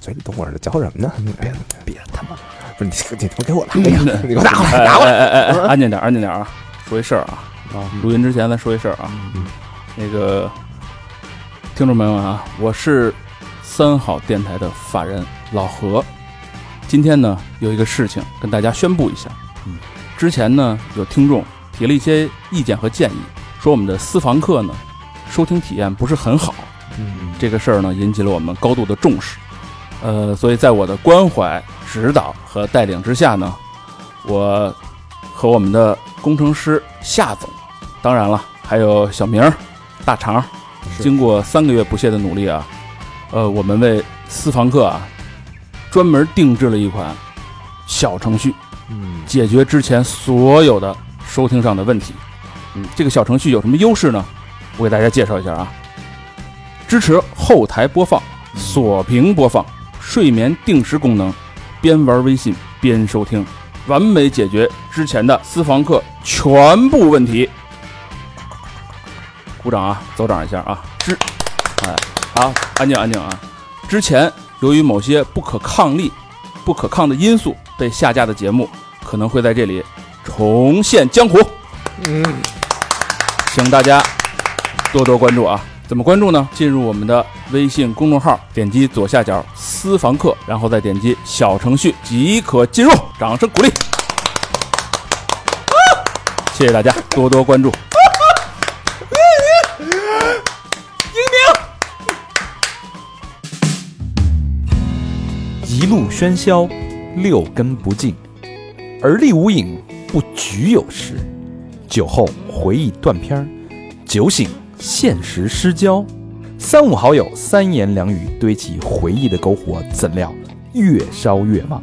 嘴里动味儿的，嚼什么呢？你别别他妈，不是你你他妈给我来一个，你给我拿过来，哎拿过来。嗯哎哎哎，安静点，安静点啊！说一事儿啊啊！录音之前咱说一事儿啊，那个听众朋友们啊，我是三好电台的法人老何，今天呢有一个事情跟大家宣布一下。嗯，之前呢有听众提了一些意见和建议，说我们的私房课呢收听体验不是很好，嗯，这个事儿呢，引起了我们高度的重视。呃，所以在我的关怀、指导和带领之下呢，我和我们的工程师夏总，当然了，还有小明儿、大肠儿，是经过三个月不懈的努力啊，呃，我们为私房课啊专门定制了一款小程序，嗯解决之前所有的收听上的问题。嗯，这个小程序有什么优势呢？我给大家介绍一下啊，支持后台播放、锁屏播放、睡眠定时功能，边玩微信边收听，完美解决之前的私房课全部问题。鼓掌啊，走掌一下啊，支，哎，好，安静安静啊。之前由于某些不可抗力、不可抗的因素被下架的节目，可能会在这里重现江湖，嗯，请大家多多关注啊！怎么关注呢？进入我们的微信公众号，点击左下角“私房课”，然后再点击小程序即可进入。掌声鼓励！啊谢谢大家多多关注。一路喧嚣，六根不净，而立无影，不局有时。酒后回忆断片儿，酒醒现实失焦。三五好友，三言两语堆起回忆的篝火，怎料越烧越旺。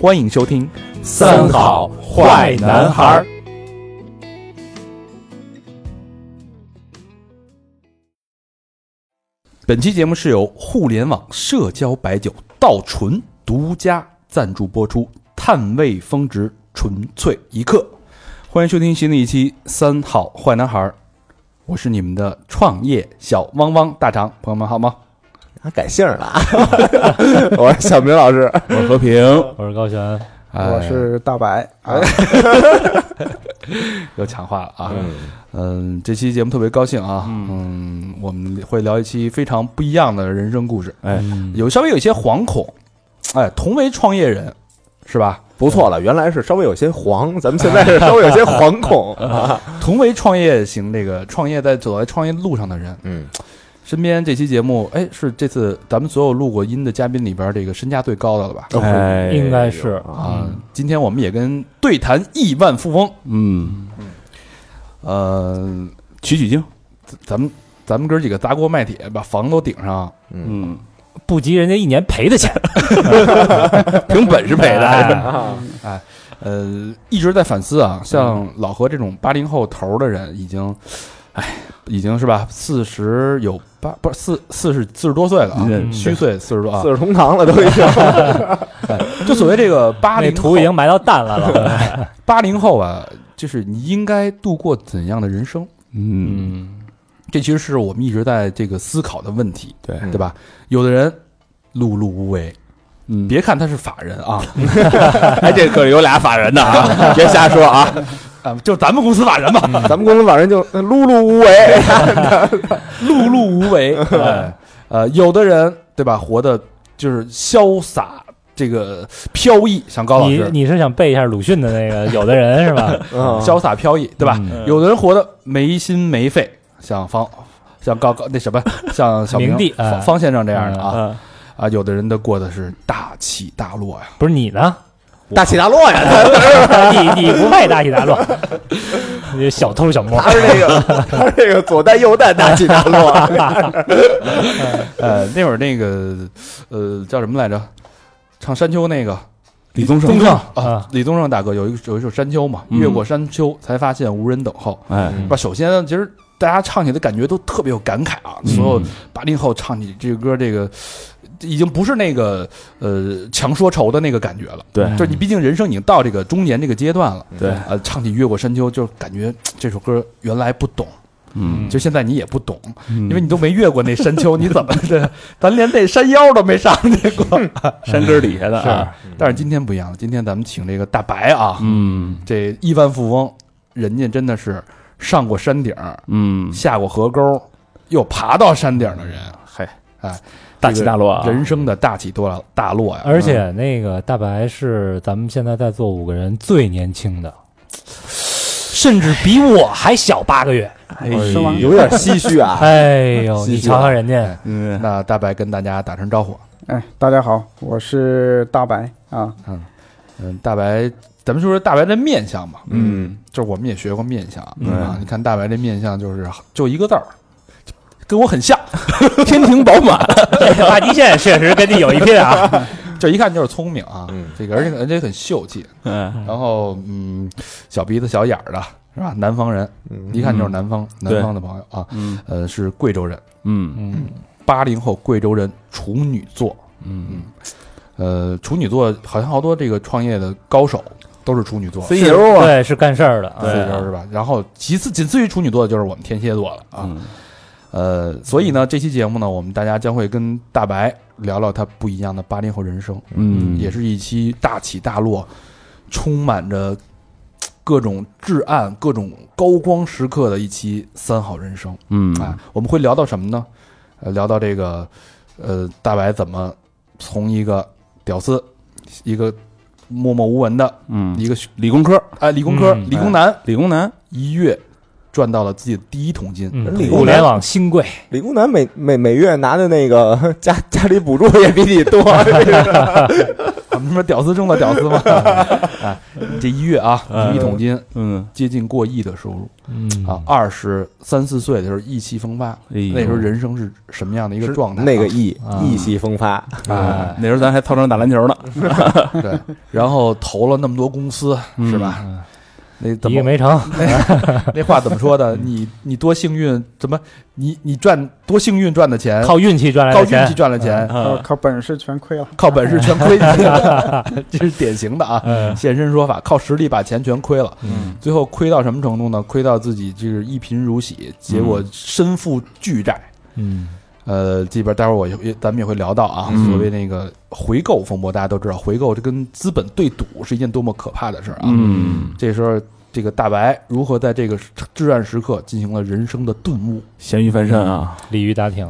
欢迎收听《三好坏男孩儿》。本期节目是由互联网社交白酒稻醇独家赞助播出，探味峰值，纯粹一刻。欢迎收听新的一期《三好坏男孩儿》，我是你们的创业小汪汪大肠，朋友们好吗？他改姓了 啊，我是小明老师，我和平，我是高璇，哎大白，哎哎又强化了啊。嗯嗯，这期节目特别高兴啊。嗯，我们会聊一期非常不一样的人生故事，嗯哎，有稍微有一些惶恐。哎，同为创业人，是吧？不错了，原来是稍微有些黄，咱们现在是稍微有些惶恐啊，同为创业型这个创业在走在创业路上的人，嗯，身边这期节目，哎，是这次咱们所有录过音的嘉宾里边这个身价最高的了吧？哎应该是啊，啊，今天我们也跟对谈亿万富翁，嗯，呃，取取经，咱们咱们哥几个砸锅卖铁把房都顶上，嗯嗯，不及人家一年赔的钱，凭本事赔的。啊，呃，一直在反思啊，像老何这种八零后头儿的人，已经，哎，已经是吧，四十有八不是四四十四十多岁了啊，嗯虚岁四十多啊四，世同堂了都已经，就所谓这个 八那零图已经埋到蛋 了，老白八零后啊，就是你应该度过怎样的人生？嗯，嗯，这其实是我们一直在这个思考的问题，对对吧？有的人碌碌无为，嗯，别看他是法人啊，哎，这可有俩法人的 啊，别瞎说啊，啊，就咱们公司法人吧，咱们公司法人就呃碌碌无为，碌碌无 为。哎，呃，有的人对吧，活的就是潇洒，这个飘逸，像高老你师，你是想背一下鲁迅的那个有的人是吧？嗯潇洒飘逸，对吧？有的人活的没心没肺，像方，像高高那什么，像小明明帝哎方方先生 这样的啊嗯，啊，有的人的过的是大起大落呀。不是你呢？大起大落呀， 你你不配大起大落， 你这小偷小摸，他是那个他是那个左带右带大起大啊落，呃，那会儿那个呃叫什么来着？唱山丘那个李宗盛，宗盛啊啊，李宗盛大哥有一有一首《山丘》嘛，嗯越过山丘才发现无人等候。哎，那首先呢，其实大家唱起的感觉都特别有感慨嗯啊，所有八零后唱起这个歌，这个已经不是那个呃强说愁的那个感觉了。对就是你毕竟人生已经到这个中年这个阶段了，对呃，唱起《越过山丘》，就感觉嘖这首歌原来不懂，嗯，就现在你也不懂，因因为你都没越过那山丘，你 怎么的？咱连那山腰都没上去过。山根儿底下的嗯啊，但是今天不一样了，今天咱们请这个大白啊，嗯这亿万富翁，人家真的是上过山顶儿，嗯，下过河沟，又爬到山顶儿的人，嘿，哎，大起大落啊，人生的大起多落大落呀。而且那个大白是咱们现在在座五个人最年轻的，甚至比我还小八个月。哎是吗？有点唏嘘啊。哎呦，谢谢你瞧瞧人家，嗯，那大白跟大家打声招呼，啊哎，大家好，我是大白啊。嗯，大白，咱们就说大白的面相嘛，嗯，就是我们也学过面相嗯啊。你看大白这面相，就是就一个字儿，跟我很像， 天庭饱满，这 发际线确实跟你有一拼啊。 就一看就是聪明啊嗯。这个而且而且很秀气，嗯，然后嗯，小鼻子小眼儿的是吧？南方人，嗯一看就是南方对南方的朋友啊。嗯呃，是贵州人，嗯嗯，八零后贵州人，处女座。嗯，呃，处女座好像好多这个创业的高手都是处女座， CEO 啊，对，是干事儿的啊。对啊是吧？然后其次仅次于处女座的就是我们天蝎座了啊。嗯呃，所以呢，这期节目呢，我们大家将会跟大白聊聊他不一样的八零后人生，嗯，也是一期大起大落，充满着各种至暗、各种高光时刻的一期三好人生。嗯啊，我们会聊到什么呢？呃，聊到这个，呃，大白怎么从一个屌丝，一个默默无闻的嗯，一个理工科，哎哎理工科、嗯理工男，理工男，一跃赚到了自己的第一桶金。嗯理，工互男联网新贵，理工男每每每月拿的那个 家家里补助也比你多，我们说屌丝中的 屌丝嘛，哎，这一跃啊，嗯第一桶金嗯，接近过亿的收入嗯啊，，二十三四岁的时候意气风发，哎呦那时候人生是什么样的一个状态 啊？那个意啊意气风发，嗯啊，那时候咱还操场打篮球呢，啊对，然后投了那么多公司是吧？嗯那怎一么个没成， 那话怎么说嗯的？你你多幸运，怎么你你赚多幸运赚的钱，靠运气赚来靠的运钱嗯气。赚了钱，我啊，靠，本事全亏了。靠本事全 亏 了，这是典型的啊，嗯现身说法，靠实力把钱全亏了，嗯最后亏到什么程度呢？亏到自己就是一贫如洗，结果身负巨债。嗯呃，这边待会儿我也也咱们也会聊到啊，嗯所谓那个回购风波，大家都知道，回购这跟资本对赌是一件多么可怕的事儿啊。嗯，这时候，这个大白如何在这个至暗时刻进行了人生的顿悟？咸鱼翻身啊，鲤鱼打挺，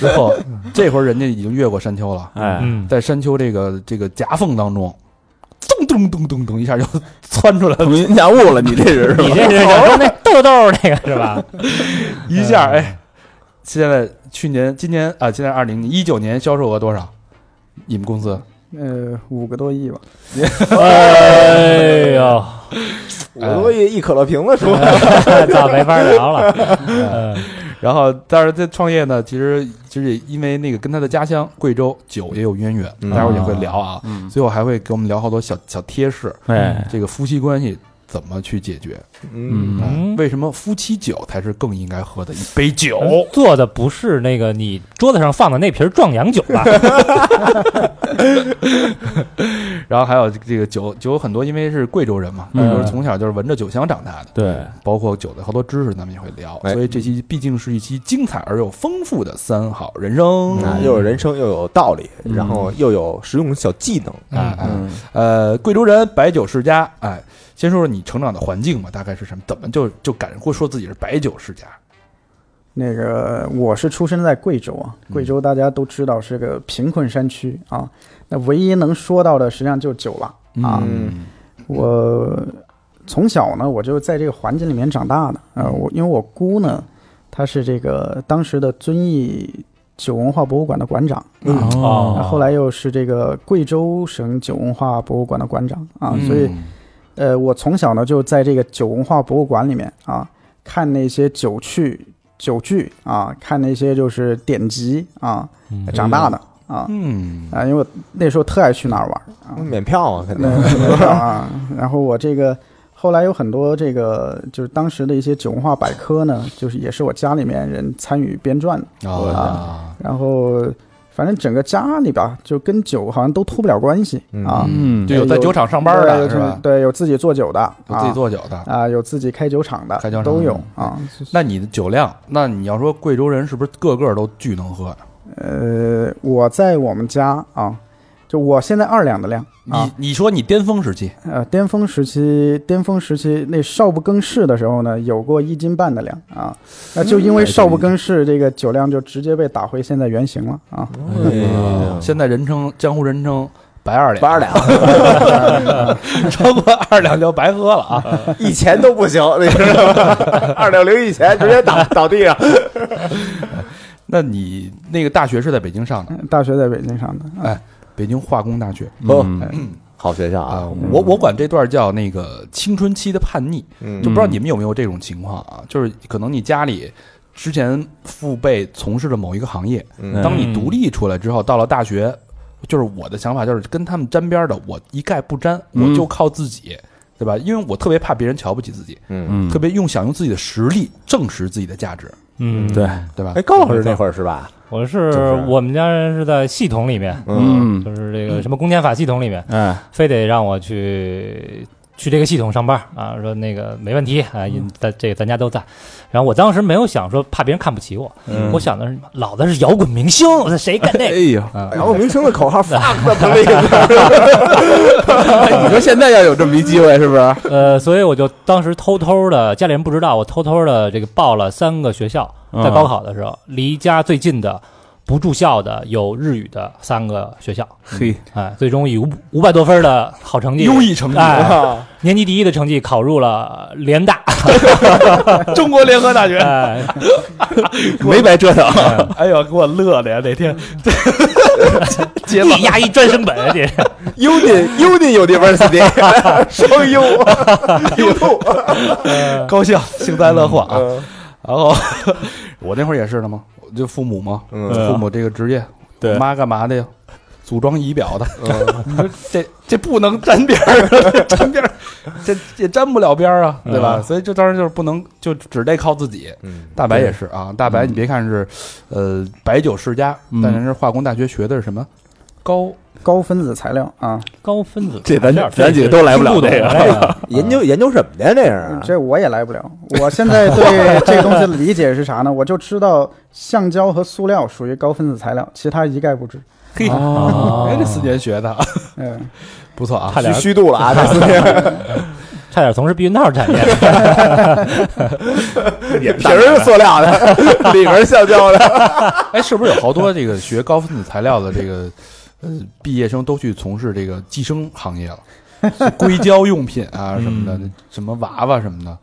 之后，这会儿人家已经越过山丘了，哎，嗯，在山丘这个这个夹缝当中，咚咚咚咚咚一下就窜出来了，腾云驾雾了，你这人是你吧？这是想说那豆豆那个是吧？一下哎，现在去年今年啊，现在二零一九年销售额多少？你们公司呃，五个多亿吧。哎呦， 我都一一可乐瓶子出来。早没法聊了。嗯然后，但是在创业呢，其实就是因为那个跟他的家乡贵州酒也有渊源，嗯待会儿也会聊啊，嗯，最后还会给我们聊好多小小贴士，哎，这个夫妻关系怎么去解决？啊嗯，嗯为什么夫妻酒才是更应该喝的一杯酒？做的不是那个你桌子上放的那瓶壮阳酒吧？然后还有这个酒，酒有很多，因为是贵州人嘛，嗯就是从小就是闻着酒香长大的， 对，包括酒的好多知识，咱们也会聊。哎所以这期毕竟是一期精彩而又丰富的三好人生。嗯啊，又有人生又有道理，然后又有实用小技能。哎哎，嗯呃，贵州人白酒世家，哎，先说说你成长的环境吧，大概是什么？怎么就就敢会说自己是白酒世家？那个我是出生在贵州啊，贵州大家都知道是个贫困山区啊，那唯一能说到的实际上就是酒了啊。嗯我从小呢，我就在这个环境里面长大的。呃，我因为我姑呢，她是这个当时的遵义酒文化博物馆的馆长嗯啊，哦那后来又是这个贵州省酒文化博物馆的馆长啊，嗯所以呃，我从小呢就在这个酒文化博物馆里面啊，看那些酒趣、酒剧啊，看那些就是典籍啊，嗯长大的啊嗯，啊，因为我那时候特爱去那儿玩儿啊，免票啊，肯定那没事儿啊，然后我这个后来有很多这个就是当时的一些酒文化百哦科呢，就是也是我家里面人参与编撰的，啊然后反正整个家里边就跟酒好像都脱不了关系嗯啊。嗯，就有在酒厂上班哎对有的是自吧？对，有自己做酒的，有自己啊做酒的，啊，有自己开酒厂的，开酒厂都有嗯啊。那你的酒量，那你要说贵州人是不是个个都巨能喝？呃，我在我们家啊，就我现在二两的量啊，你你说你巅峰时期，呃，巅峰时期，巅峰时期那少不更事的时候呢，有过一斤半的量啊，那就因为嗯少不更事，这个酒量就直接被打回现在原形了啊。嗯哎现在人称江湖人称白二两，八十两， 超过二两就白喝了啊。 一钱都不行，你知道 吗？二两零一钱直接倒倒地上。那你那个大学是在北京上的，嗯大学在北京上的，啊北京化工大学哎哦，好学校啊、啊，我我管这段叫那个青春期的叛逆，嗯就不知道你们有没有这种情况啊？就是可能你家里之前父辈从事的某一个行业，嗯当你独立出来之后，到了大学，就是我的想法就是跟他们沾边的，我一概不沾，嗯我就靠自己，对吧？因为我特别怕别人瞧不起自己，嗯，嗯特别用想用自己的实力证实自己的价值，嗯，对，对吧哎，？高老师那会儿是吧？我是就是我们家人是在系统里面，嗯嗯，就是这个什么公检法系统里面，哎，非得让我去去这个系统上班啊，说那个没问题嗯啊，因咱这个咱家都在。然后我当时没有想说怕别人看不起我，嗯我想的是老子是摇滚明星，我说谁干这 哎个？呀，然后明星的口号 fuck the police，哎你说现在要有这么一机会，是不是？呃，所以我就当时偷偷的，家里人不知道，我偷偷的这个报了三个学校，嗯在高考的时候，离家最近的。不住校的有日语的三个学校，嘿，哎，最终以五五百多分的好成绩，优异成绩，哎，年级第一的成绩考入了 联大，中国联合大学。哎，没白折腾。 哎呦，给我乐的呀！那天 一压一专升本，这是优点优点有地方 是点，双优优兔，高兴，幸灾乐祸啊。然后 我那会儿也是的嘛，我就父母嘛，嗯父母这个职业，对我妈干嘛的呀？组装仪表的， 你说这这不能沾边儿，啊 沾边儿，这也沾不了边儿啊，对吧？所以就当时就是不能，就只得靠自己。嗯大白也是啊，大白你别看是，呃，白酒世家，嗯但是化工大学学的是什么？高高分子材料啊，高分子，这咱有点咱几个都来不了听懂这这个 个。研究研究什么呀？这嗯是这我也来不了。我现在对这个东西的理解是啥呢？我就知道橡胶和塑料属于高分子材料，其他一概不知。嘿，哦哎，这四年学的 啊嗯，不错啊，差点虚虚度了 啊！这四天差点从事避孕套产业， 皮儿是塑料 的，里边是橡胶的。哎，是不是有好多这个学高分子材料的这个呃毕业生都去从事这个计生行业了？硅胶用品啊什么的，什么娃娃什么的，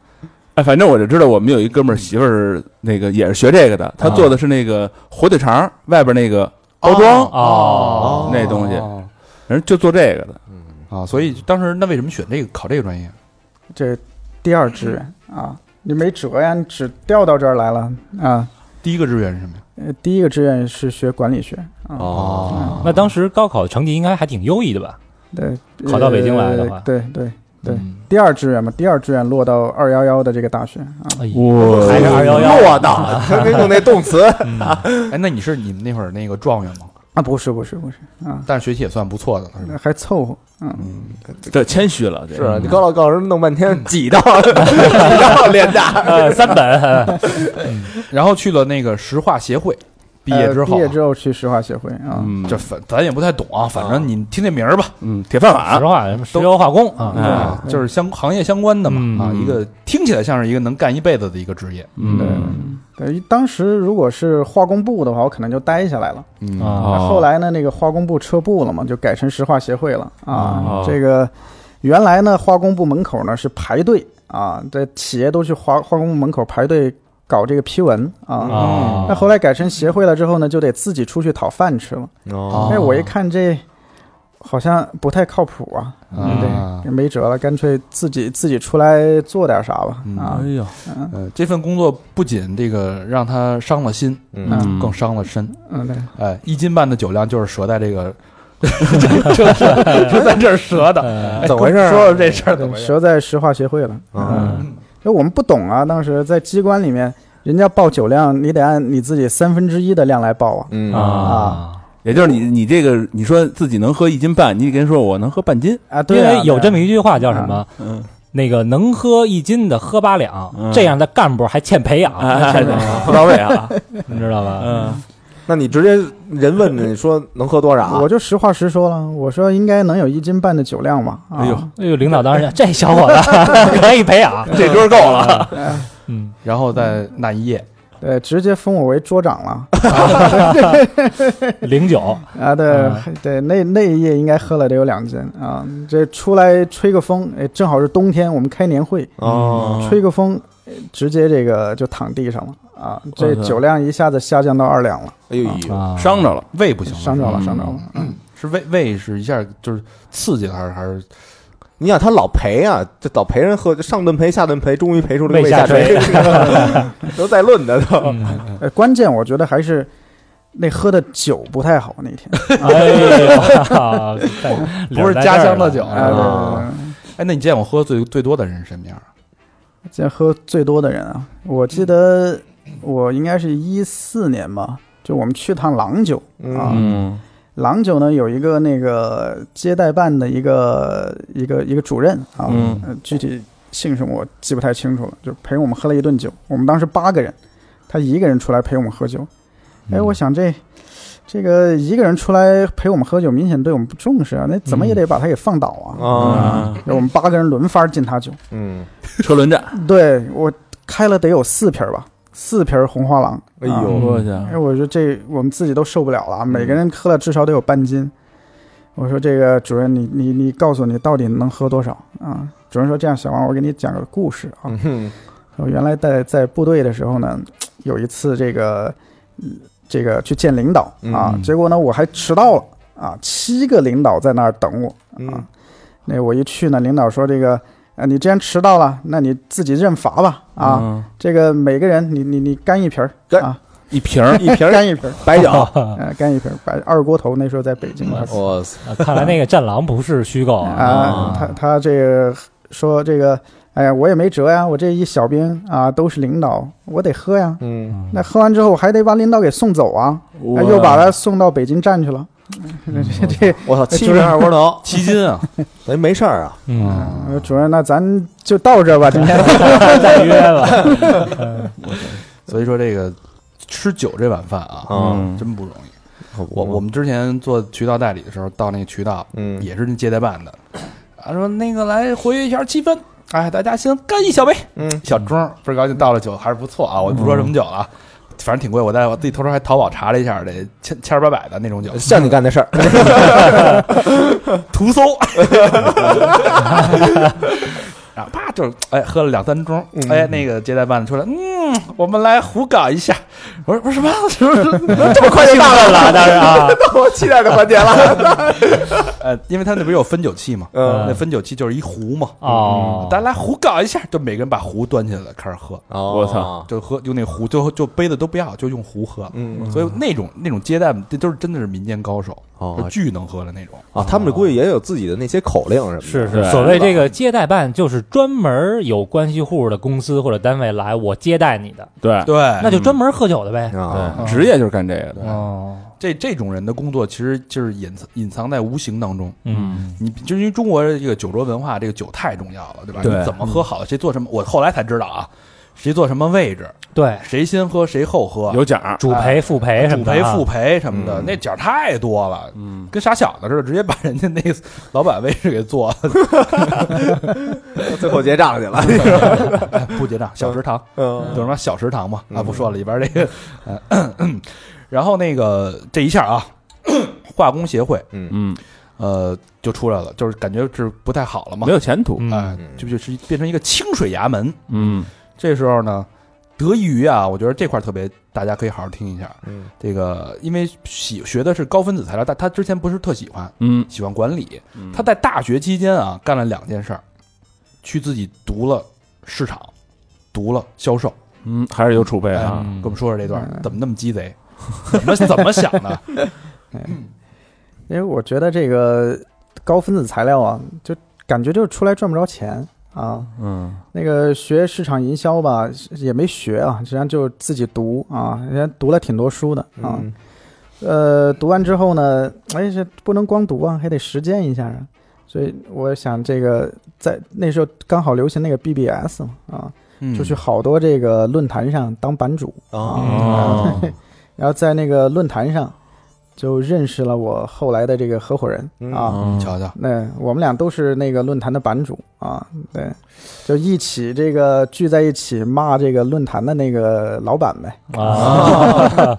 哎，反正我就知道，我们有一哥们儿媳妇儿，那个也是学这个的，他做的是那个火腿肠外边那个包装，哦那东西哦人就做这个的。啊。所以当时那为什么选这个考这个专业？这第二志愿啊，你没辙呀，你只调到这儿来了啊。第一个志愿是什么呀？呃，第一个志愿是学管理学啊。哦，那当时高考成绩应该还挺优异的呃吧？对，考到北京来的话呃对对对，第二志愿嘛，第二志愿落到二幺幺的这个大学啊。哎呀，哇还是二幺幺，落到，他没用那动词。哎，那你是你们那会儿那个状元吗？啊，不是不是不是啊，但是学习也算不错的了，是吧？那还凑合，嗯，这谦虚了，这是啊，你高老高老师弄半天挤到 挤到脸大。呃，三本，然后去了那个石化协会，毕业之呃后毕业啊，之后去石化协会啊，嗯，这反咱也不太懂啊，反正你听这名儿吧，嗯铁饭石碗，化什么石油化工啊，啊，就是相行业相关的嗯嘛啊，一个听起来像是一个能干一辈子的一个职业，嗯对，当时如果是化工部的话，我可能就待下来了。嗯啊哦后来呢，那个化工部撤部了嘛，就改成石化协会了哦啊。这个原来呢，化工部门口呢是排队啊，这企业都去化化工部门口排队搞这个批文哦啊。啊嗯那，后来改成协会了之后呢，就得自己出去讨饭吃了。哦哎，我一看这好像不太靠谱啊，啊对，没辙了，干脆自己自己出来做点啥吧啊哎。呦，呃，这份工作不仅这个让他伤了心，啊嗯，嗯更伤了身。嗯，对，哎，一斤半的酒量就是折在这个，就在这儿折的。哎怎么回事啊说说这事儿怎么回事？折在石化协会了。啊嗯，就我们不懂啊，当时在机关里面，人家报酒量，你得按你自己三分之一的量来报啊。嗯啊啊，也就是你你这个你说自己能喝一斤半，你得跟人说我能喝半斤，啊，对因啊，为有对啊这么一句话叫什么？嗯，那个能喝一斤的喝八两，嗯这样的干部还欠培养，哎对不到位啊， 你知道吧？嗯，那你直接人问你说能喝多少我？就实话实说了，我说应该能有一斤半的酒量吧。啊、哎呦，哎呦，领导当时想这小伙子 可以培养，这桌够了，嗯，然后再那一夜，对，直接封我为桌长了。零 九，啊，对对，那那一夜应该喝了得有两斤啊。这出来吹个风，哎，正好是冬天，我们开年会，哦，吹个风，哎直接这个就躺地上了啊。哇这塞酒量一下子下降到二两了，哎呦呦，啊伤着了，胃不行了，伤着了，嗯伤着了。是胃胃是一下就是刺激了，还是还是你想他老陪啊，这老陪人喝，上顿陪下顿陪，终于陪出这个胃下下垂， 都在论的都。嗯呃，关键我觉得还是那喝的酒不太好那天哎 呦，不是家乡的酒啊。对对啊对对哎，那你见我喝最最多的人是什么样？啊见喝最多的人啊，我记得我应该是一四年吧，就我们去趟郎酒啊。嗯郎酒呢有一个那个接待办的一个一个一个主任啊，嗯呃具体姓什么我记不太清楚了，就陪我们喝了一顿酒。我们当时八个人，他一个人出来陪我们喝酒。嗯哎，我想这这个一个人出来陪我们喝酒，明显对我们不重视啊，那怎么也得把他给放倒啊。啊，啊，我们八个人轮番敬他酒，嗯，车轮战，对我开了得有四瓶儿吧，四瓶儿红花郎。哎啊呦，我去，嗯嗯哎，我说这我们自己都受不了了啊，每个人喝了至少得有半斤。我说这个主任，你你你告诉你到底能喝多少啊？主任说这样，小王，我给你讲个故事啊。嗯哼，我原来在在部队的时候呢，有一次这个嗯这个去见领导啊，嗯结果呢我还迟到了啊，七个领导在那儿等我啊嗯。那我一去呢，领导说这个。啊，你既然迟到了，那你自己认罚吧！啊，嗯这个每个人你你你干一瓶儿干啊，一瓶儿嗯一瓶儿干一瓶儿，白酒，呃，干一瓶儿白二锅头，那时候在北京哦哇塞哇塞，看来那个战狼不是虚构啊，哎啊，他他这个说这个，哎呀，我也没辙呀，我这一小兵啊，都是领导，我得喝呀。嗯，那喝完之后，我还得把领导给送走啊，哎又把他送到北京站去了。这这，我操，七就是瓶二锅头，七斤啊！哎，没事儿啊，嗯，呃主任，那咱就到这吧，今天。再约 吧，所以说这个吃酒这碗饭啊，啊，嗯，真不容易。我我我我，们之前做渠道代理的时候，到那个渠道嗯，也是那接待办的，他说那个来活跃一下气氛，哎，大家先干一小杯。嗯，小钟倍儿高兴，倒了酒还是不错啊，我不说什么酒了啊。反正挺贵，我在我自己偷偷还淘宝查了一下，得千千儿八百的那种酒，像你干的事儿，徒 搜，然后啪就哎喝了两三盅，嗯哎那个接待办的出来，嗯，我们来胡搞一下。我说我说什么？什么什 么？这么快就到了，啊，当然啊，到我期待的环节了，呃，因为他那不是有分酒器嘛，嗯那分酒器就是一壶嘛，嗯哦，咱来胡搞一下，就每个人把壶端起来开始喝，哦我操，就喝用那壶，最后就杯子都不要，就用壶喝。嗯，所以那种那种接待，这都是真的是民间高手，哦就巨能喝的那种。啊，他们这估计也有自己的那些口令什么的，是对是，所谓这个接待办，就是专门有关系户的公司或者单位来，我接待你的，对，对，那就专门喝酒的嗯呗。啊，对，职业就是干这个啊的，哦，这这种人的工作其实就是隐藏隐藏在无形当中。嗯，你就是因为中国的这个酒桌文化，这个酒太重要了，对吧？对你怎么喝好，谁做什么，我后来才知道啊，谁坐什么位置，对，谁先喝谁后喝，有奖，主陪、副陪什主么的陪、啊，副陪什么的，嗯那角儿太多了，嗯，跟傻小子似的，直接把人家那个老板位置给坐了，最后结账去 了，不结账， 小食堂。有嗯，什么小食堂嘛？啊，嗯不说了，里边这个，呃然后那个这一下啊，化工协会嗯，呃就出来了，就是感觉是不太好了嘛没，有前途，哎嗯，，就就是变成一个清水衙门。嗯这时候呢，得益于啊，我觉得这块儿特别，大家可以好好听一下。嗯这个因为喜学的是高分子材料，但他之前不是特喜欢，嗯，喜欢管理。嗯他在大学期间啊，干了两件事儿，去自己读了市场，读了销售。嗯还是有储备哎，啊，跟我们说说这段嗯怎么那么鸡贼， 怎么怎么想的？ 因为我觉得这个高分子材料啊，就感觉就是出来赚不着钱啊。嗯那个学市场营销吧，也没学啊，实际上就自己读啊，人家读了挺多书的啊。嗯呃，读完之后呢，哎，这不能光读啊，还得实践一下啊。所以我想，这个在那时候刚好流行那个 BBS 嘛，啊，嗯就去好多这个论坛上当版主啊， 哦，然后在那个论坛上就认识了我后来的这个合伙人啊。嗯瞧瞧，那我们俩都是那个论坛的版主啊，对，就一起这个聚在一起骂这个论坛的那个老板呗。 啊，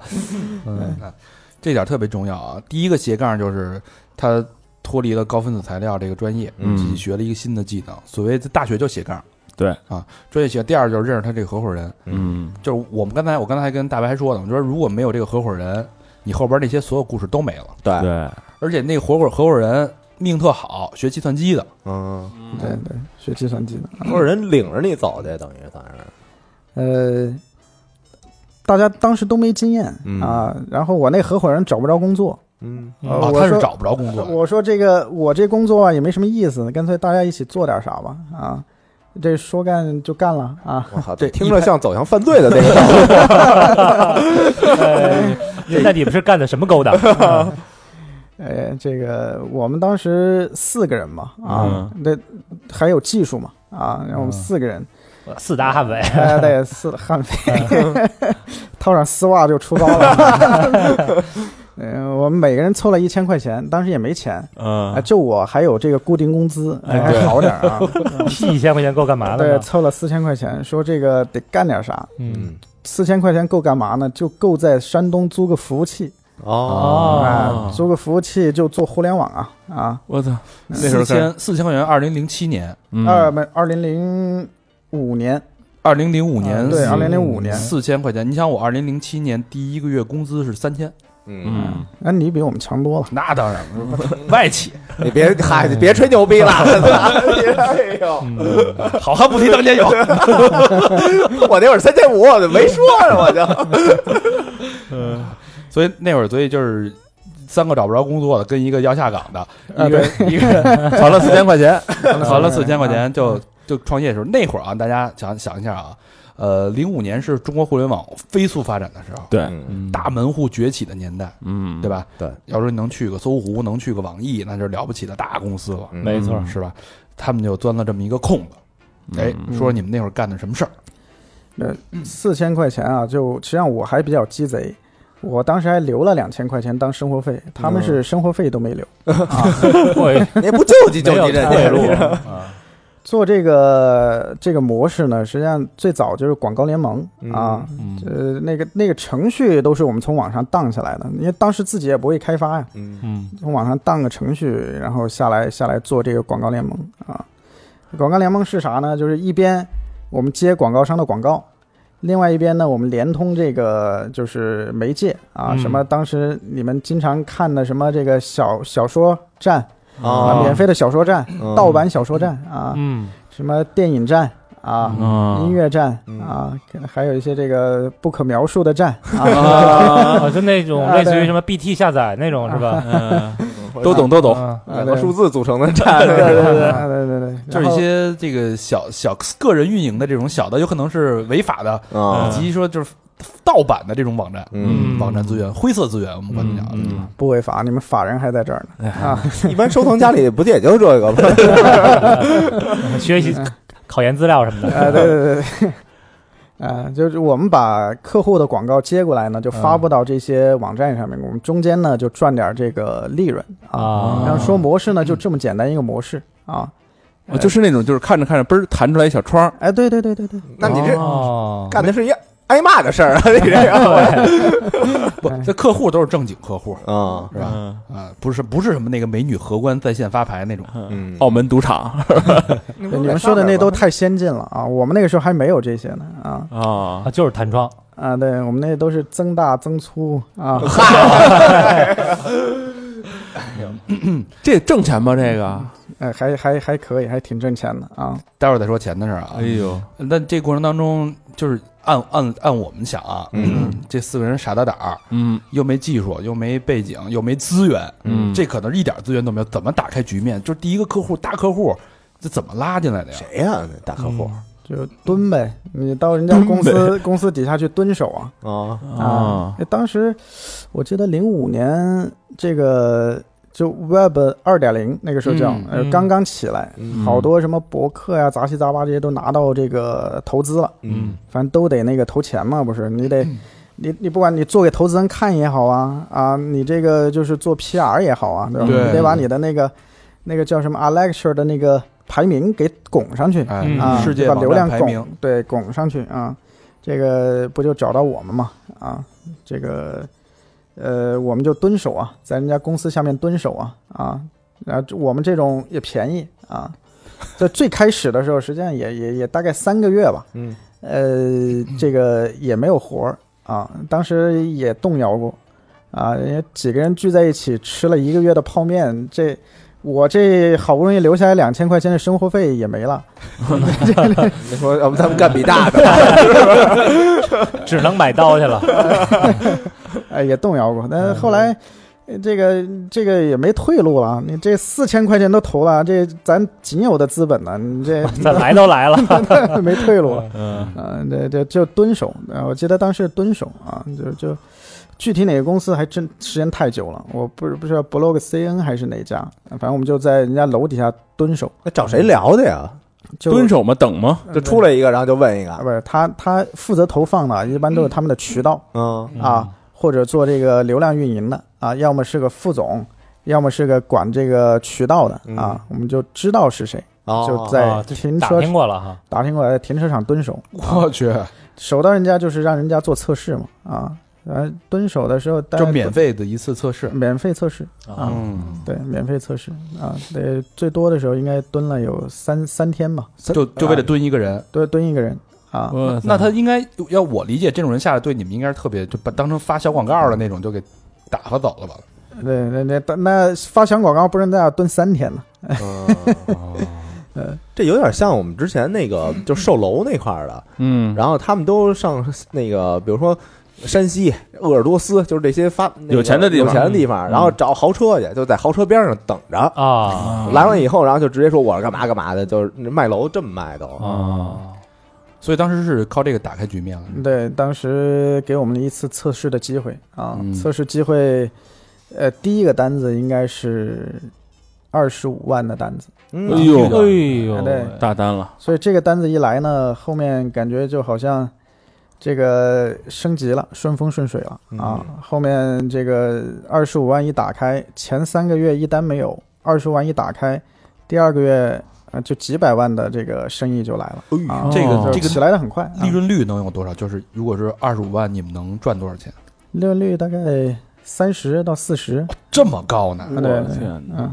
这点特别重要啊。第一个斜杠就是他脱离了高分子材料这个专业，嗯自己学了一个新的技能。所谓在大学就斜杠，对啊，专业学。第二就是认识他这个合伙人，嗯，就是我们刚才我刚才还跟大白还说呢，我说如果没有这个合伙人，你后边那些所有故事都没了。对，对，而且那个合伙合伙人命特好，学计算机的，嗯，对对，学计算机的。或者人领着你走的，等于算是，呃，大家当时都没经验、嗯啊。然后我那合伙人找不着工作，嗯，呃啊，我他是说找不着工作的。我说这个我这工作啊也没什么意思，干脆大家一起做点啥吧啊。这说干就干了啊，我 靠，这听一着拍像走向犯罪的那个道路，呃那你们是干的什么勾 当？呃，这个我们当时四个人嘛啊，嗯那、还有技术嘛啊，然后嗯我们四个人，四大悍匪， 哎，对，四悍匪， 套上丝袜就出高了。 嗯、我们每个人凑了一千块钱，当时也没钱，啊，嗯，就我还有这个固定工资，哎还好点儿啊。屁一千块钱够干嘛的对，呢？凑了四千块钱，说这个得干点啥。嗯，嗯，四千块钱够干嘛呢？就够在山东租个服务器哦，啊，租个服务器就做互联网啊啊。我操，那时候四千四千块钱，二零零七年，嗯二不二零零五年，二零零五啊年，对，嗯二零零五年，四千块钱。你想，我二零零七年第一个月工资是三千，嗯，嗯，那你比我们强多了。那当然了，外企，你别嗨，你别吹牛 逼了，哎呦，好汉不提当年勇。我那会儿三千五，我就没说呢，我就，所以那会儿，所以就是三个找不着工作的，跟一个要下岗的，啊一个人一个 人存了四千块钱，存了4,000四千块钱就就创业的时候，那会儿啊，大家想想一下啊，呃，零五年是中国互联网飞速发展的时候，对，嗯大门户崛起的年代，嗯，对吧？对，要说你能去个搜狐，能去个网易，那就是了不起的大公司了，没错是吧？他们就钻了这么一个空子。哎，说说你们那会儿干的什么事儿？四千块钱啊，就实际上我还比较鸡贼，我当时还留了两千块钱当生活费，他们是生活费都没留。会 你不救济救没有济人退路家，啊，做这个这个模式呢，实际上最早就是广告联盟啊，嗯呃，那个那个程序都是我们从网上荡下来的，因为当时自己也不会开发呀，嗯嗯从网上荡个程序，然后下来下来做这个广告联盟啊。广告联盟是啥呢？就是一边我们接广告商的广告，另外一边呢，我们联通这个就是媒介啊，嗯什么当时你们经常看的什么这个小小说站啊，啊，免费的小说站、嗯盗版小说站啊，嗯，什么电影站啊、嗯音乐站嗯啊，还有一些这个不可描述的站啊，啊，就那种啊类似于对什么 BT 下载那种是吧？都懂都懂，啊两哎个数字组成的站，对对对，啊对对对，就是一些这个小小个人运营的这种小的，有可能是违法的， 啊嗯以，及说就是盗版的这种网站，嗯，网站资源、灰色资源，我们管它叫。嗯不违法，你们法人还在这儿呢啊，一般收藏家里不就也就这个吗？学习考研资料什么的。 啊对对对对。啊，就是我们把客户的广告接过来呢，就发布到这些网站上面，我们中间呢就赚点这个利润啊。啊然后说模式呢，就这么简单一个模式啊。哦就是那种就是看着看着嘣儿弹出来一小窗儿，哎，对对对对对， 那你这哦，干的是一挨骂的事儿啊，你这个不，这客户都是正经客户，啊，是吧？啊，不是不是什么那个美女荷官在线发牌那种，嗯，澳门赌场你对你们说的那都太先进了啊，我们那个时候还没有这些呢啊。啊啊，就是弹窗，啊，对我们那都是增大增粗 啊，这挣钱吗？这个，哎，还还还可以，还挺挣钱的啊。待会儿再说钱的事儿啊。哎呦，那这过程当中，就是按按按我们想啊，嗯这四个人傻大胆儿，嗯又没技术，又没背景，又没资源，嗯这可能一点资源都没有，怎么打开局面？就是第一个客户，大客户，这怎么拉进来的呀？谁呀？那大客户，就蹲呗，你到人家公司公司底下去蹲守啊。啊，啊，哎当时我记得零五年这个就 Web 二点零那个时候叫嗯，呃嗯，刚刚起来，嗯好多什么博客呀、杂七杂八这些都拿到这个投资了，嗯反正都得那个投钱嘛，不是？你得，你你不管你做给投资人看也好啊，啊，你这个就是做 PR 也好啊，对吧？对你得把你的那个那个叫什么 Alexia 的那个排名给拱上去，哎嗯啊，世界把网流站量啊排名拱，对拱上去啊，这个不就找到我们嘛啊，这个呃我们就蹲守啊，在人家公司下面蹲守啊啊，然后我们这种也便宜啊，在最开始的时候，实际上也也也大概三个月吧，嗯呃，这个也没有活儿啊，当时也动摇过啊，人家几个人聚在一起吃了一个月的泡面，这我这好不容易留下来两千块钱的生活费也没了，你说要不咱们干比大的？只能买刀去了。哎，也动摇过，但嗯是后来。呃这个这个也没退路了，你这四千块钱都投了，这咱仅有的资本呢，你这咱来都来了，没退 路了。嗯嗯，对对，就蹲守。呃，我记得当时蹲守啊，就就具体哪个公司还真时间太久了，我不是不知道 Blog CN 还是哪家，反正我们就在人家楼底下蹲守。那找谁聊的呀？就蹲守嘛，等嘛，就出来一个，然后就问一啊，个，不是他他负责投放的，一般都是他们的渠道、嗯啊，或者做这个流量运营的啊，要么是个副总，要么是个管这个渠道的啊，我们就知道是谁，哦就在啊这停打车、听过了哈。打听过来停车场蹲守。我去，守到人家就是让人家做测试嘛，啊，然后蹲守的时候大概嗯这免费的一次测试，免费测试，啊嗯，对，免费测试啊，得最多的时候应该蹲了有三三天吧，就就啊为了蹲一个人。蹲蹲一个人啊，我那他应该要我理解，这种人下来对你们应该是特别就把当成发小广告的那种，就给打发走了吧？对，那那那发小广告不是那要蹲三天呢，嗯，这有点像我们之前那 个就售楼那块儿的，嗯，然后他们都上那个，比如说山西鄂尔多斯，就是这些发、那个有钱的地方嗯有钱的地方，然后找豪车去，就在豪车边上等着。啊，嗯来完以后，然后就直接说我是干嘛干嘛的，就是卖楼这么卖都。啊，所以当时是靠这个打开局面了。对，当时给我们了一次测试的机会啊，嗯测试机会，呃，第一个单子应该是二十五万的单子。嗯哎哎呦，呦喂，对大单了，所以这个单子一来呢，后面感觉就好像这个升级了，顺风顺水了嗯啊。后面这个二十五万一打开，前三个月一单没有，二十万一打开，第二个月呃就几百万的这个生意就来了啊。哎这个哦就这起个来的很快，啊利润率能有多少？就是如果是二十五万，你们能赚多少钱？利润率大概三十到四十，这么高呢？我对的天哪，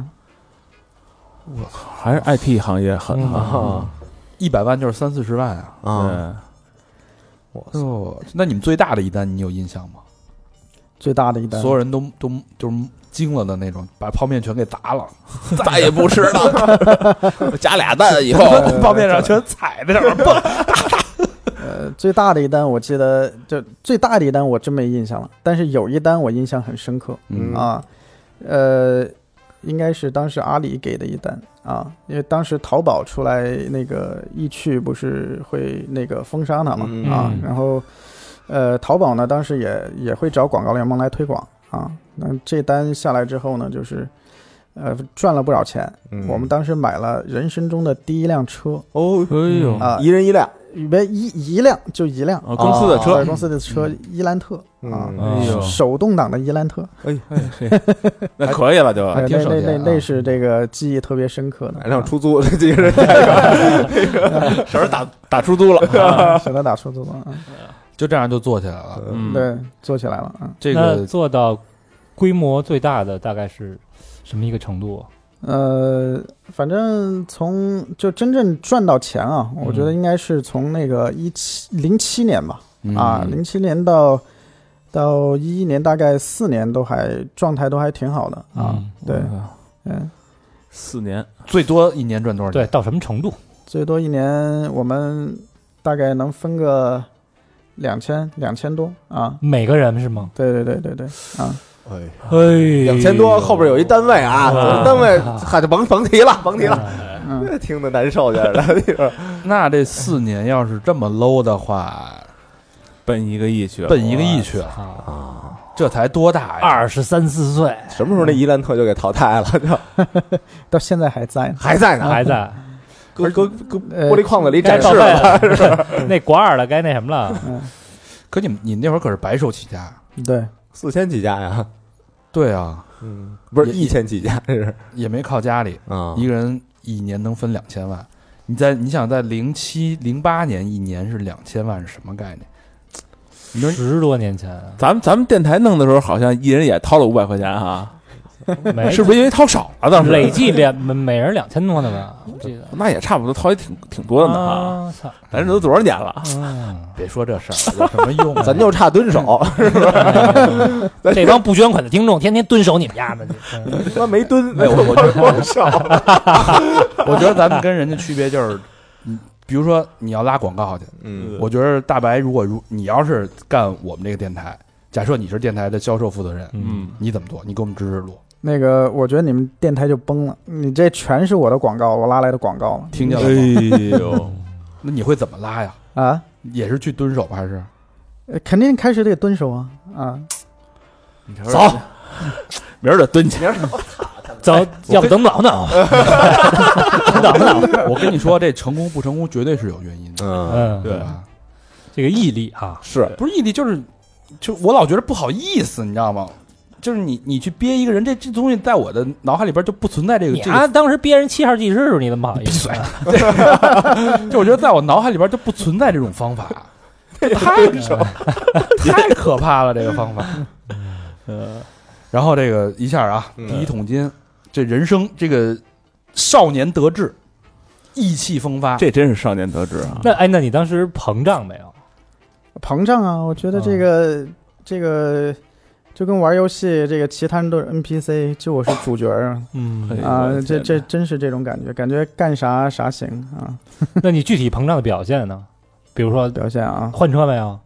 嗯，还是 IT 行业狠啊，一百万就是三四十万嗯啊！啊！哦，那你们最大的一单你有印象吗？最大的一单所有人都都就是惊了的那种，把泡面全给砸了， 再也不吃了， 加俩蛋以后，哎泡面上全踩在上面蹦。呃，最大的一单我记得，就最大的一单我真没印象了，但是有一单我印象很深刻，嗯啊，呃，应该是当时阿里给的一单啊，因为当时淘宝出来那个易趣不是会那个封杀它嘛、嗯啊嗯，然后呃，淘宝呢当时也也会找广告联盟来推广啊，那这单下来之后呢，就是呃赚了不少钱，嗯我们当时买了人生中的第一辆车哦，哎呦，嗯啊，一人一辆，别一一辆就一辆。啊，公司的在车，嗯公司的车伊兰特啊，嗯哎呦，啊手动挡的伊兰特，那可以了就，哎挺那少那见那啊那是这个记忆特别深刻的。啊买辆出租，这个人太高，手打打出租了，啊，舍得打出租啊，就这样就做起来了。嗯，对，做起来了啊。这那个做到规模最大的大概是什么一个程度？呃，反正从就真正赚到钱啊，嗯我觉得应该是从那个一七零七年吧，嗯嗯啊，零七年到到一一年，大概四年都还状态都还挺好的啊。嗯对，嗯，四年，最多一年赚多少对，钱？到什么程度？最多一年我们大概能分个两千两千多啊。每个人是吗？对对对对对啊，哎，两千多，后边有一单位啊，啊嗯哎单位嗨就甭甭提了，甭提了，嗯，这 听得难受点儿的。你说那这四年要是这么 low 的话，奔一个亿去了，奔一个亿去了，啊，这才多大呀？二十三四岁什么时候那伊兰特就给淘汰了？ 就到现在还在呢。还在呢， 还在，搁搁搁呃玻璃框子里该展示报废啊了。了， 那国二了，该那什么了，可你们你那会儿可是白手起家，对，四千起家呀，对啊，嗯，不是也一千起家，这是也嗯没靠家里，啊，一个人一年能分两千万。你在你想在零七零八年一年是两千万是什么概念？你说十多年前咱们咱们电台弄的时候，好像一人也掏了五百块钱哈，没是不是因为掏少了？当时哎累计两每每人两千多 呢吧？我记得。那也差不多，掏也挺挺多的呢哈。啊，操！咱这都多少年了？别说这事 儿了，有什么用啊、咱就差蹲手，这帮不捐款的听众天天蹲守你们家呢， 这他妈没蹲，没有我光手，我觉得咱们跟人家区别就是，嗯，比如说你要拉广告去，嗯我觉得大白如果如你要是干我们这个电台，假设你是电台的销售负责人，嗯，你怎么做？你给我们指指路。那个我觉得你们电台就崩了，你这全是我的广告，我拉来的广告了听见了吗？哎呦，那你会怎么拉呀？啊！也是去蹲守吗？还是呃肯定开始得蹲守啊啊！走， 明儿就蹲去。走，要不等不了 呢。 我跟你说，这成功不成功绝对是有原因的，嗯，嗯，对吧？这个毅力啊，是不是毅力，就是就我老觉得不好意思，你知道吗？就是你你去憋一个人，这这东西在我的脑海里边就不存在这个你这个啊，当时憋人七号技师的时候，你怎么好意思？就我觉得在我脑海里边就不存在这种方法，太太可怕了，这个方法。然后这个一下啊，嗯第一桶金，这人生这个少年得志，意气风发，这真是少年得志啊！那哎，那你当时膨胀没有？膨胀啊！我觉得这个、这个就跟玩游戏，这个其他人都是 NPC，就我是主角啊！哎嗯，呦我啊，的这天这真是这种感觉，感觉干啥啥行啊！那你具体膨胀的表现呢？比如说表现啊，换车没有？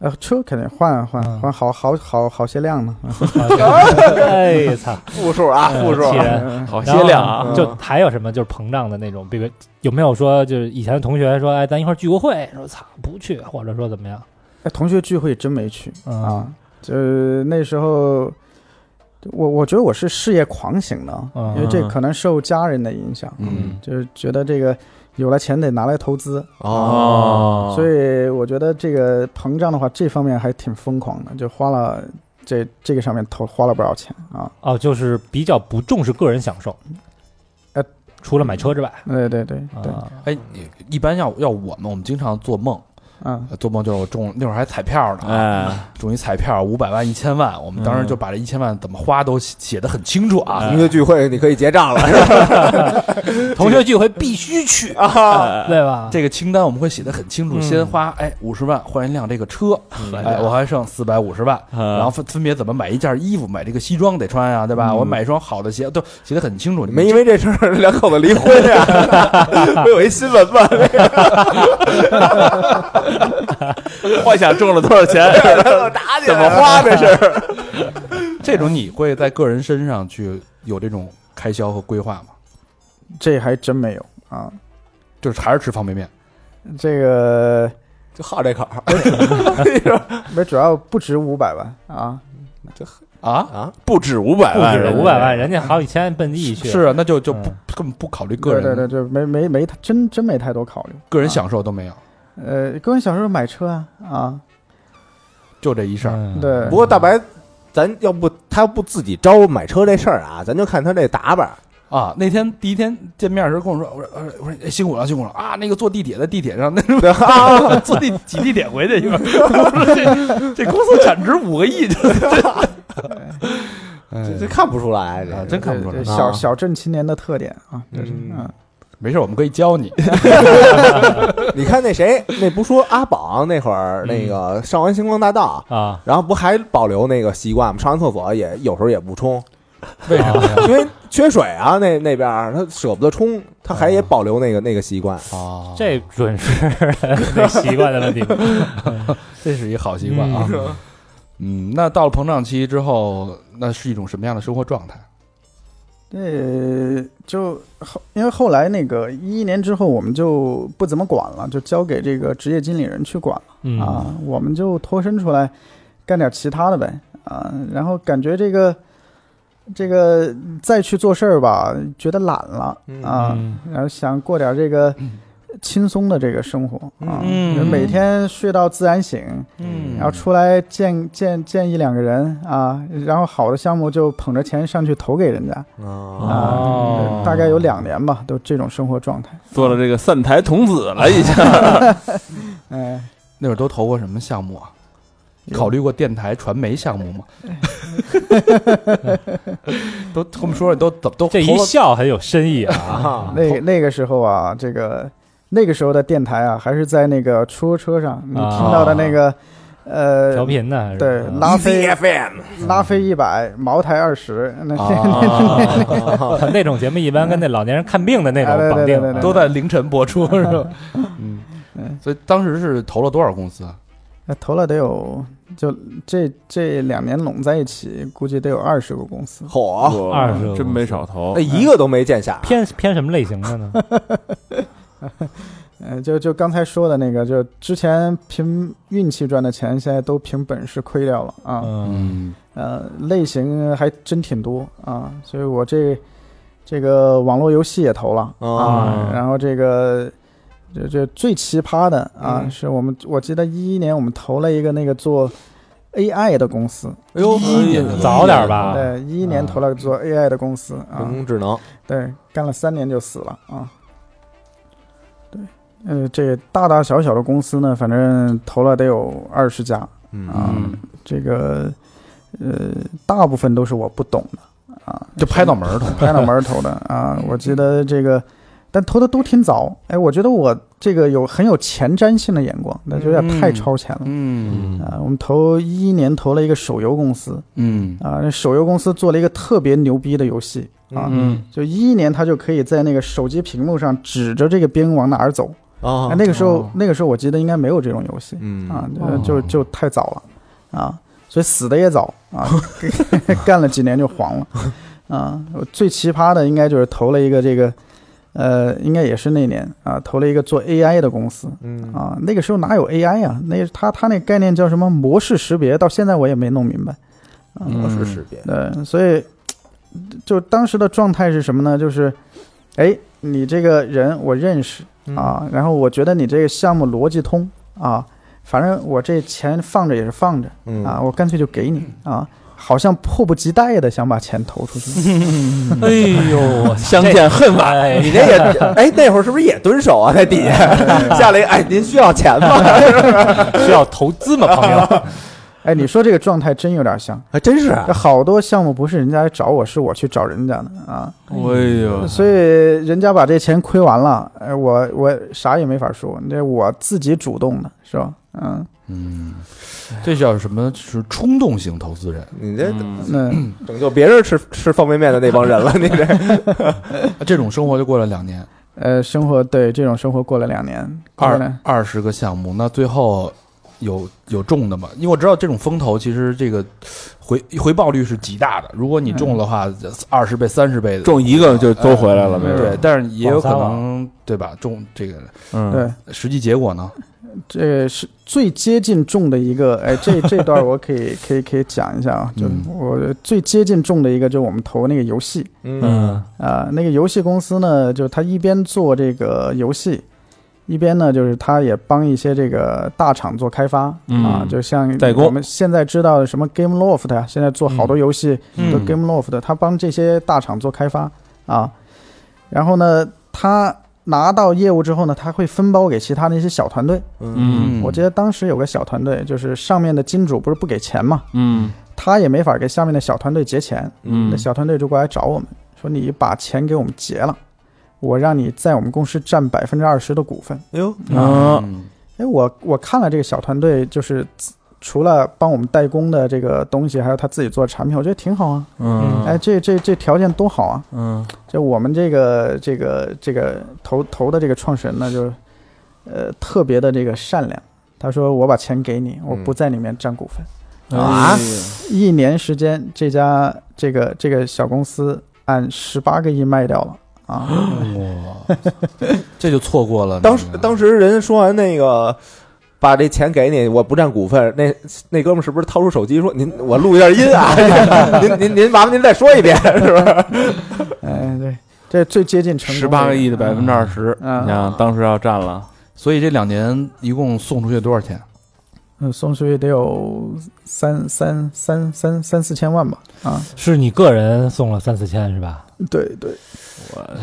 呃，车肯定换换嗯换好好好好些辆呢， 哎操，负数啊，负数气人。啊好些量啊！嗯就还有什么就是膨胀的那种，比如有没有说就是以前的同学说，哎，咱一块儿聚个会，说操不去，或者说怎么样？哎，同学聚会真没去嗯啊，就是那时候，我我觉得我是事业狂型的啊，嗯因为这可能受家人的影响，嗯，就是觉得这个有了钱得拿来投资，哦，所以我觉得这个膨胀的话，这方面还挺疯狂的，就花了这这个上面投花了不少钱啊，哦，就是比较不重视个人享受，呃，嗯除了买车之外，对对对对，啊，哎，你一般要要我们，我们经常做梦，嗯，呃做梦就是我中那会儿还彩票呢，哎，中一彩票五百万一千万，我们当时就把这一千万怎么花都写写的很清楚啊。同学聚会你可以结账了，是同学聚会必须去，吧？ 对吧？这个清单我们会写的很清楚，嗯先花哎五十万换一辆这个车，哎，我还剩四百五十万，然然后分分别怎么买一件衣服，买这个西装得穿啊呀、对吧？我买一双好的鞋，都写的很清楚。你你们们因为这事儿两口子离婚呀？不有一新闻吗？幻想中了多少钱？打啊起来了怎么花这是？这种你会在个人身上去有这种开销和规划吗？这还真没有啊，就是还是吃方便面，这个就好这口儿不是主要不值五百万啊，啊？ 啊！不止五百万，五百万，人家好几千奔地去，是啊，那就就不嗯根本不考虑个对对人对对，没没没真真没太多考虑。个人享受都没有，呃，个人小时候买车啊啊，就这一事儿。嗯，对不，过大白，咱要不他要不自己招买车这事儿啊，咱就看他这打扮。啊，那天第一天见面的时候跟我说，我说呃我说、哎、辛苦了辛苦了啊，那个坐地铁在地铁上，那什么坐地挤地铁回去，一会儿我说这这公司产值五个亿，这这这看不出来，这哎啊真看不出这来。小啊小镇青年的特点啊，这是嗯嗯，没事，我们可以教 你。啊你看那谁，那不说阿榜那会儿那嗯个上完星光大道，啊，然后不还保留那个习惯吗？上完厕所也有时候也不冲，为什么呀？因为缺水啊，那那边儿他舍不得冲，他还也保留那个那个习惯。啊，这准是那习惯的问题，这是一好习惯啊。嗯嗯，那到了膨胀期之后，那是一种什么样的生活状态？这就后，因为后来那个一一年之后，我们就不怎么管了，就交给这个职业经理人去管了、嗯啊，我们就脱身出来干点其他的呗啊，然后感觉这个这个再去做事儿吧，觉得懒了啊，嗯然后想过点这个轻松的这个生活啊，嗯就每天睡到自然醒，嗯然后出来见见见一两个人啊，然后好的项目就捧着钱上去投给人家。啊，啊哦大概有两年吧，都这种生活状态。做了这个散台童子了一下，哎，那会儿都投过什么项目啊？有考虑过电台传媒项目吗？ 都跟我们说说，都怎么都这投一了笑很有深意 啊， 啊那那个时候啊，这个那个时候的电台啊，还是在那个出租车上你听到的那个，呃，调频呢还是？对嗯拉菲 FM 拉菲一百，茅台二十，那啊，那种节目一般跟那老年人看病的那种哎对绑对定对对啊，都在凌晨播出是吧？ 嗯，所以当时是投了多少公司啊？那投了得有，就这这两年拢在一起，估计得有二十个公司。火，哇二十个真没少投那。一个都没见下。偏偏什么类型的 呢？呃，就就刚才说的那个，就之前凭运气赚的钱，现在都凭本事亏掉了啊。嗯，嗯，呃，类型还真挺多啊，所以我这这个网络游戏也投了、哦啊，然后这个这这最奇葩的啊，嗯是我们我记得一一年我们投了一个那个做 AI 的公司，哎呦，早点啊吧，对，一一年投了做 AI 的公司啊，人工智能，对，干了三年就死了啊。对，呃，这大大小小的公司呢，反正投了得有二十家，嗯啊，嗯这个呃，大部分都是我不懂的啊，嗯就拍到门儿投。拍脑门儿投的啊。我记得这个，但投的都挺早。哎，我觉得我这个有很有前瞻性的眼光，那有点太超前了。嗯嗯，啊，我们投一一年投了一个手游公司嗯啊，那手游公司做了一个特别牛逼的游戏啊，嗯就一一年它就可以在那个手机屏幕上指着这个兵往哪儿走啊啊。，那个时候哦，那个时候我记得应该没有这种游戏，嗯啊，哦就就就太早了啊，所以死的也早啊， 干了几年就黄了啊。我最奇葩的应该就是投了一个这个，呃，应该也是那年啊，投了一个做 AI 的公司嗯啊。那个时候哪有 AI 呀、那他他那概念叫什么模式识别，到现在我也没弄明白。啊嗯模式识别，对，所以就当时的状态是什么呢？就是，哎，你这个人我认识嗯啊，然后我觉得你这个项目逻辑通啊，反正我这钱放着也是放着嗯啊，我干脆就给你啊，好像迫不及待的想把钱投 出去。哎 呦，相见恨晚，哎，你这也哎，那会儿是不是也蹲守啊？在底下下来，哎，您需要钱吗？需要投资吗，朋友？哎，你说这个状态真有点像，还真是啊这好多项目不是人家来找我，是我去找人家的嗯啊，哎呦，所以人家把这钱亏完了，哎，我我啥也没法说，这我自己主动的是吧？嗯。嗯，这叫什么？是冲动型投资人，你这嗯那拯救别人吃吃方便面的那帮人了，你这啊这种生活就过了两年，呃，生活对这种生活过了两年，过了二二十个项目，那最后有有中的吗？因为我知道这种风投其实这个回回报率是极大的，如果你中的话，二十倍、三十倍的中一个就都回来了，嗯没准对儿。，但是也有可往三能对吧？中这个嗯，对，实际结果呢？这是最接近中的一个， 哎，这这段我可以可以可以讲一下啊，就嗯我最接近中的一个，就我们投那个游戏嗯啊、那个游戏公司呢，就他一边做这个游戏，一边呢就是他也帮一些这个大厂做开发、啊，嗯就像代工嗯我们现在知道的什么 GameLoft 啊，现在做好多游戏，都 GameLoft，他帮这些大厂做开发啊。然后呢，他拿到业务之后呢，他会分包给其他的一些小团队。嗯我记得当时有个小团队，就是上面的金主不是不给钱嘛，嗯他也没法给下面的小团队结钱，嗯那小团队就过来找我们说：“你把钱给我们结了，我让你在我们公司占百分之二十的股份。哎呦，嗯啊，哎，我我看了这个小团队，就是除了帮我们代工的这个东西，还有他自己做的产品，我觉得挺好啊。嗯哎，这这这条件多好啊！嗯就我们这个这个这个投投的这个创始人呢，就是呃特别的这个善良。他说：“我把钱给你，嗯我不在里面占股份。啊哎一年时间，这家这个这个小公司按十八个亿卖掉了啊！哇， 这就错过了那个。当时当时人说完那个，把这钱给你，我不占股份。那那哥们儿是不是掏出手机说：“您，我录一下音啊，您您您麻烦您再说一遍，是不是哎，对，这最接近成功的十八个亿的百分之二十，嗯你想当时要占了，所以这两年一共送出去多少钱？嗯，送出去得有三三三三三四千万吧？啊，是你个人送了三四千是吧？对对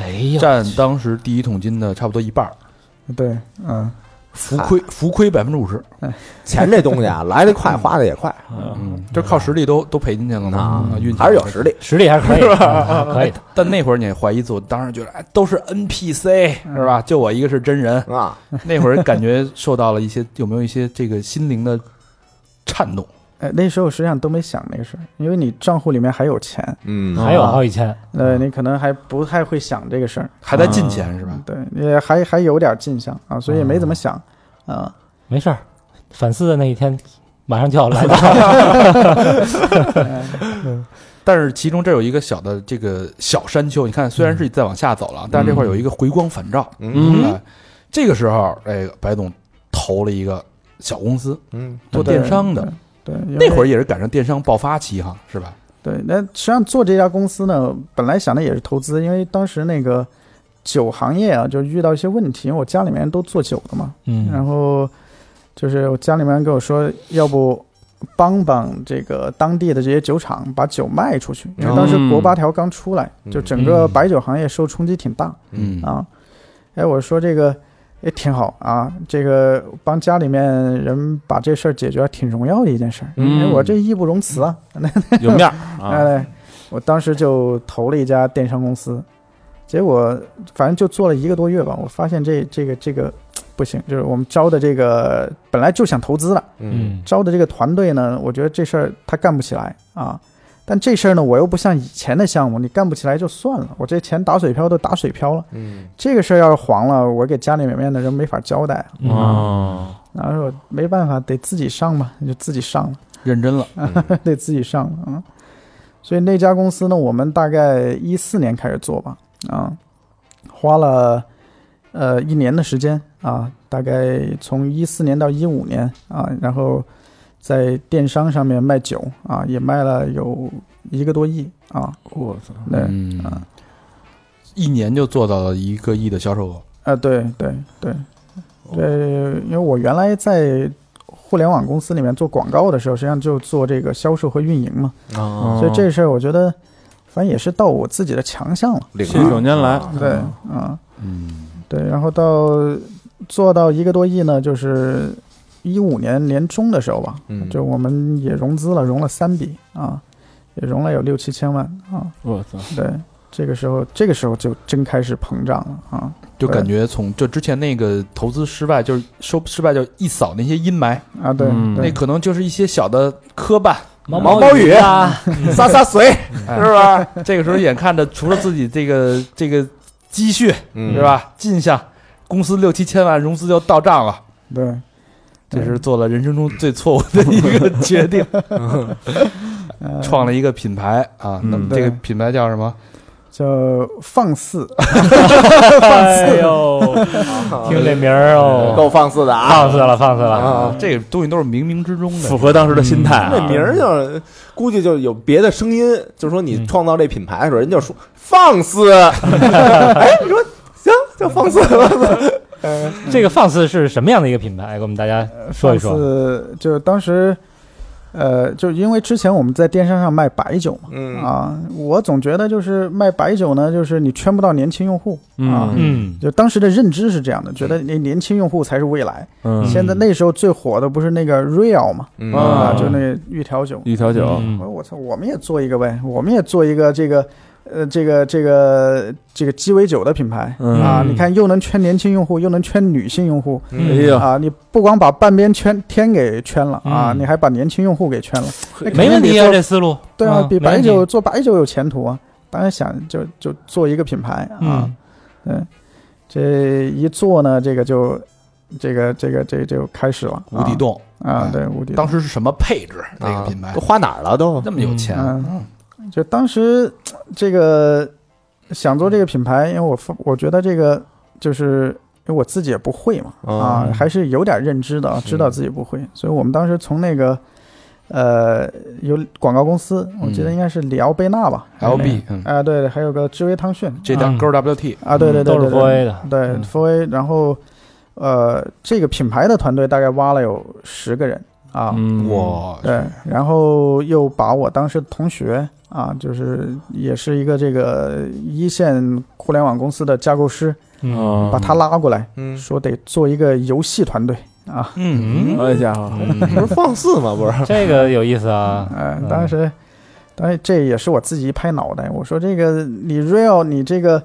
哎呀，占当时第一桶金的差不多一半儿，对，嗯，浮亏浮亏百分之五十，？”钱这东西啊，来得快，花的也快，嗯，就靠实力都都赔进去了嘛，啊运气还是有实力。实力还可以，嗯还可以的。但那会儿你怀疑自我，当时觉得哎，都是 NPC 是吧？就我一个是真人，啊，那会儿感觉受到了一些有没有一些这个心灵的颤动？哎，那时候实际上都没想那个事儿，因为你账户里面还有钱，嗯还有好几千，呃，你可能还不太会想这个事儿，还在进钱嗯是吧？对，也还还有点进项啊，所以也没怎么想啊。没事儿。反思的那一天马上就要来 了，哎但是其中这有一个小的这个小山丘，你看虽然是在往下走了，但是这块儿有一个回光返照。嗯哎这个时候，哎，白总投了一个小公司，嗯，做电商的，对，那会儿儿也是赶上电商爆发期哈，是吧？对，那实际上做这家公司呢，本来想的也是投资，因为当时那个酒行业啊，就遇到一些问题，因为我家里面人都做酒的嘛，嗯，然后就是我家里面人跟我说，要不帮帮这个当地的这些酒厂把酒卖出去，因为当时国八条刚出来，就整个白酒行业受冲击挺大嗯啊。哎，我说这个也挺好啊，这个帮家里面人把这事儿解决，还挺荣耀的一件事儿。嗯哎，我这义不容辞啊，那有面儿啊， 哎，我当时就投了一家电商公司，结果反正就做了一个多月吧，我发现这这个这个不行，就是我们招的这个本来就想投资的，嗯，招的这个团队呢，我觉得这事儿他干不起来啊。但这事儿呢，我又不像以前的项目，你干不起来就算了，我这钱打水漂都打水漂了。嗯这个事儿要是黄了，我给家里面的人没法交代。嗯哦，然后我没办法，得自己上吧，就自己上了。认真了，得自己上了啊。所以那家公司呢，我们大概一四年开始做吧，啊，花了呃一年的时间啊，大概从一四年到一五年啊，然后在电商上面卖酒啊，也卖了有一个多亿啊，我操，对，啊、嗯，一年就做到了一个亿的销售额，啊对对对对，因为我原来在。互联网公司里面做广告的时候，实际上就做这个销售和运营嘛，啊，所以这事儿我觉得，反正也是到我自己的强项了。领信手拈来对，啊，嗯，对，然后到做到一个多亿呢，就是一五年年中的时候吧，嗯就我们也融资了，融了三笔啊，也融了有六七千万啊，我操，对。这个时候，这个时候就真开始膨胀了啊！就感觉从就之前那个投资失败，就是收失败，就一扫那些阴霾，啊，对，嗯那对可能就是一些小的磕绊。毛毛毛毛雨啊，撒撒水，哎是吧？这个时候眼看着除了自己这个这个积蓄嗯是？吧，进项，公司六七千万融资就到账了，对，这是做了人生中最错误的 一个决定，呃，创了一个品牌啊，那么对这个品牌叫什么？叫放肆，哎呦， 听这名儿哦，够放肆的啊放肆了，放肆了。啊！这个东西都是冥冥之中的符，合当时的心态这嗯啊，名儿就是估计就有别的声音，就说你创造这品牌的时候，人就说放 肆，哎，你说行就放肆了，呃这个放肆是什么样的一个品牌？给我们大家说一放说。肆就当时，呃，就因为之前我们在电商上卖白酒嘛，嗯啊，我总觉得就是卖白酒呢，就是你圈不到年轻用户啊，嗯嗯，就当时的认知是这样的，觉得那年轻用户才是未来。嗯现在那时候最火的不是那个 Real 嘛，嗯啊啊，就那玉调酒。一条酒，我说嗯我操，我们也做一个呗，我们也做一个这个，呃，这个这个这个鸡尾酒的品牌。啊，嗯你看，又能圈年轻用户，又能圈女性用户嗯哎哎呀，啊！你不光把半边圈天给圈了啊，嗯你还把年轻用户给圈了，那肯定没问题啊，比做这思路。对啊，比白没酒问题做白酒有前途啊！当然想就就做一个品牌啊，嗯嗯，这一做呢，这个就这个这个这个就开始了，无底洞。哎啊，啊对，无底洞当时是什么配置？那个品牌都花哪儿了都？那么有钱，嗯嗯就当时这个想做这个品牌，因为我发我觉得这个就是因为我自己也不会嘛，啊嗯，还是有点认知的啊，知道自己不会，所以我们当时从那个呃有广告公司，我记得应该是里奥贝纳吧，LB，嗯啊，对，还有个知微汤逊这当嗯档 Girl WT，啊，对对对都是对 4A 对的，对 f a 然后呃这个品牌的团队大概挖了有十个人啊，嗯，我对，然后又把我当时同学啊，就是也是一个这个一线互联网公司的架构师，嗯，嗯把他拉过来，嗯，说得做一个游戏团队啊。嗯，好家伙，嗯不是放肆吗？ 不是，这个有意思啊，呃，当时，当时这也是我自己一拍脑袋，我说这个你 real 你这个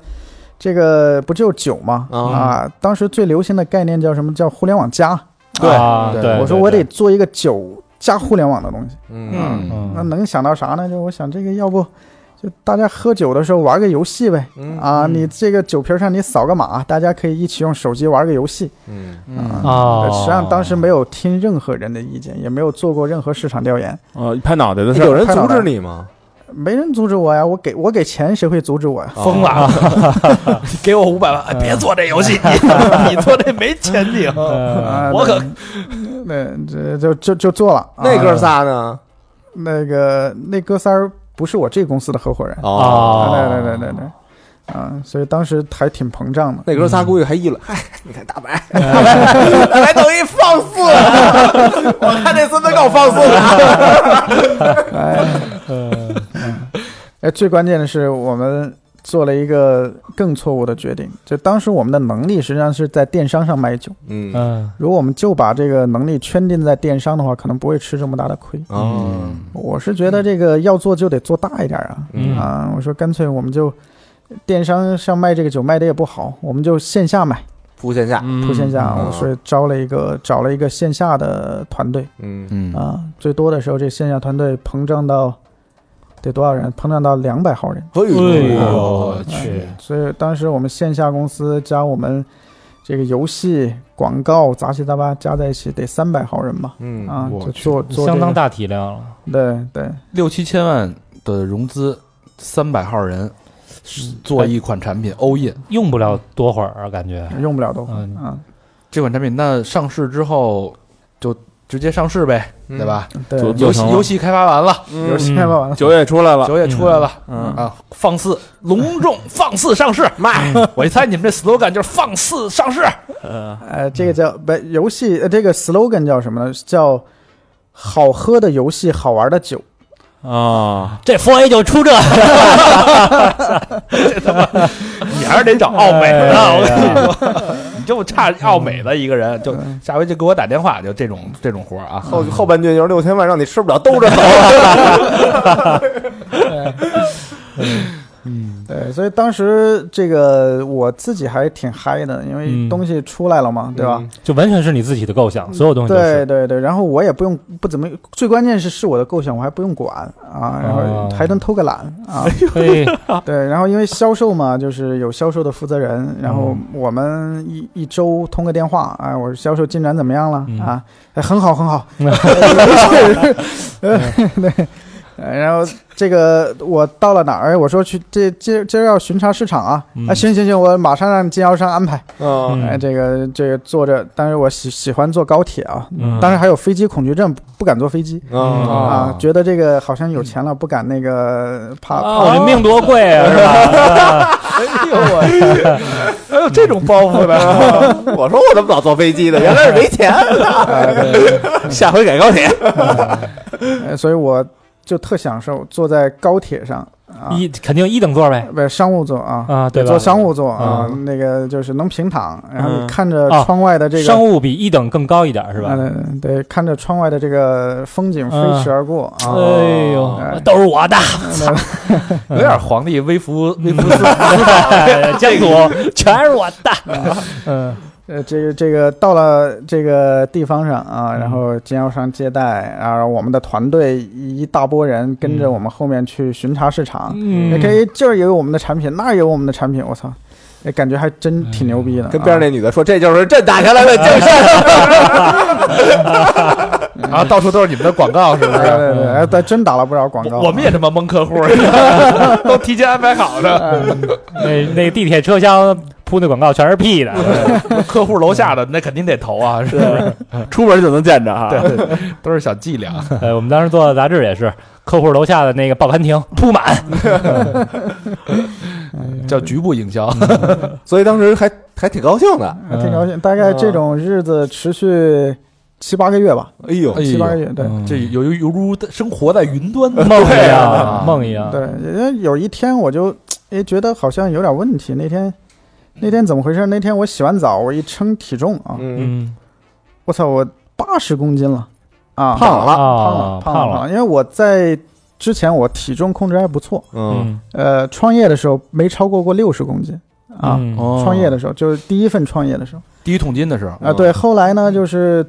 这个不就酒吗？啊啊，当时最流行的概念叫什么？叫互联网加。对啊对对，我说对我对得做一个酒加互联网的东西。嗯那嗯能想到啥呢？就我想这个要不就大家喝酒的时候玩个游戏呗。嗯啊，嗯你这个酒瓶上你扫个码，大家可以一起用手机玩个游戏。嗯嗯哦呃实际上当时没有听任何人的意见，也没有做过任何市场调研，啊，拍脑袋的事儿，哎有人阻止你吗？没人阻止我呀。我给我给钱，谁会阻止我呀？疯了啊， 给我五百万，哎嗯别做这 游戏，你你做这没前景，嗯啊，我可那这就就就做了。啊那哥仨呢？那个那哥仨儿不是我这公司的合伙人。哦，对啊对对对对，啊，所以当时还挺膨胀的。那哥仨估计还议论，嗨，哎你看大白，大白等于放肆，我看这孙子够放肆的。哎，最关键的是，我们做了一个更错误的决定。就当时我们的能力实际上是在电商上卖酒，嗯，嗯如果我们就把这个能力圈定在电商的话，可能不会吃这么大的亏。哦，嗯我是觉得这个要做就得做大一点啊！嗯啊，我说干脆我们就电商上卖这个酒卖的也不好，我们就线下卖，铺线下，铺线下。嗯我所以招了一个找了一个线下的团队嗯，嗯啊，最多的时候这线下团队膨胀到得多少人？膨胀到两百号人。可以，哎呦我去，所以当时我们线下公司加我们这个游戏广告杂七杂八加在一起得三百号人吧，嗯啊，我就去做做相当大，大体量了，对对，六七千万的融资，三百号人做一款产品，all in 用不了多会儿啊，感觉用不了多会嗯啊，这款产品，那上市之后就直接上市呗，对？吧？对，做游戏成了游戏开发完了，游 戏开发完了，九月出来了，九也出来了嗯，啊，放肆隆 重放肆上市，卖， 我一猜你们这 slogan 就是放肆上市，呃，这个叫不游戏，呃，这个 slogan 叫什么呢？叫好喝的游戏，好玩的酒。啊，这 f o A 就出这， 你还是得找奥美的，哎呀我跟你说， 嗯你就差奥美的一个人，就下回就给我打电话，就这种这种活儿啊，后后半句就是六千万，让你吃不了兜着走。对，所以当时这个我自己还挺嗨的，因为嗯东西出来了嘛，对吧？就完全是你自己的构想，所有东西都对是对对，然后我也不用不怎么，最关键是是我的构想，我还不用管啊，然后哦还能偷个懒啊。嘿对，然后因为销售嘛，就是有销售的负责人，然后嗯我们一一周通个电话，哎，我说销售进展怎么样了、嗯啊？哎，很好，很好，呃，对。呃然后这个我到了哪儿？哎我说去这今今儿要巡查市场啊！嗯啊，行行行，我马上让经销商安排。嗯嗯哎，这个这个坐着，但是我喜喜欢坐高铁啊，嗯哦当时还有飞机恐惧症，不不敢坐飞机啊，啊，觉得这个好像有钱了，不敢那个怕啊，我这命多贵 啊，是吧？ 哎呦，这种包袱呢，我说我怎么老坐飞机的？原来是没钱，啊啊下回改高铁。呃，所以我就特享受坐在高铁上啊，一肯定一等座呗，不是商务座啊，啊，对吧？坐商务座啊，嗯那个就是能平躺，然后嗯你看着啊窗外的这商个。务比一等更高一点，是吧？嗯，对，看着窗外的这个风景飞嗯驰而过啊，哎呦，都是 我的， 有点皇帝微服微服 江湖全是我的。 嗯呃，这个这个到了这个地方上啊，嗯然后经销商接待，然后我们的团队一大波人跟着我们后面去巡查市场，也可嗯，以这儿也有我们的产品，那儿也有我们的产品，我操，哎，感觉还真挺牛逼的啊。跟边上那女的说，这就是朕打下来的江山。嗯，然后啊到处都是你们的广告，是不 对是？对对，哎但真打了不少广告。我我们也这么蒙客户， 都提前安排好的， 嗯那那个地铁车厢铺那广告全是屁的，客户楼下的那肯定得投啊，是不是？出门就能见啊着哈。对，都是小伎俩。呃，我们当时做的杂志也是，客户楼下的那个报刊亭铺满，叫局部营销，所以当时还还挺高兴的。还挺高兴。大概这种日子持续七八个月吧，哎呦，七八个月，对这犹犹如生活在云端的梦一啊样，梦一样。对。人家有一天我就也觉得好像有点问题。那天那天怎么回事？那天我洗完澡，我一称体重啊，嗯，嗯，我操，我八十公斤了啊，胖了，胖啊了，胖了，，因为我在之前我体重控制还不错，嗯，嗯呃，创业的时候没超过过六十公斤啊。嗯哦创业的时候就是第一份创业的时候哦第一桶金的时候，啊、对，后来呢就是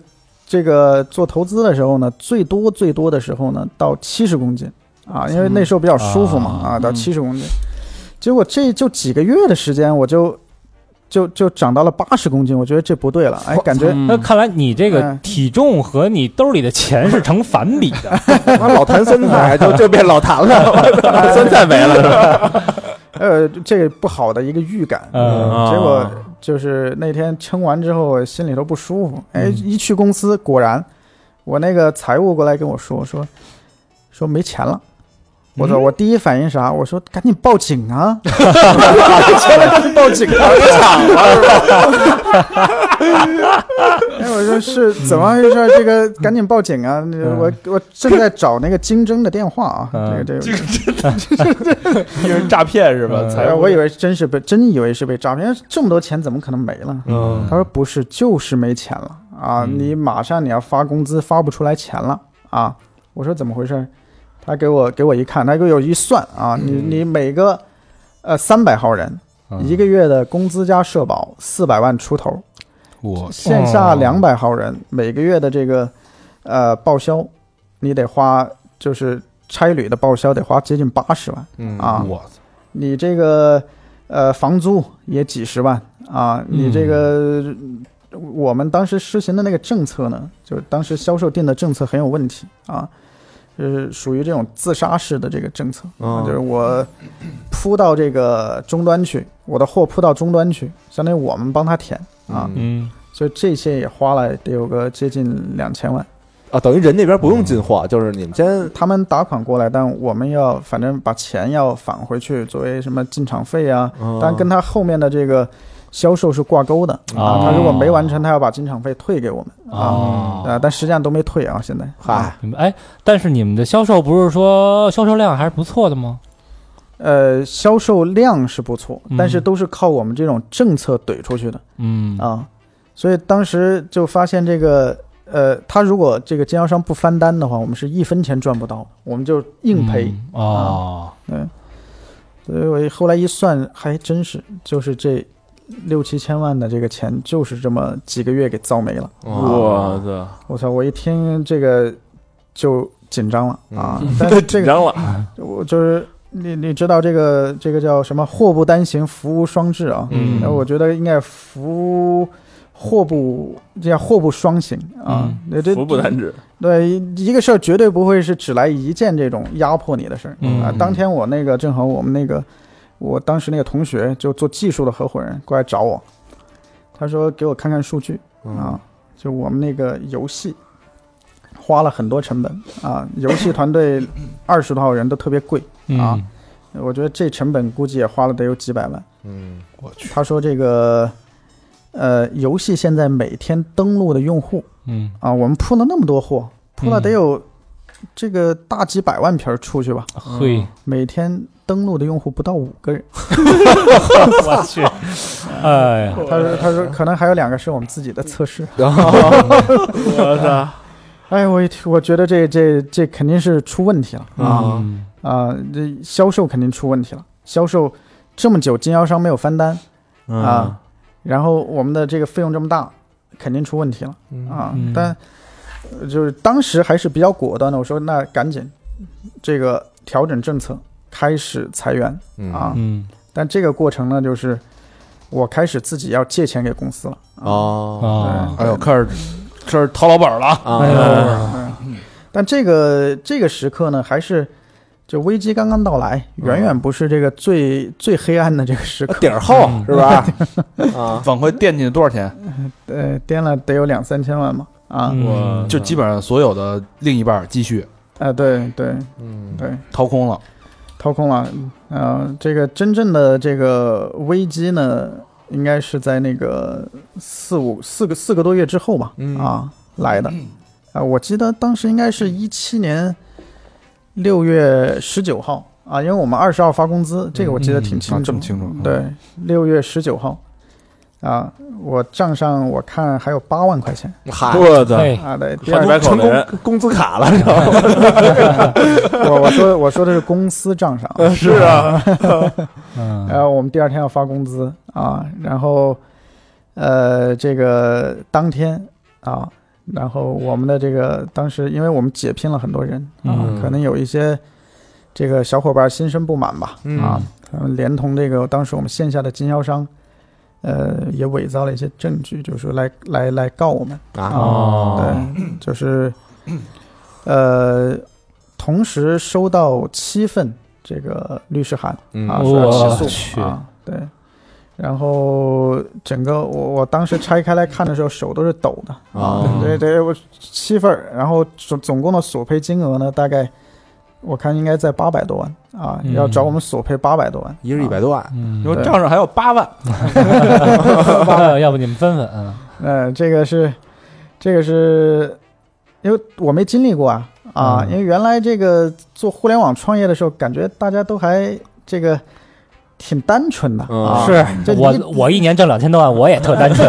这个做投资的时候呢，最多最多的时候呢到七十公斤啊，因为那时候比较舒服嘛啊啊，到嗯七十公斤，结果这就几个月的时间我就。就就长到了八十公斤，我觉得这不对了，哎，感觉嗯那看来你这个嗯体重和你兜里的钱是成反比 的，他老谈酸菜，就就变老谈了，酸菜没了是吧？呃，这个不好的一个预感，嗯结果就是那天称完之后，我心里头不舒服。哎，一去公司，果然我那个财务过来跟我说说说没钱了。我操！我第一反应啥？我说赶紧报警啊！钱了，赶紧报警啊！哎，我说是怎么回事？这个赶紧报警啊！那我我正在找那个金争的电话啊，这个嗯这个以为是诈骗是吧？嗯财哎，务我以为真是被真以为是被诈骗，这么多钱怎么可能没了？嗯他说不是，就是没钱了啊！嗯你马上你要发工资，发不出来钱了啊！我说怎么回事？他给我给我一看，他给我一算啊，你你每个呃三百号人一个月的工资加社保四百万出头，我线下两百号人每个月的这个呃报销，你得花就是差旅的报销得花接近八十万。嗯啊我你这个呃房租也几十万啊，你这个、我们当时施行的那个政策呢，就是当时销售定的政策很有问题啊，就是属于这种自杀式的这个政策，哦就是我铺到这个终端去，我的货铺到终端去，相当于我们帮他填啊，嗯嗯，所以这些也花了得有个接近两千万，啊，等于人那边不用进货，就是你们先他们打款过来，但我们要反正把钱要返回去作为什么进场费啊。嗯但跟他后面的这个销售是挂钩的啊哦。他如果没完成，他要把进场费退给我们啊。哦啊，但实际上都没退啊，现在嗨，你们哎，但是你们的销售不是说销售量还是不错的吗？呃，销售量是不错，嗯但是都是靠我们这种政策怼出去的嗯啊。所以当时就发现这个，呃，他如果这个经销商不翻单的话，我们是一分钱赚不到，我们就硬赔。嗯啊哦，所以我后来一算，还真是就是这六七千万的这个钱，就是这么几个月给造没了。嗯我操，我操！我一听这个就紧张了啊！太但是这紧个张了，我就是你你知道这个这个叫什么？货不单行，服务双至啊！嗯然后我觉得应该服务货不这叫货不双行啊！那这服不单指，对一个事儿绝对不会是只来一件这种压迫你的事儿嗯啊！当天我那个正好我们那个我当时那个同学就做技术的合伙人过来找我，他说给我看看数据。嗯啊，就我们那个游戏花了很多成本啊，游戏团队二十多号人都特别贵，啊嗯我觉得这成本估计也花了得有几百万。嗯他说这个呃，游戏现在每天登录的用户嗯，啊，我们铺了那么多货，铺了得有这个大几百万瓶儿出去吧，嘿，每天登录的用户不到五个人。我去，哎呀，他说他说可能还有两个是我们自己的 测试。哦 我操，哎，我一听我觉得这这这肯定是出问题了啊。嗯啊，这销售肯定出问题了。销售这么久，经销商没有翻单嗯啊，然后我们的这个费用这么大，肯定出问题了啊。嗯但呃就是当时还是比较果断的，我说那赶紧这个调整政策，开始裁员啊。嗯但这个过程呢，就是我开始自己要借钱给公司了啊。哦啊，哎呦，开始开始淘老本了，啊哎呦嗯但这个这个时刻呢，还是就危机刚刚到来，远远不是这个最、最黑暗的这个时刻。呃底儿厚是吧？嗯 啊，往回惦记多少钱？呃，颠了得有两三千万嘛。啊，啊、嗯，就基本上所有的另一半积蓄呃对对嗯，对，掏空了。掏空了。呃，这个真正的这个危机呢，应该是在那个四五四个四个多月之后吧，嗯啊来的。啊、我记得当时应该是一七年六月十九号啊，因为我们二十号发工资，这个我记得挺清楚。啊，这么清楚？对，六月十九号。啊，我账上我看还有八万块钱嗯嗨，我操，对，啊！对，第还二珠天百口成的人功工资卡了，知道吗？我我说我说的是公司账上，嗯是 啊，然后呃我们第二天要发工资啊，然后呃，这个当天啊，然后我们的这个当时，因为我们解聘了很多人啊，嗯可能有一些这个小伙伴心生不满吧，嗯啊，他们连同这个当时我们线下的经销商，呃，也伪造了一些证据，就是说来来来告我们，啊，哦，对，就是呃，同时收到七份这个律师函。啊，嗯说要我起去诉啊，对。然后整个我我当时拆开来看的时候，手都是抖的哦嗯对对，我七份儿，然后总总共的索赔金额呢，大概我看应该在八百多万啊，嗯要找我们索赔八百多万，一日一百啊。多万，嗯 我账上还有八万，要要不你们分分，嗯呃，这个是这个是因为我没经历过啊啊，嗯因为原来这个做互联网创业的时候，感觉大家都还这个挺单纯的嗯啊，是这我你我一年挣两千多万，我也特单纯，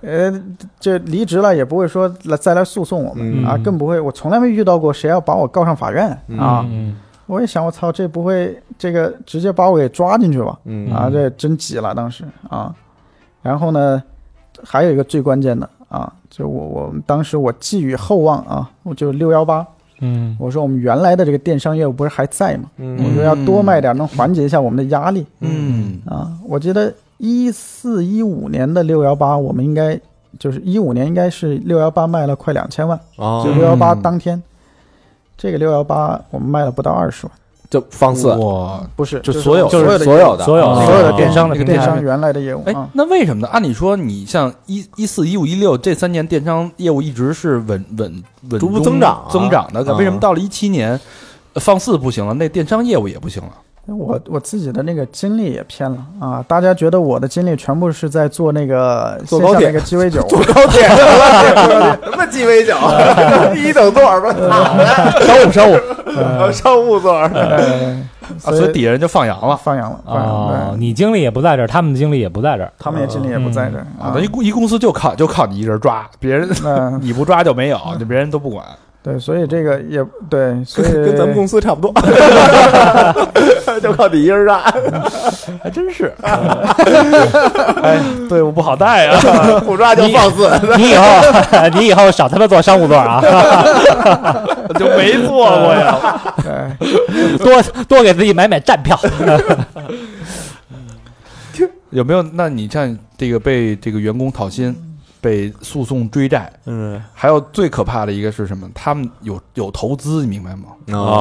呃，这离职了也不会说来再来诉讼我们、嗯啊，更不会，我从来没遇到过谁要把我告上法院啊！嗯，我也想，我操，这不会这个直接把我给抓进去吧？嗯啊，嗯这真急了当时啊。然后呢，还有一个最关键的啊，就我我们当时我寄予厚望啊，我就六幺八，嗯我说我们原来的这个电商业务不是还在吗？我嗯说要多卖点，能缓解一下我们的压力嗯，啊。我记得一四一五年的六幺八，我们应该就是一五年应该是六幺八卖了快两千万，哦就六幺八当天，这个六幺八我们卖了不到二十万，就放肆，哇，不是，就是所有所有的嗯所有的所有啊所所有的哦电商的的平电台商原来的业务哎啊，，那为什么呢？按理说，你像一一四一五一六这三年电商业务一直是稳稳稳逐步中增长啊增长的，嗯为什么到了一七年呃放肆不行了，那电商业务也不行了？我我自己的那个经历也偏了啊，大家觉得我的经历全部是在做那个坐线高下铁那个鸡尾酒，坐高铁 去了，什么鸡尾 酒，一等座儿吧， 商务商务，商务座儿，呃啊，所以底下人就放羊了放羊了，放羊哦了，，对你经历也不在这儿，他们的经历也不在这儿，他们也经历也不在这儿啊，啊等于，公一公司就靠就靠你一人抓，别人那你不抓就没有，就别人都不管。对，所以这个也对，所以跟跟咱们公司差不 多，就靠你一人干，还真是，哎，嗯队伍不好带啊。 不抓就放肆， 你以后 你以后少他妈坐商务座啊，就没做过呀。 对多多给自己买买站票，有没有？那你像这个被这个员工讨薪，被诉讼追债，嗯还有最可怕的一个是什么？他们有有投资，你明白吗？哦啊，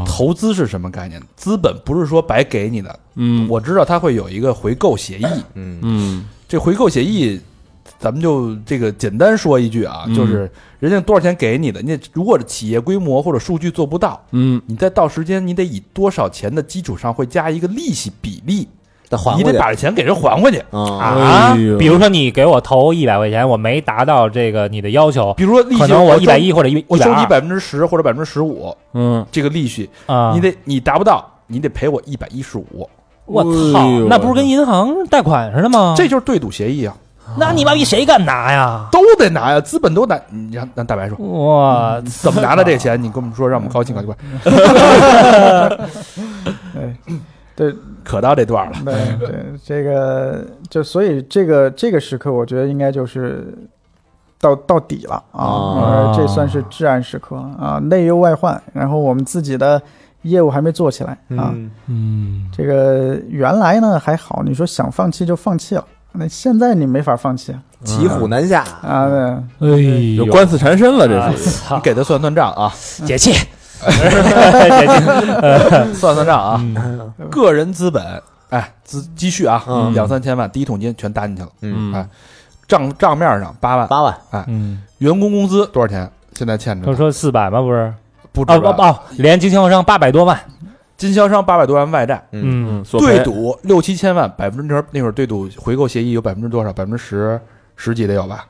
嗯投资是什么概念？资本不是说白给你的，嗯我知道他会有一个回购协议。嗯嗯 这回购协议，咱们就这个简单说一句啊，嗯就是人家多少钱给你的，你如果企业规模或者数据做不到，嗯你再到时间，你得以多少钱的基础上会加一个利息比例，得还你回得去把这钱给人还回去。啊，啊哎呦，比如说你给我投一百块钱，我没达到这个你的要求，比如说利息，可能我一收百，一或者一我收你一百分之十或者百分之十五，嗯，这个利息啊，你得你达不到，你得赔我一百一十五，我哎操呦，那不是跟银行贷款似的吗？这就是对赌协议啊，那你妈逼谁敢拿呀？都得拿呀，资本都拿。你让让大 白说我怎么拿的这钱，你跟我们说，让我们高兴高兴，嗯对对可到这段了。对对，这个就所以这个这个时刻，我觉得应该就是到到底了啊，啊呃这算是至暗时刻了啊，内忧外患，然后我们自己的业务还没做起来啊。嗯嗯这个原来呢还好，你说想放弃就放弃了那现在你没法放弃啊骑虎难下，啊！对，哎呦有官司缠身了，这啊是操你给他算算账啊，解气，嗯算算账啊，个人资本，哎，资积蓄啊，嗯两三千万，第一桶金全搭进去了，嗯，哎账账面上八万，八万， 嗯，员工工资多少钱？现在欠着他呢说四百吗？不是，不啊止不吧，哦，连经销商八百多万，经销商八百多万外债，嗯，索对赔赌六七千万，百分之那会儿对赌回购协议有百分之多少？百分之十十几得有吧？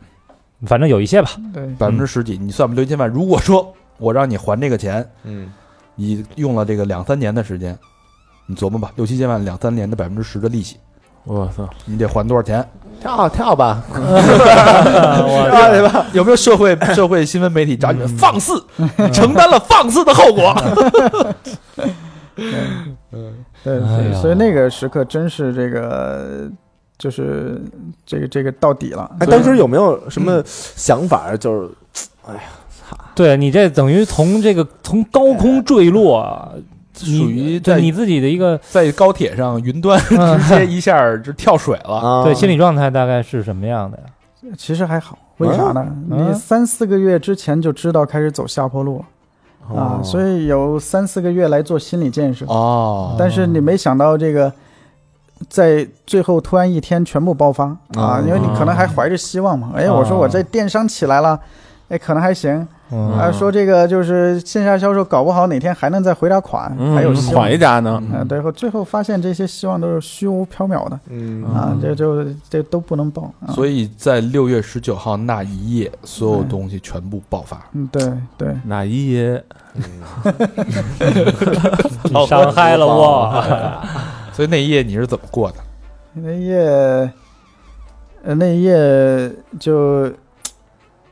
反正有一些吧，对，百分之十几，嗯你算吧，六七千万。如果说我让你还这个钱，嗯，你用了这个两三年的时间，你琢磨吧，六七千万两三年的百分之十的利息，我操，你得还多少钱？跳跳吧，对嗯吧？有没有社 会社会新闻媒体找你们放肆，承担了放肆的后果？对，哎呀所以那个时刻真是这个，就是这个这个到底了。哎，当时有没有什么想法？就是对你这等于从这个从高空坠落，你属于对在你自己的一个在高铁上云端嗯直接一下就跳水了，啊，对心理状态大概是什么样的呀？其实还好，为啥呢？嗯你三四个月之前就知道开始走下坡路了哦啊，所以以有三四个月来做心理建嗯设。哦但是你没想到这个，在最后突然一天全部爆发啊，哦因为你可能还怀着希望嘛。哎，我说我这电商起来了，哎，可能还行。嗯啊，说这个就是线下销售，搞不好哪天还能再回点款，嗯还有希望缓一。家呢，嗯嗯啊，对，最后发现这些希望都是虚无缥缈的嗯，啊，这就这都不能报啊。所以在六月十九号那一夜，所有东西全部爆发。嗯，对对，哪一爷你伤害了我，所以那一夜你是怎么过的？那一夜，呃，那一夜就，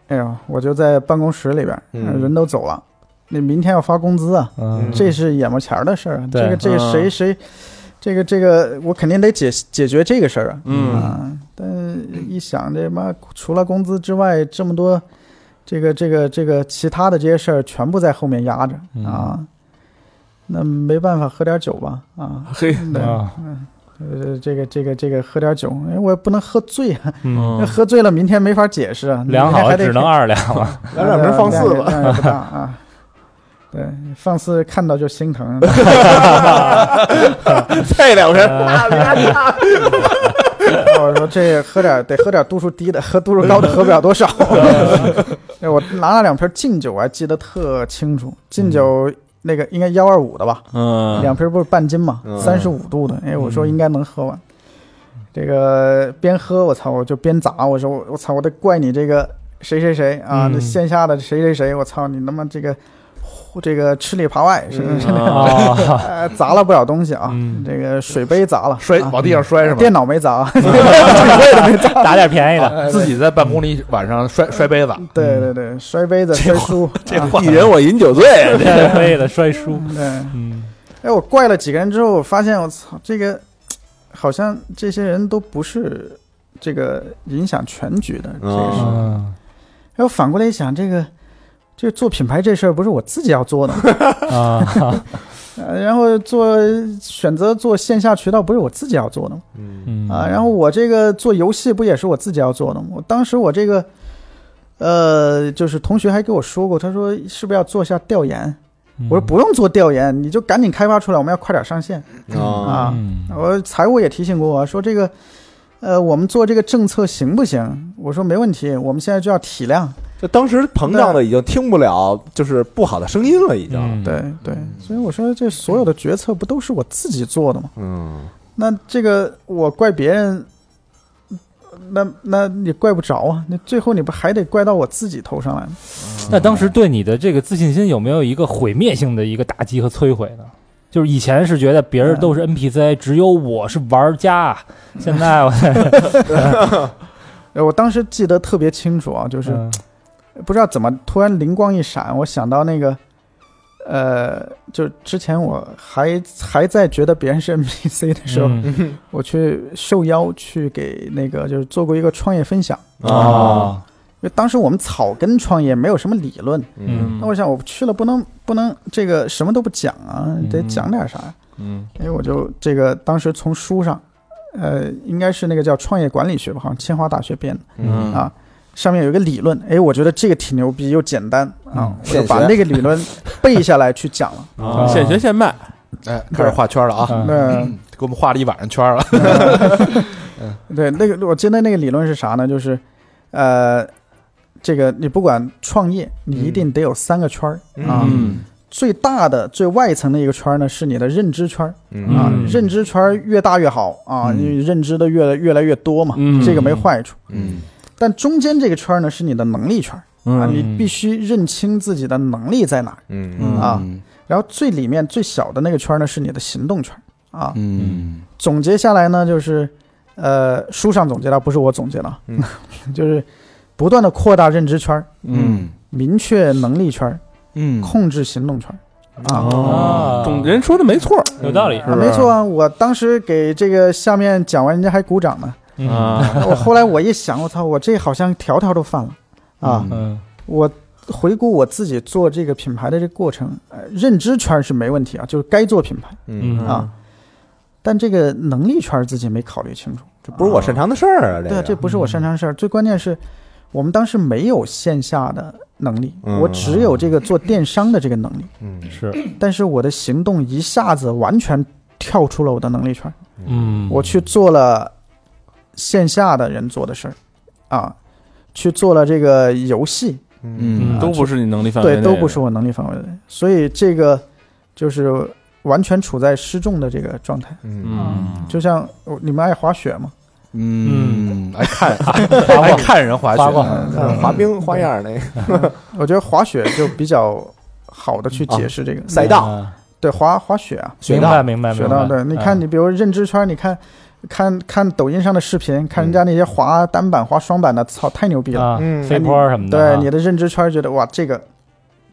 哎呦，我就在办公室里边，嗯人都走了，那明天要发工资啊，嗯这是眼巴前儿的事儿啊，对这个这个嗯谁谁，这个这个我肯定得解解决这个事儿啊，嗯啊，但一想这妈除了工资之外，这么多这个这个这个其他的这些事儿全部在后面压着嗯啊，那没办法，喝点酒吧啊，嘿，对，啊呃，这个这个这个喝点酒，哎，我也不能喝醉啊，嗯，那喝醉了明天没法解释啊，量明天好还得只能二两 了， 咱俩门放肆吧，量也不大啊。对，放肆看到就心疼，配两瓶， 啊大别大我说这喝点得喝点度数低的，喝度数高的喝不了多少。 我拿了两瓶劲酒，我还记得特清楚，嗯劲酒那个应该幺二五的吧，嗯两瓶不是半斤嘛嗯，三十五度的，哎，我说应该能喝完。这个边喝我操，我就边砸，我说我我操，我得怪你这个谁谁谁啊，嗯这线下的谁谁谁，我操你他妈这个这个吃里扒外是不 是？啊，呃砸了不少东西啊 嗯，这个水杯砸了，摔往地上摔是吗？啊电脑没砸，啊 打点便宜 的，自己在办公里晚上摔摔杯子，对对对，摔杯子、摔书，啊 一人我饮酒醉，打点便宜的摔书，对，嗯哎，我怪了几个人之后，我发现我操，这个好像这些人都不是这个影响全局的这个事。嗯嗯哎，我反过来一想，这个这个做品牌这事儿不是我自己要做的吗，啊，呃然后做选择做线下渠道不是我自己要做的吗？嗯嗯啊，然后我这个做游戏不也是我自己要做的吗？我当时我这个，呃，就是同学还给我说过，他说是不是要做一下调研？我说不用做调研，你就赶紧开发出来，我们要快点上线啊，啊！嗯我财务也提醒过我说这个，呃，我们做这个政策行不行？我说没问题，我们现在就要体量。就当时膨胀的已经听不了，就是不好的声音了，已经，嗯对对，所以我说这所有的决策不都是我自己做的吗？嗯那这个我怪别人，那那你怪不着啊，那最后你不还得怪到我自己头上来吗？那当时对你的这个自信心有没有一个毁灭性的一个打击和摧毁呢？就是以前是觉得别人都是 NPC，只有我是玩家，现在我呃我当时记得特别清楚啊，就是嗯不知道怎么突然灵光一闪，我想到那个，呃，就之前我还还在觉得别人是 NPC 的时候，嗯我去受邀去给那个就是做过一个创业分享，啊，因为当时我们草根创业没有什么理论，嗯啊那我想我去了不能不能这个什么都不讲啊，得讲点啥呀、嗯哎，我就这个当时从书上呃，应该是那个叫创业管理学吧，好像清华大学编的，嗯啊上面有一个理论，哎，我觉得这个挺牛逼又简单啊，我就现把学那个理论背下来去讲 嗯了。啊现 学现卖，哎，开始画圈嗯了啊，那嗯给我们画了一晚上圈了。对，那个我记得那个理论是啥呢？就是，呃，这个你不管创业，你一定得有三个圈儿、啊。嗯最大的、最外层的一个圈儿呢，是你的认知圈儿啊。嗯认知圈儿越大越好啊，嗯因为认知的越来越来越多嘛，嗯这个没坏处。嗯但中间这个圈儿呢，是你的能力圈儿啊，嗯你必须认清自己的能力在哪儿。嗯啊，然后最里面最小的那个圈儿呢，是你的行动圈儿啊。嗯总结下来呢，就是，呃，书上总结的，不是我总结的啊，嗯 就是不断的扩大认知圈儿，嗯明确能力圈儿，嗯控制行动圈儿。啊，嗯哦啊，总人说的没错儿有道理啊没错啊！我当时给这个下面讲完，人家还鼓掌呢。嗯啊， 我后来我一想，我操，我这好像条条都犯了啊！嗯我回顾我自己做这个品牌的这个过程，呃，认知圈儿是没问题啊，就是该做品牌。嗯，啊，但这个能力圈儿自己没考虑清楚。这不是我擅长的事儿啊，对啊，这这个不是我擅长的事儿。最关键是我们当时没有线下的能力，嗯我只有这个做电商的这个能力，嗯是，但是我的行动一下子完全跳出了我的能力圈儿，嗯，我去做了线下的人做的事儿，啊，去做了这个游戏，嗯嗯哎都不是你能力范围对，内都的不是我能力范围内，所以这个就是完全处在失重的这个状态。嗯嗯，就像我你们爱滑雪吗？嗯，哎爱看爱看人滑发过雪，呃看滑冰花样儿那个我觉得滑雪就比较好的去解释这个赛道对滑滑雪啊，雪嗯明道白，明白雪明道白。对，你看嗯你比如认知圈，你看看看抖音上的视频，看人家那些滑单板、滑双板的，操，太牛逼了！啊嗯，飞坡什么的啊，对你的认知圈觉得哇，这个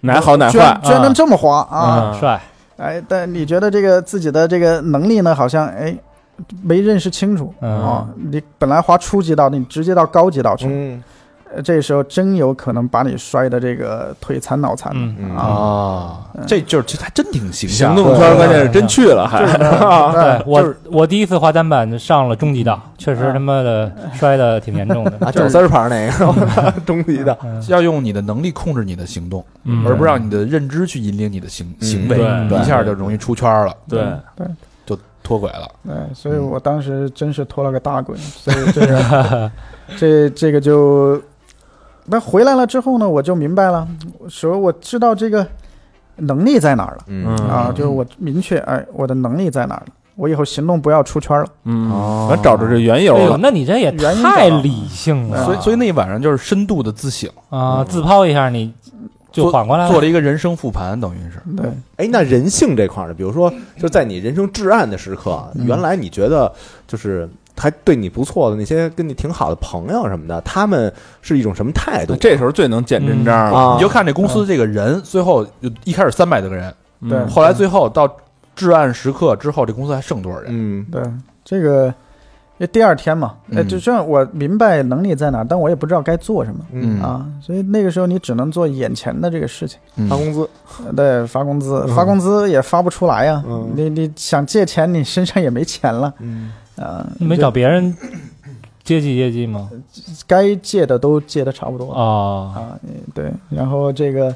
哪好哪居坏然啊，居然能这么滑啊！啊帅，哎，但你觉得这个自己的这个能力呢，好像哎没认识清楚嗯哦，你本来滑初级道，你直接到高级道去，嗯呃这时候真有可能把你摔的这个腿残脑残的。嗯啊啊，这就是这还真挺形象行的，动圈关键是真去了，还哎对我我第一次滑单板上了中级道，嗯确实他妈的摔的挺严重啊，的，整丝儿牌儿那个 中级的，要用你的能力控制你的行动，嗯而不让你的认知去引领你的行行为，嗯对一下就容易出圈了，对，就脱轨了。嗯对，所以我当时真是脱了 个大滚，所以这个这这个就那回来了之后呢，我就明白了，说我知道这个能力在哪儿了、嗯啊，就是我明确哎，我的能力在哪儿了，我以后行动不要出圈了。嗯，完找着这缘由哎呦，了，那你这也原因找太到了理性了所以，所以那一晚上就是深度的自省，啊！自抛一下，你就做缓过来做了。了一个人生复盘，等于是，对，哎，那人性这块儿呢，比如说，就在你人生至暗的时刻，嗯原来你觉得就是还对你不错的那些跟你挺好的朋友什么的，他们是一种什么态度？这时候最能见真章了，啊，你就看这公司这个人，最后就一开始三百多个人，嗯对后来最后到至暗时刻之后，这公司还剩多少人？嗯对，这个因为第二天嘛，哎，嗯就这样，我明白能力在哪儿，但我也不知道该做什么。嗯，啊，所以那个时候你只能做眼前的这个 事情，发嗯工资，呃对，发工资，嗯发工资也发不出来呀、嗯你你想借钱，你身上也没钱了，嗯啊，你没找别人接济接济吗？该借的都借的差不多了啊，啊，嗯对，然后这个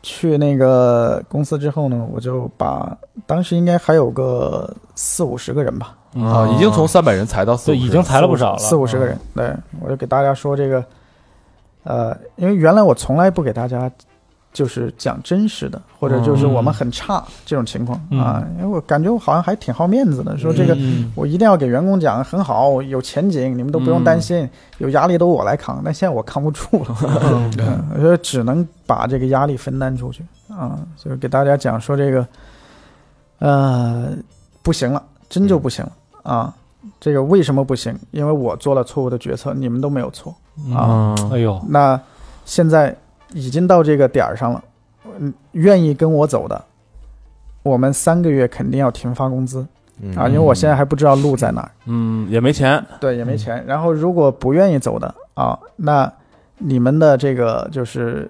去那个公司之后呢，我就把当时应该还有个四五十个人吧，啊，已经从三百人裁到四嗯哦对，五十人，已经裁了不少了，嗯四五十个人，对我就给大家说这个，呃，因为原来我从来不给大家就是讲真实的，或者就是我们很差这种情况、嗯啊，因为我感觉我好像还挺好面子的，说这个。嗯我一定要给员工讲很好，我有前景，你们都不用嗯担心，有压力都我来扛。但现在我扛不住了，嗯我觉得只能把这个压力分担出去啊，就是给大家讲说这个，呃，不行了，真就不行了、啊。这个为什么不行？因为我做了错误的决策，你们都没有错。啊！嗯哎呦，那现在已经到这个点儿上了，嗯，愿意跟我走的，我们三个月肯定要停发工资嗯啊，因为我现在还不知道路在哪儿。嗯，也没钱，对，也嗯没钱。然后如果不愿意走的啊，那你们的这个就是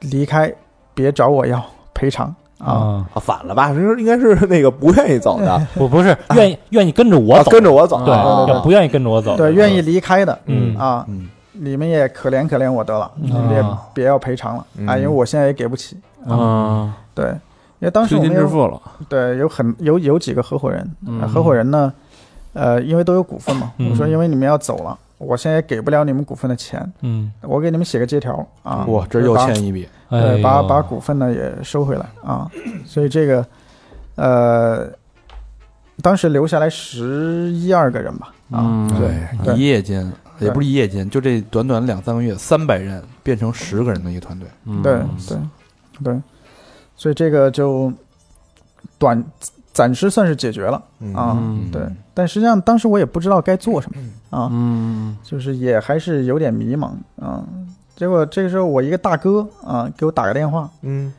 离开，别找我要赔偿啊，啊，反了吧？就是应该是那个不愿意走的，不不是愿意愿意跟着 我啊走，跟着我走，对，啊要不愿意跟着我走，啊对，愿意离开的，嗯啊，嗯你们也可怜可怜我得了，你们也啊别要赔偿了嗯啊，因为我现在也给不起，啊，对，因为当时推我心们置有腹了，对有很有有几个合伙人，啊合伙人呢，呃，因为都有股份嘛，嗯我说因为你们要走了，我现在也给不了你们股份的钱，嗯，我给你们写个借条啊，哇，这又欠一笔，哎对，呦把把股份呢也收回来啊，所以这个，呃，当时留下来十一二个人吧，啊，嗯，对一夜间对也不是一夜间，就这短短两三个月，三百人变成十个人的一个团队，嗯对对对，所以这个就短暂时算是解决了啊，嗯对，但实际上当时我也不知道该做什么啊，嗯，就是也还是有点迷茫啊。结果这个时候我一个大哥啊给我打个电话，嗯，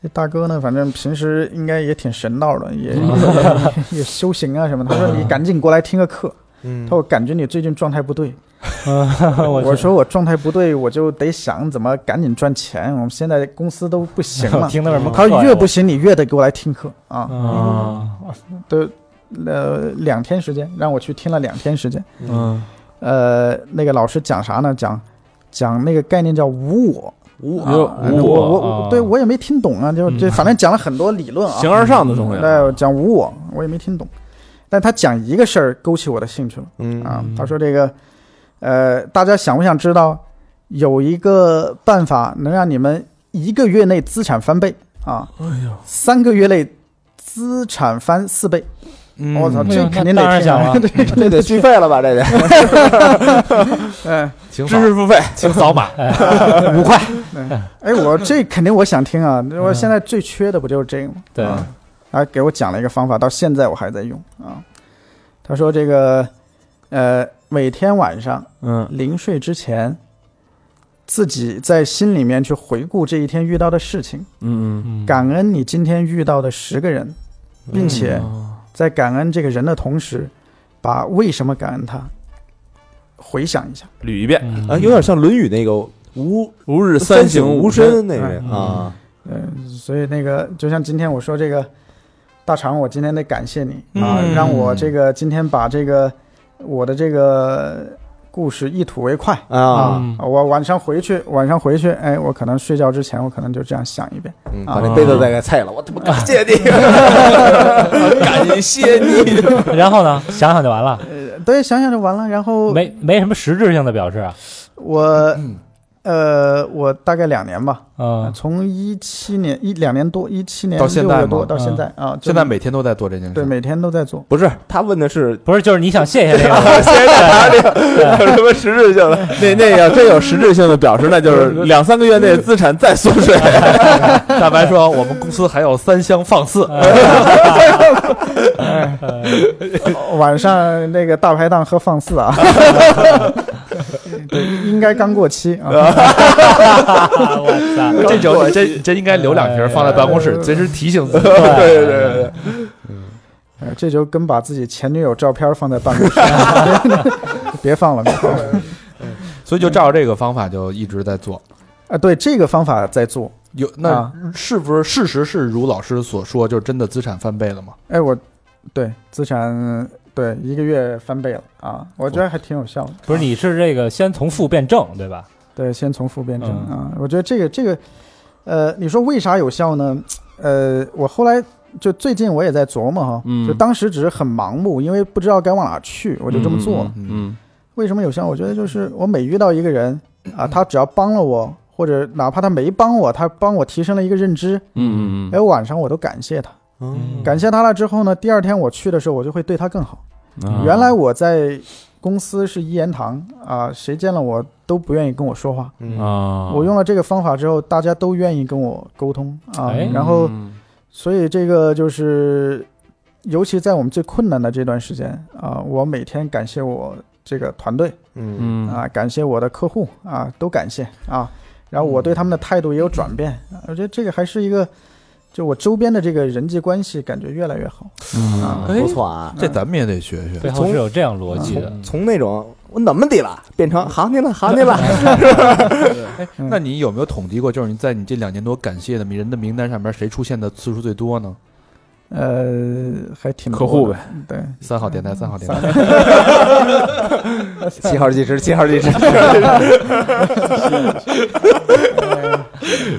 这大哥呢，反正平时应该也挺神道的， 也也也修行啊什么的。他说你赶紧过来听个课，嗯他说我感觉你最近状态不对。我，我说我状态不对，我就得想怎么赶紧赚钱。我们现在公司都不行了 听的什么课他呀？说越不行你越得给我来听课啊。啊，对，呃，两天时间让我去听了两天时间。嗯呃，那个老师讲啥呢？讲讲那个概念叫无我。无啊有我哎无我我对我也没听懂啊，就这反正讲了很多理论啊。形而上的东西，那讲无我，我也没听懂。但他讲一个事儿勾起我的兴趣了嗯啊，他说这个，呃，大家想不想知道有一个办法能让你们一个月内资产翻倍啊？三个月内资产翻四倍，嗯我操，哎这呦肯定那得当然听啊想了这 肯这定得得续听。费了吧？这得哎挺知好。识付费，请扫码，哎五块。哎，我这肯定我想听啊！那我现在最缺的不就是这个吗？对，啊他给我讲了一个方法，到现在我还在用啊。他说这个，呃，每天晚上嗯临睡之前，自己在心里面去回顾这一天遇到的事情，嗯嗯感恩你今天遇到的十个人，并且嗯在感恩这个人的同时，把为什么感恩他回想一下。嗯，捋一遍，嗯啊，有点像《论语》那个无吾日三省无吾身那个嗯啊，嗯，所以那个就像今天我说这个大肠，我今天得感谢你啊，嗯让我这个今天把这个我的这个故事一吐为快啊，嗯我晚上回去，晚上回去，哎，我可能睡觉之前，我可能就这样想一遍。嗯把那杯子再给碎了，我他妈感谢你，感谢你， 然后呢，想想就完了，呃对，想想就完了。然后没没什么实质性的表示啊，我，呃，我大概两年吧，嗯从一七年一两年多，一七年啊到现在六月吗多到现在啊，就现在每天都在做这件事，对每天都在做。 不是他问的是不是，就是你想谢谢这个，有什么实质性 的？那那要真有实质性的表示，那就是两三个月内资产再缩水。 大白说：“我们公司还有三箱放肆，哎哦晚上那个大排档喝放肆 啊，对，应该刚过期 啊。我操，这种你真真应该留两哎瓶放在办公室，随时提醒自己。对对对呃这就跟把自己前女友照片放在办公室， 别放了，别放了。”所以就照着这个方法就一直在做。啊，对这个方法在做。有啊那是不是事实是如老师所说，就是真的资产翻倍了吗？哎，我对资产对一个月翻倍了啊，我觉得还挺有效的。不是，你是这个先从负变正，对吧？对，先从负变正嗯啊，我觉得这个这个，呃，你说为啥有效呢？呃，我后来就最近我也在琢磨哈，嗯就当时只是很盲目，因为不知道该往哪去，我就这么做了。嗯为什么有效？我觉得就是我每遇到一个人啊，他只要帮了我，或者哪怕他没帮我，他帮我提升了一个认知，嗯嗯哎，晚上我都感谢他。对，感谢他了之后呢，第二天我去的时候，我就会对他更好。嗯，原来我在公司是一言堂啊、谁见了我都不愿意跟我说话。嗯啊，我用了这个方法之后，大家都愿意跟我沟通啊、哎然后嗯所以这个就是，尤其在我们最困难的这段时间啊、我每天感谢我这个团队嗯嗯啊、感谢我的客户嗯啊、都感谢啊。然后我对他们的态度也有转变，啊我觉得这个还是一个就我周边的这个人际关系感觉越来越好。嗯，哎不错啊。这咱们也得学学。背后是有这样逻辑的。从从那种我怎么的了，变成行你了，行你了，哎，那你有没有统计过，就是你在你这两年多感谢的人的名单上面，谁出现的次数最多呢？呃，还挺多客户的呗，对，三号电台，嗯三号电台，七号技师，七号技师，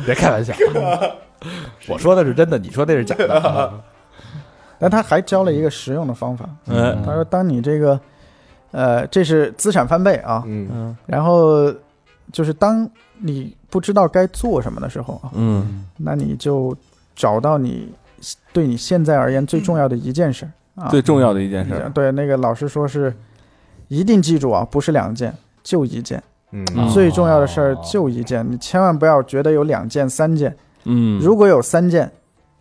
别开 玩笑，我说的是真的，你说那是假的。但他还教了一个实用的方法。嗯，他说，当你这个，呃，这是资产翻倍啊，嗯，嗯然后就是当你不知道该做什么的时候啊，嗯那你就找到你对你现在而言最重要的一件事儿啊。最重要的一件事儿，对，那个老师说是，一定记住啊，不是两件，就一件。嗯，最重要的事儿就一件，你千万不要觉得有两件、三件。嗯，如果有三件，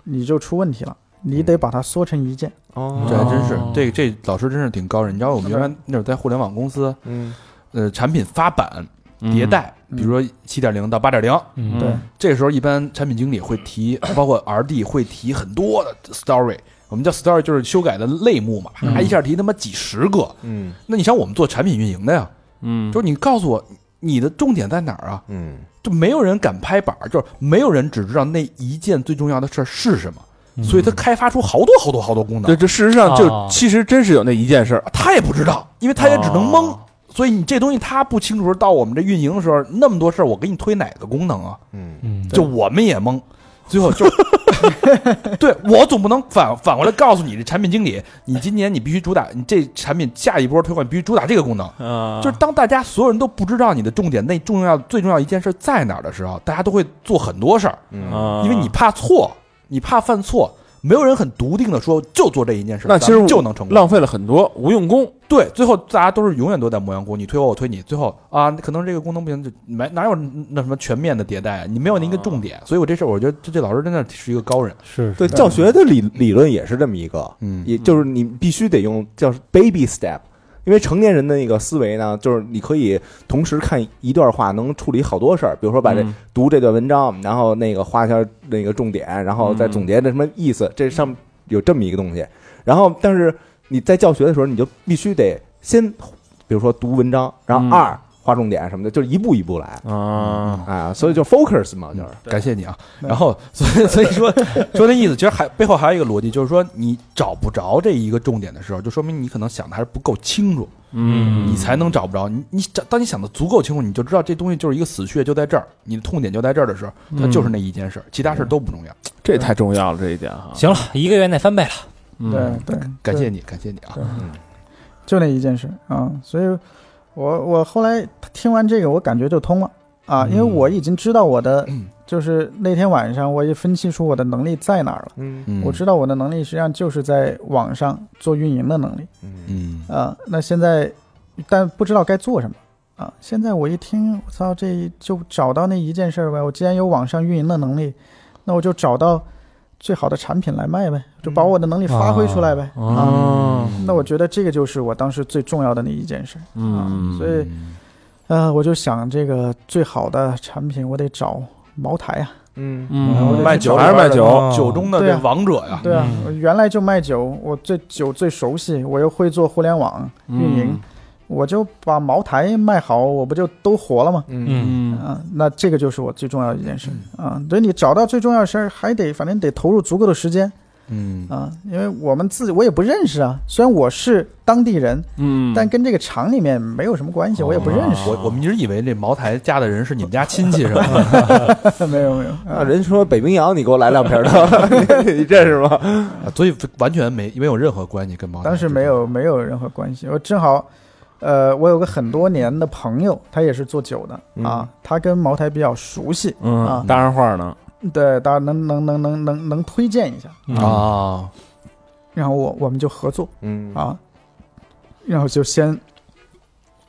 你就出问题了，你得把它缩成一件。哦 这还真是，这这老师真是挺高人。你知道我们原来那会儿在互联网公司，嗯呃，产品发版迭代，嗯比如说七点零到八点零，嗯，对这个时候一般产品经理会 提，包括 R D 会提很多的 story，我们叫 story 就是修改的类目嘛，啪一下提他妈几十个。嗯那你像我们做产品运营的呀，嗯，就是你告诉我你的重点在哪儿啊？嗯就没有人敢拍板儿，就是没有人只知道那一件最重要的事儿是什嗯么，所以他开发出好多好多好多功能对，。这事实上就哦其实真是有那一件事儿，他也不知道，因为他也只能蒙。所以你这东西他不清楚，时候，到我们这运营的时候，那么多事儿，我给你推哪个功能啊？嗯嗯，就我们也懵，最后就，对我总不能反反过来告诉你，这产品经理，你今年你必须主打，你这产品下一波推广必须主打这个功能。啊就是当大家所有人都不知道你的重点、那重要、最重要一件事在哪儿的时候，大家都会做很多事儿，嗯，啊，因为你怕错，你怕犯错，没有人很笃定的说就做这一件事，那其实咱我们就能成功。浪费了很多无用功，对，最后大家都是永远都在磨洋工，你推我，我推你，最后啊，可能这个功能不行，就没哪有那什么全面的迭代啊，你没有那个重点，所以我这事儿，我觉得这这老师真的是一个高人，是对，教学的理理论也是这么一个，嗯也就是你必须得用叫 baby step，因为成年人的那个思维呢，就是你可以同时看一段话，能处理好多事儿，比如说把这嗯读这段文章，然后那个画一下那个重点，然后再总结那什么意思，这上面有这么一个东西。然后，但是你在教学的时候，你就必须得先，比如说读文章，然嗯后二画重点什么的，就是一步一步来啊，啊，所以就 focus 嘛，就是嗯感谢你啊。然后，所以所以说说那意思，其实还背后还有一个逻辑，就是说你找不着这一个重点的时候，就说明你可能想的还是不够清楚，嗯你才能找不着。你你找当你想的足够清楚，你就知道这东西就是一个死穴，就在这儿，你的痛点就在这儿的时候，它就是嗯那一件事儿，其他事儿都不重要。这太重要了这一点哈，行了，一个月内翻倍了。嗯，对对，感对谢你，感谢你啊。就那一件事啊、所以我我后来听完这个，我感觉就通了啊，因为我已经知道我的，就是那天晚上我也分析出我的能力在哪儿了。嗯嗯我知道我的能力实际上就是在网上做运营的能力嗯嗯啊。那现在，但不知道该做什么啊。现在我一听，我操，这就找到那一件事儿呗。我既然有网上运营的能力，那我就找到最好的产品来卖呗，就把我的能力发挥出来呗啊。哦，那我觉得这个就是我当时最重要的那一件事儿。啊嗯，所以，嗯呃，我就想这个最好的产品，我得找茅台啊。嗯嗯，卖酒还是卖酒，哦酒中的对这啊王者呀，对啊，嗯我原来就卖酒，我对酒最熟悉，我又会做互联网运营，我就把茅台卖好，我不就都活了吗？嗯嗯，嗯，啊，那这个就是我最重要的一件事啊。所以你找到最重要的事儿，还得反正得投入足够的时间嗯啊，因为我们自己我也不认识啊，虽然我是当地人，嗯，但跟这个厂里面没有什么关系，我也不认识。我我们一直以为这茅台家的人是你们家亲戚是吧？ 没有没有，啊那人说北冰洋，你给我来两瓶儿的， 你你认识吗？啊所以完全没没有任何关系跟茅台。当时没有没有任何关系。我正好，呃，我有个很多年的朋友，他也是做酒的、啊，他跟茅台比较熟悉，嗯啊搭上话呢，对，当然能能能能能能推荐一下。嗯嗯啊，然后我我们就合作嗯啊，然后就先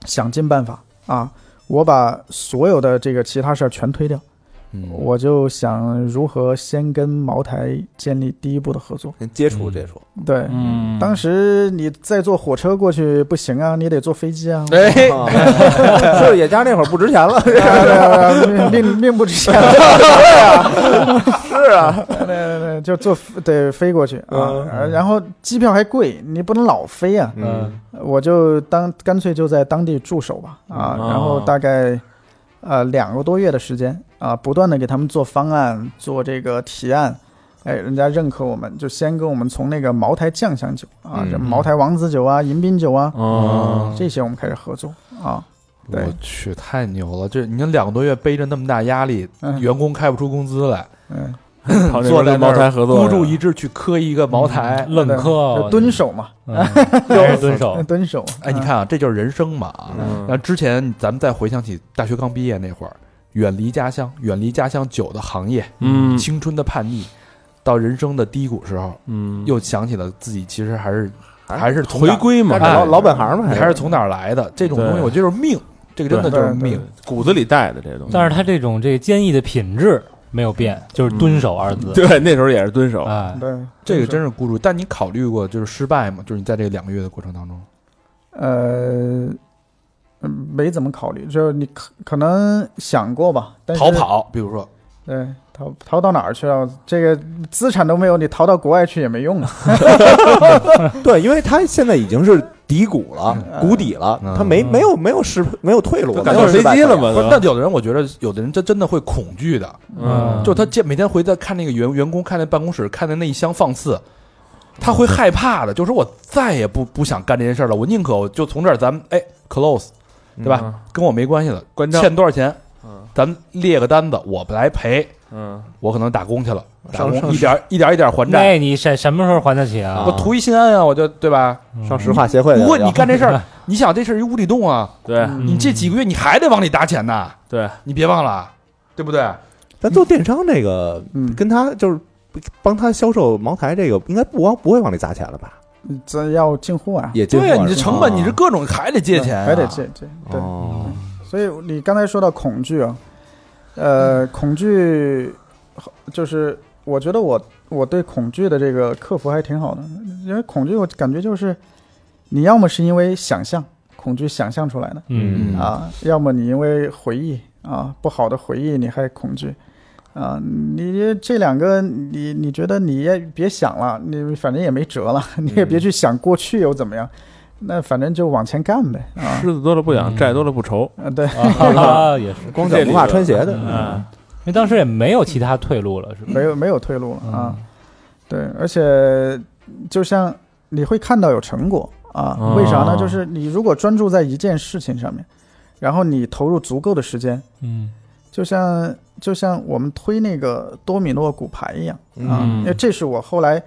想尽办法啊，我把所有的这个其他事儿全推掉，嗯我就想如何先跟茅台建立第一步的合作。先接触接触，对，嗯当时你再坐火车过去不行啊，你得坐飞机啊。哎，啊 就是野家那会儿不值钱了，对啊对啊对啊命命命不值钱，是啊，对对对，就坐得飞过去啊嗯，而然后机票还贵，你不能老飞啊。嗯，我就当干脆就在当地驻守吧啊，哦然后大概呃两个多月的时间啊，不断的给他们做方案，做这个提案，哎，人家认可我们，就先跟我们从那个茅台酱香酒啊，嗯这茅台王子酒啊、迎宾酒啊哦这些我们开始合作啊，对我去，太牛了！这你看两个多月背着那么大压力，嗯员工开不出工资来，嗯，坐在茅台嗯合作孤注一掷去磕一个茅台。愣就磕，蹲守嘛，嗯，就是蹲手，蹲守。哎，你啊，看啊，这就是人生嘛啊！嗯那之前咱们再回想起大学刚毕业那会儿，远离家乡，远离家乡酒的行业，嗯青春的叛逆，到人生的低谷时候，嗯，又想起了自己其实还是还是从回哪儿归嘛，但是老哎老本行嘛，你还是从哪儿来的？这种对东西，我觉得就是命，这个真的对就是对命。骨子里带的这东西。但是他这种这个坚毅的品质没有变，就是蹲守二字。 对，那时候也是蹲守，哎，对，这个真是孤注。但你考虑过就是失败吗？就是你在这两个月的过程当中，呃。嗯没怎么考虑，就是你可可能想过吧，但是逃跑，比如说，对，逃逃到哪儿去了？这个资产都没有，你逃到国外去也没用啊。 对，因为他现在已经是低谷了，谷底了，嗯他没没有没有失没有退路，没赶上有飞失败机可了言？嘛？不是对，吧但有的人我觉得，有的人他真的会恐惧的，嗯就他见每天回到看那个员员工看那办公室看的那一箱放肆，他会害怕的，就是我再也不不想干这件事儿了，我宁可我就从这儿咱们哎 close，嗯对吧？跟我没关系了，关张，欠多少钱嗯，咱们列个单子，我来赔，嗯，我可能打工去了，打上工上一点儿一点儿一点儿还债，那你什什么时候还得起啊？嗯我图一心安啊，我就对吧？上石化协会的不要，过你干这 事儿，你想这事儿一无底洞啊，对嗯你这几个月你还得往里打钱呐，对，你别忘了，啊对不对？咱做电商这个，嗯，跟他就是帮他销售茅台这个，应该不往不会往里砸钱了吧？这要进货啊，也进对货呀，了你这成本啊你这各种还得借钱啊，还得借借。对，哦，所以你刚才说到恐惧啊，呃，恐惧就是我觉得我我对恐惧的这个克服还挺好的，因为恐惧我感觉就是你要么是因为想象恐惧想象出来的嗯，嗯啊，要么你因为回忆啊不好的回忆你还恐惧。啊，你这两个，你你觉得你也别想了，你反正也没辙了， 你也别去想过去又怎么样，那反正就往前干呗啊。狮子多了不嗯痒，债多了不愁。啊，对，啊，也是，光脚不怕穿鞋的，嗯，因为当时也没有其他退路了，是吧？没有没有退路了啊。对，而且就像你会看到有成果啊，哦为啥呢？就是你如果专注在一件事情上面，然后你投入足够的时间，嗯，就像就像我们推那个多米诺骨牌一样啊，嗯因为这是我后来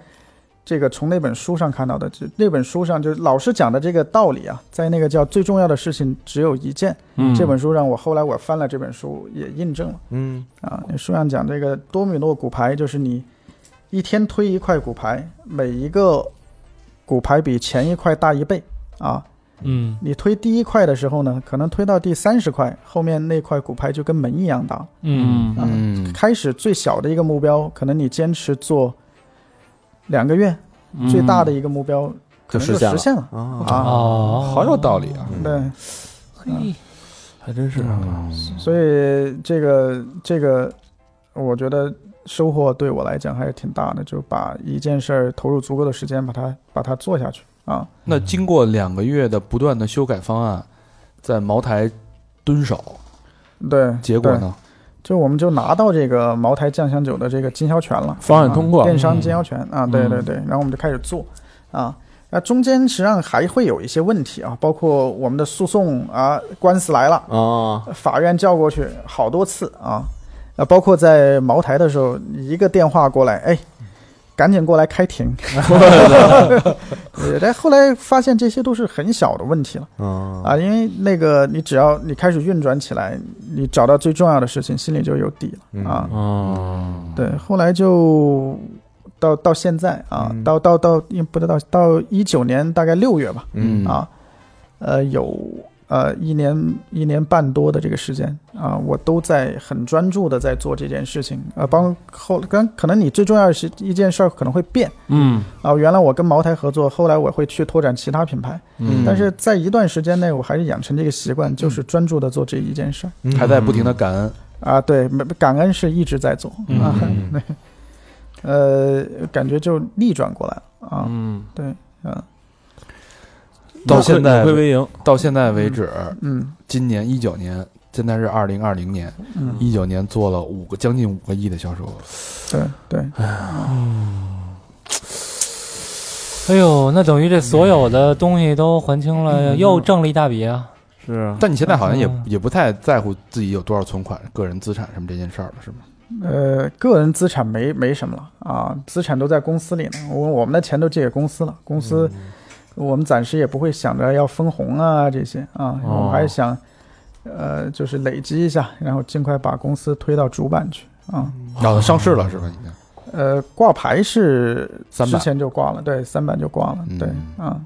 这个从那本书上看到的，就那本书上就是老师讲的这个道理啊，在那个叫《最重要的事情只有一件》嗯这本书上，我后来我翻了这本书也印证了嗯啊，那书上讲这个多米诺骨牌就是你一天推一块骨牌，每一个骨牌比前一块大一倍啊，嗯你推第一块的时候呢，可能推到第三十块，后面那块骨牌就跟门一样大了。嗯啊嗯开始最小的一个目标，可能你坚持做两个月，嗯最大的一个目标可能就实就现了实现嗯了啊，嗯啊。哦，好有道理啊！对，嘿，还真是所以这个这个，我觉得收获对我来讲还是挺大的，就把一件事儿投入足够的时间，把它把它做下去啊。那经过两个月的不断的修改方案，在茅台蹲守，对，结果呢？对？就我们就拿到这个茅台酱香酒的这个经销权了，方案通过啊电商嗯经销权啊，对对对，然后我们就开始做啊。那中间实际上还会有一些问题啊，包括我们的诉讼啊，官司来了，啊，法院叫过去好多次啊，呃，包括在茅台的时候，一个电话过来，哎，赶紧过来开庭。 对但后来发现这些都是很小的问题了啊，啊，因为那个你只要你开始运转起来，你找到最重要的事情，心里就有底嗯了啊。哦，对，后来就到到现在啊，嗯到到到，因为不知道到一九年大概六月吧，嗯啊啊，呃，有呃一年一年半多的这个时间啊、我都在很专注的在做这件事情啊、呃，包括后跟可能你最重要的是一件事儿可能会变嗯啊、原来我跟茅台合作，后来我会去拓展其他品牌，嗯但是在一段时间内，我还是养成这个习惯，就是专注的做这一件事儿嗯还在不停的感恩，嗯啊。对，没感恩是一直在做啊，对，呃，感觉就逆转过来了啊，嗯，对，嗯到现在会为营，到现在为止，嗯今年一九年，现在是二零二零年，嗯，一九年做了五个将近五个亿的销售额，对对，哎呦，那等于这所有的东西都还清了，又挣了一大笔啊！是啊，但你现在好像也嗯也不太在乎自己有多少存款、个人资产什么这件事儿了，是吗？呃，个人资产没没什么了啊，资产都在公司里呢。我我们的钱都借给公司了，公司、嗯我们暂时也不会想着要分红啊这些哦啊，我们还是想，呃，就是累积一下，然后尽快把公司推到主板去啊。然后哦上市了是吧？已经呃，挂牌是三之板前就挂了，对，三板就挂了，对嗯啊，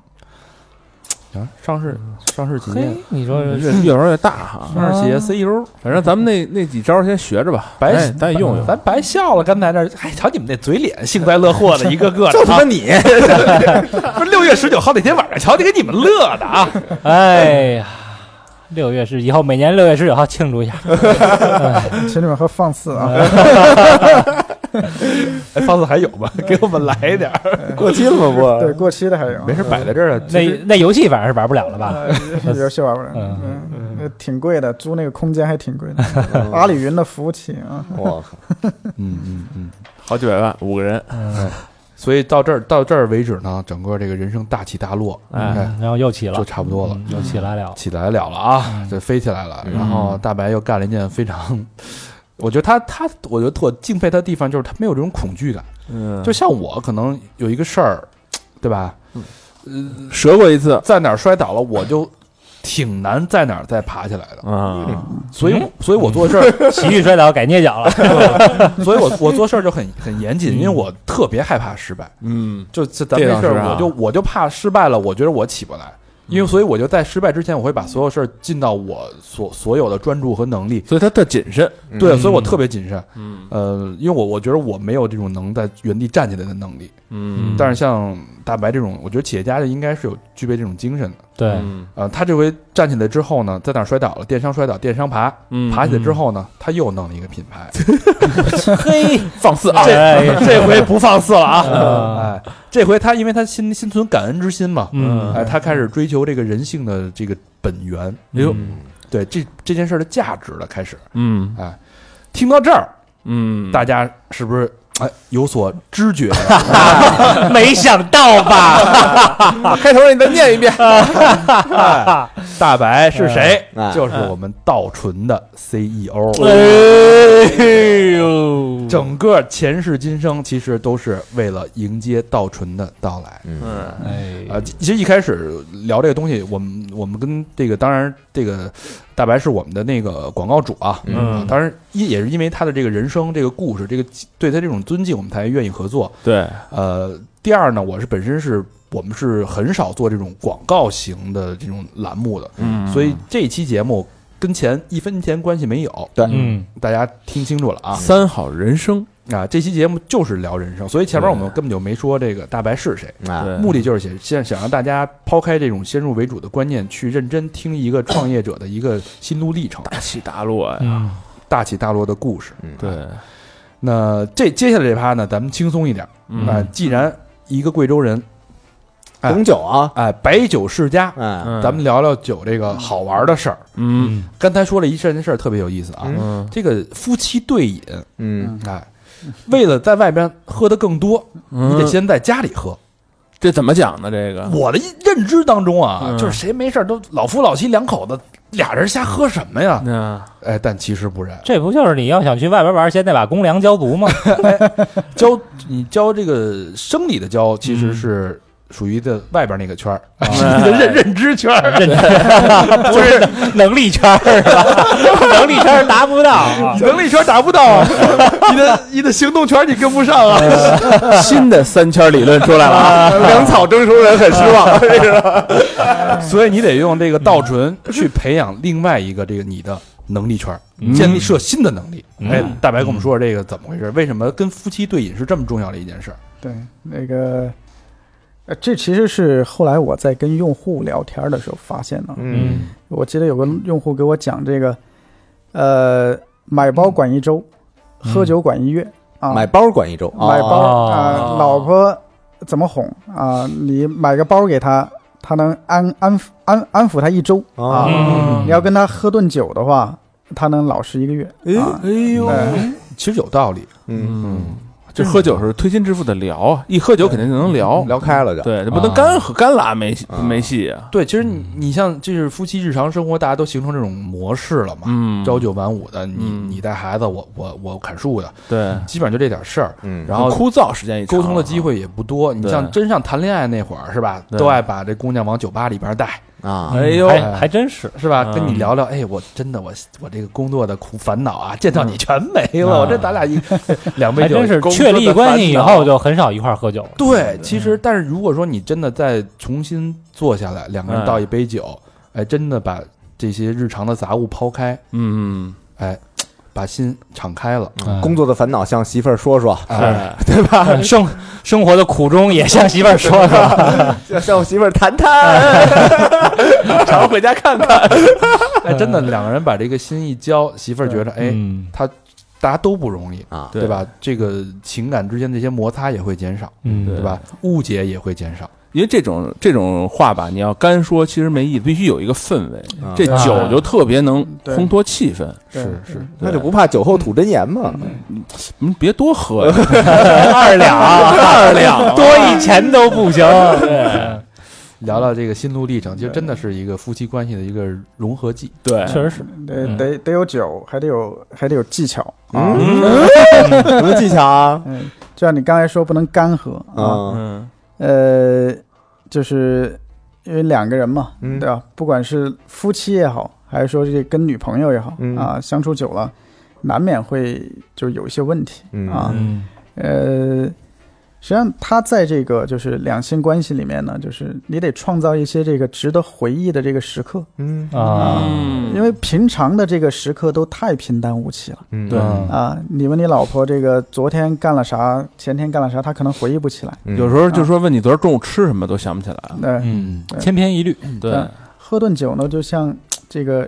啊，上市嗯上市几嘿年，，你说这越越玩越大哈。上市企业 CEO 反正咱们那那几招先学着吧，嗯哎白咱咱也用用。咱白笑了，刚才那儿，哎，瞧你们那嘴脸，幸灾乐祸 的，一个个的就他啊妈，你， 不是六月十九号那天晚上，瞧你给你们乐的啊！哎呀，六月十以后每年六月十九号庆祝一下。请你们喝放肆啊，嗯哎，方子还有吗？给我们来点儿， 过期了吗？ 对，不，过期的还有，没事，摆在这儿了。那那游戏反正是玩不了了吧？呃，游戏玩不了，嗯嗯，呃挺贵的，租那个空间还挺贵 的，阿里云的服务器啊，我靠，嗯嗯嗯。好几百万，五个人，所以到这儿到这儿为止呢，整个这个人生大起大落，哎哎，然后又起就了，差不多了，嗯又起来了。 起来了了啊，这飞起来了。然后大白又干了一件非常，我觉得他他，我觉得我敬佩他的地方就是他没有这种恐惧感，嗯，就像我可能有一个事儿，对吧？折过一次啊在哪儿摔倒了，我就挺难在哪儿再爬起来的。啊，所以，所以我做 事儿，奇遇摔倒改捏脚嗯了，所以我我做事儿就很很严谨，因为我特别害怕失败。嗯就这咱这没倒事是儿，啊嗯我就我就怕失败了，我觉得我起不来，因为所以我就在失败之前，我会把所有事儿尽到我所所有的专注和能力。所以他特谨慎，对，啊所以我特别谨慎。嗯呃，因为我我觉得我没有这种能在原地站起来的能力，嗯但是像大白这种，我觉得企业家就应该是有具备这种精神嗯的。对，呃，他这回站起来之后呢，在哪儿摔倒了？电商摔倒，电商爬，嗯爬起来之后呢，他又弄了一个品牌，嘿，放肆啊，这 这回不放肆了 啊！啊哎，这回他因为他心心存感恩之心嘛，嗯哎，他开始追求这个人性的这个本源，嗯哎呦，对这这件事儿的价值了。开始，嗯哎，听到这儿，嗯，大家是不是哎有所知觉？嗯没想到 吧？ 开头你再念一遍，哎大白是谁？嗯哎就是我们道纯的 E CEO。哎呦，整个前世今生其实都是为了迎接道纯的到来。嗯哎啊，其其实一开始聊这个东西，我们我们跟这个当然这个大白是我们的那个广告主啊，嗯当然因也是因为他的这个人生、这个故事、这个对他这种尊敬，我们才愿意合作。对，呃，第二呢，我是本身是我们是很少做这种广告型的这种栏目的，嗯所以这期节目跟钱一分钱关系没有，对嗯大家听清楚了啊三好人生，啊！这期节目就是聊人生，所以前面我们根本就没说这个大白是谁。啊，对目的就是想想想让大家抛开这种先入为主的观念，去认真听一个创业者的一个心路历程，大起大落哎呀，嗯，大起大落的故事。嗯，对，那这接下来这趴呢，咱们轻松一点啊、嗯既然一个贵州人，哎懂酒啊，哎、白酒世家，哎，咱们聊聊酒这个好玩的事儿。嗯刚才说了一件事儿特别有意思啊，嗯嗯这个夫妻对饮，嗯，哎，为了在外边喝的更多，你嗯得先在家里喝。这怎么讲呢？这个我的认知当中啊，嗯就是谁没事儿都老夫老妻两口子俩人瞎喝什么呀？那哎，但其实不然，这不就是你要想去外边玩，先得把公粮 交足吗？嗯交你交这个生理的交其实是属于的外边那个圈儿， 你的认认知圈儿，认 真不是能力圈儿是吧？ 能力圈儿达不 到啊，能力圈达不到 啊，你的你的行动圈你跟不上啊。新的三圈理论出来了 啊，粮草征收人很失望，这是 所以你得用这个稻醇去培养另外一个这个你的能力圈儿，嗯建立设新的能力。嗯哎，大白跟我们说说这个怎么回事？为什么跟夫妻对饮是这么重要的一件事儿？对，那个，呃，这其实是后来我在跟用户聊天的时候发现的。嗯我记得有个用户给我讲这个，呃，买包管一周，喝酒管一月啊，嗯买包管一周，买包哦啊、老婆怎么哄啊、你买个包给她，她能安安抚安安抚她一周啊、嗯你要跟她喝顿酒的话，她能老实一个月哎啊。呦对其实有道理。嗯，嗯，这哎喝酒是推心置腹的聊啊，一喝酒肯定就能聊，聊开了就，对，这不能干喝干拉没戏啊没戏啊，对，其实你你像就是夫妻日常生活，大家都形成这种模式了嘛，嗯，朝九晚五的，你嗯你带孩子，我我我砍树的，对，基本上就这点事儿。嗯，然后很枯燥，时间一长啊沟通的机会也不多，你对像真像谈恋爱那会儿是吧，对都爱把这姑娘往酒吧里边带，啊，哎呦嗯还还真是，是吧？嗯跟你聊聊，哎，我真的我我这个工作的苦烦恼啊，见到你全没了，嗯我这咱俩一两杯还酒，真是工作确的立关系以后烦恼。就很少一块儿喝酒了。对，其实，但是如果说你真的再重新坐下来，两个人嗯倒一杯酒，哎，真的把这些日常的杂物抛开，嗯，哎，把心敞开了，工作的烦恼向媳妇儿说说，哎，嗯生生活的苦衷也向媳妇儿说说，向我媳妇儿谈谈，常回家看看， 哎，真的两个人把这个心一交，媳妇儿觉得，哎，嗯大家都不容易，啊，对？吧？这个情感之间的这些摩擦也会减少，嗯，对对吧？误解也会减少。因为这种这种话吧，你要干说其实没意思，必须有一个氛围，啊这酒就特别能对烘托气氛，对是是，那就不怕酒后吐真言嘛？你们别多喝 呀，二两 二两啊多一钱都不行。嗯对，聊聊这个心路历程，其实真的是一个夫妻关系的一个融合剂。对，确实是得得嗯得有酒，还得有还得有技巧啊。嗯，什么技巧啊？嗯，就像你刚才说，不能干喝啊。啊，嗯呃，就是因为两个人嘛，嗯对吧？不管是夫妻也好，还是说这跟女朋友也好、嗯啊，相处久了，难免会就有一些问题。啊嗯呃，实际上他在这个就是两性关系里面呢，就是你得创造一些这个值得回忆的这个时刻，嗯啊，嗯，因为平常的这个时刻都太平淡无奇了。嗯，对啊，你问你老婆这个昨天干了啥，前天干了啥，她可能回忆不起来。嗯有时候就说问你昨儿中午吃什么都想不起来，对、嗯，千篇一律，对，嗯喝顿酒呢，就像这个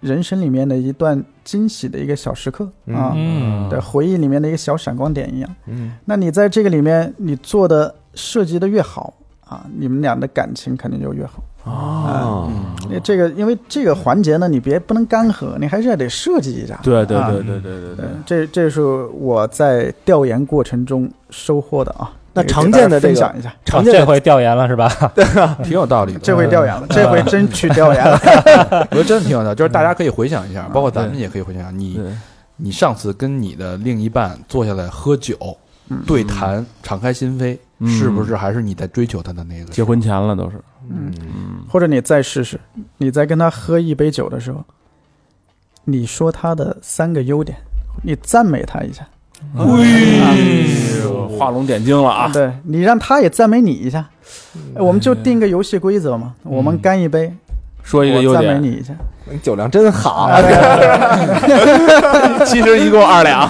人生里面的一段惊喜的一个小时刻啊，嗯对，回忆里面的一个小闪光点一样。嗯那你在这个里面，你做的设计的越好啊，你们俩的感情肯定就越好。啊，嗯因为这个，因为这个环节呢，你别不能干喝，你还是得设计一下。对对啊对对对对对对，这这是我在调研过程中收获的啊。那也给常大家见的这分个享一下，常啊见这的回调研了是吧？挺有道理的，这嗯回调研了，这回真去调研了。我觉得真的挺有道理。就是大家可以回想一下，包括咱们对也可以回想一下，你对你上次跟你的另一半坐下来喝酒嗯对谈，敞开心扉，嗯是不是还是你在追求他的那个结？婚前了都是，嗯嗯，或者你再试试，你在跟他喝一杯酒的时候，你说他的三个优点，你赞美他一下，嗯哎呦，画龙点睛了啊，嗯对你让他也赞美你一下。哎我们就定个游戏规则嘛，我们干一杯，说一个优我赞美点，你一下。你酒量真好，啊其实一共二 两，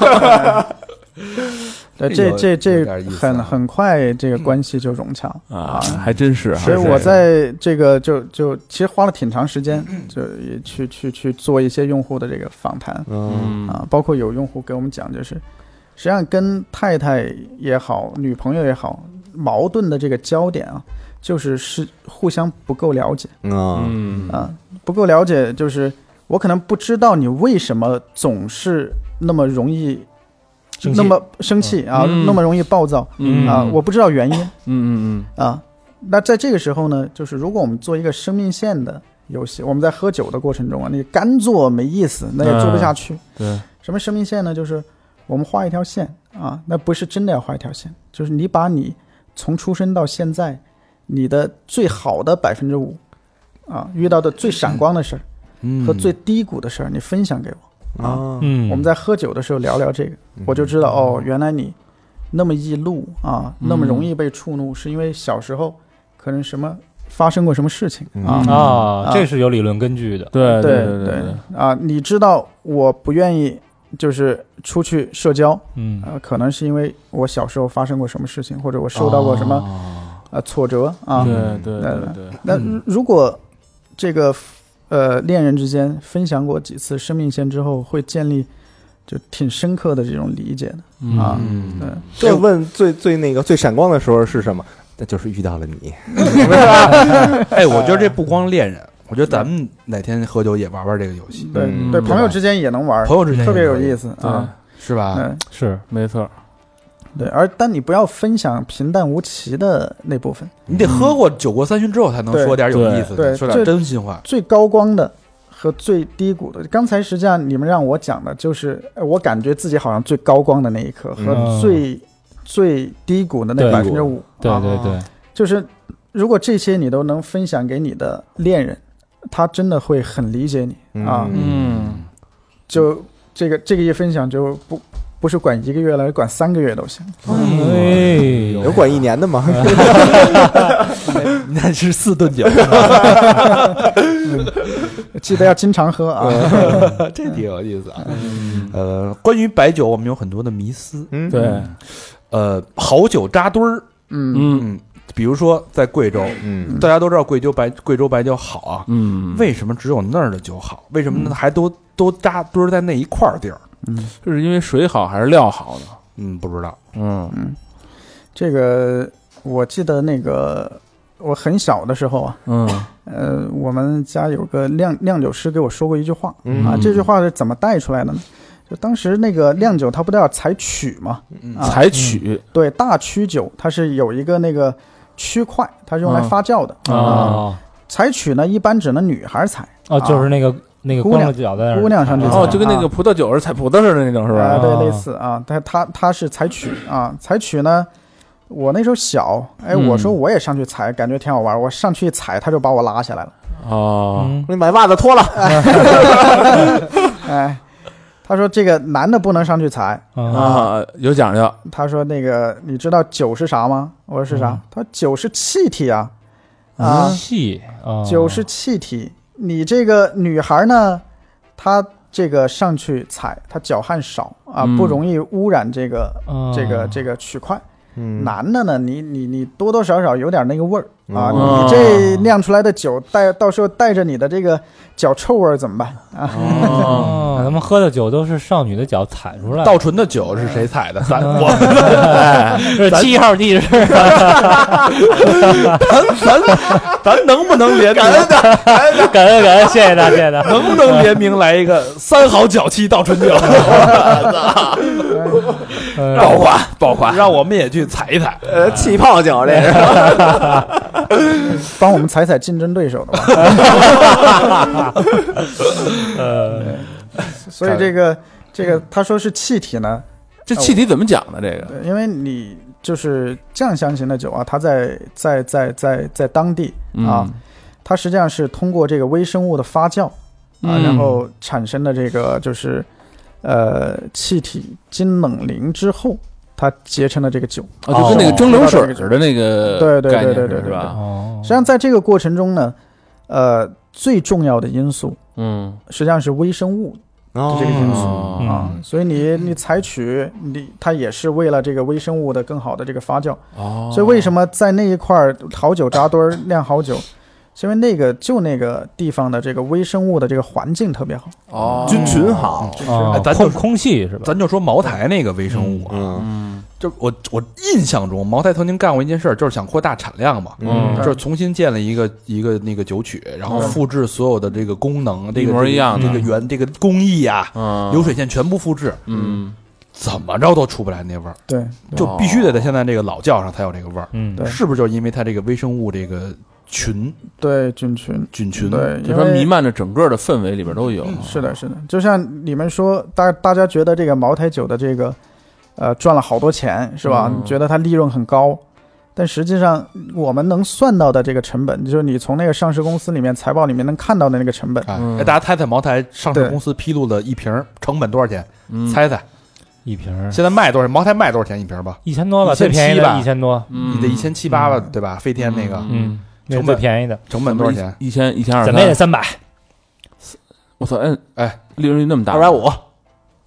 对，这这有这有这点意思啊很很快，这个关系就融洽。啊，还真是，所以还是我在这个就就其实花了挺长时间，嗯就也去去去做一些用户的这个访谈，嗯嗯啊，包括有用户给我们讲，就是实际上跟太太也好，女朋友也好，矛盾的这个焦点啊，就是是互相不够了解啊，嗯啊，不够了解，就是我可能不知道你为什么总是那么容易生气那么生气啊，嗯那么容易暴躁嗯啊，我不知道原因嗯嗯啊。那在这个时候呢，就是如果我们做一个生命线的游戏，我们在喝酒的过程中啊，你干做没意思，那也做不下去。嗯，对，什么生命线呢？就是我们画一条线啊，那不是真的要画一条线，就是你把你从出生到现在你的最好的百分之五啊，遇到的最闪光的事儿嗯和最低谷的事儿，你分享给我。啊，嗯，我们在喝酒的时候聊聊这嗯个，我就知道哦，原来你那么易怒啊，那么容易被触怒，是因为小时候可能什么发生过什么事情啊。嗯啊，啊这是有理论根据的。对对对对，啊，你知道我不愿意就是出去社交，嗯呃，可能是因为我小时候发生过什么事情，或者我受到过什么、哦呃挫折嗯啊。对嗯对对对，那如果这个呃恋人之间分享过几次生命线之后，会建立就挺深刻的这种理解的啊。嗯对，这问最最那个最闪光的时候是什么？那就是遇到了你， 哎，我觉得这不光恋人，我觉得咱们哪天喝酒也玩玩这个游戏，对、嗯对，嗯朋友之间也能玩儿，朋友之间特别也有可以意思啊。是吧？嗯，是没错，对，而但你不要分享平淡无奇的那部分，你得喝过酒过三巡之后才能对说点有意思的，对说点这真心话。最高光的和最低谷的。刚才实际上你们让我讲的就是，呃我感觉自己好像最高光的那一刻和嗯最、最低谷的那对百分之五，对啊，对对，就是如果这些你都能分享给你的恋人，他真的会很理解你啊。嗯嗯，就这个这个一分享就不不是管一个月了，管三个月都行。哎有管一年的 吗？那是四顿酒，记得要经常喝啊。 这挺有意思啊。嗯呃，关于白酒，我们有很多的迷思。嗯，对，呃，好酒扎堆儿，嗯，嗯嗯，比如说在贵州，嗯，大家都知道贵州白贵州白酒好啊，嗯，为什么只有那儿的酒好？为什么嗯还都都扎堆儿在那一块儿地儿？就是因为水好还是料好呢？嗯，不知道。嗯这个我记得那个我很小的时候啊，嗯呃，我们家有个酿酿酒师给我说过一句话、嗯啊，这句话是怎么带出来的呢？就当时那个酿酒，它不都要采曲嘛？嗯啊，采取对，大曲酒它是有一个那个区块，它是用来嗯发酵的。啊采曲呢，一般只能女孩采，哦，就是那个那个姑光娘着脚在那儿姑娘上去嗯啊采。哦，就跟那个葡萄酒是采葡萄似的那种，是啊，吧？对啊，类似啊，它它它是采曲啊，采曲呢，我那时候小，哎，我说嗯我也上去采，感觉挺好玩，我上去一采，他就把我拉下来了，哦，嗯你把袜子脱了，哎，他说这个男的不能上去采，啊啊，有讲究，他说那个你知道酒是啥吗？我说是嗯啥？他说酒是气体啊，啊，气哦啊，酒是气体，你这个女孩呢，她这个上去采，她脚汗少啊，嗯哦不容易污染这个啊这个这个曲块。嗯，男的呢，你你你多多少少有点那个味儿啊，哦你这酿出来的酒带到时候带着你的这个脚臭味儿怎么办啊？嗯哦，哦，咱们喝的酒都是少女的脚踩出来的，啊倒醇的酒是谁采的？咱我是七号地址， 咱能不能联名？感恩感恩，谢谢大家，谢谢大家。能不能联名来一个三好脚气倒醇酒？嗯 呃爆款爆款，让我们也去采一采。 呃，气泡酒这是，帮我们踩踩竞争对手的吧。所以这个 这嗯个他说是气体呢，这气体怎么讲呢？这啊个，对因为你就是酱香型的酒啊，它在在在在在当地嗯啊，它实际上是通过这个微生物的发酵啊，嗯然后产生的这个就是呃气体经冷凝之后，它结成的这个酒。啊，就跟那个蒸馏水似的那个，对对对对对是对吧？哦实际上在这个过程中呢，呃，最重要的因素嗯，实际上是微生物哦这个因嗯素。哦啊，所以你你采取你它也是为了这个微生物的更好的这个发酵，哦，所以为什么在那一块儿好酒扎堆儿酿好酒，是因为那个就那个地方的这个微生物的这个环境特别好，哦，菌群好，哦哎咱空就空气是吧？咱就说茅台那个微生物啊，嗯就我我印象中，茅台曾经干过一件事儿，就是想扩大产量嘛，嗯就是重新建了一个一个那个酒曲，然后嗯复制所有的这个功能，这个一模一样的这个原这个工艺啊，嗯，流水线全部复制，嗯，怎么着都出不来那味儿，对，就必须得在现在这个老窖上才有这个味儿，嗯对是不是就因为它这个微生物这个群对菌群，菌群？对，就因它弥为嗯漫着整个的氛围里边都有，是的，是的，就像你们说，大大家觉得这个茅台酒的这个，呃，赚了好多钱是吧？嗯觉得它利润很高，但实际上我们能算到的这个成本，就是你从那个上市公司里面财报里面能看到的那个成本，哎嗯哎，大家猜猜茅台上市对公司披露的一瓶儿成本多少钱？嗯猜猜，一瓶儿嗯现在卖多少？茅台卖多少钱一瓶儿吧？一千多吧， 1700最便宜吧的一千多，你你得一千七八吧，对吧？飞天那个嗯，那是成最本便宜的，成本多少钱？一千一千二怎三么也，得三百。我操，哎哎，利润率那么大，二百五。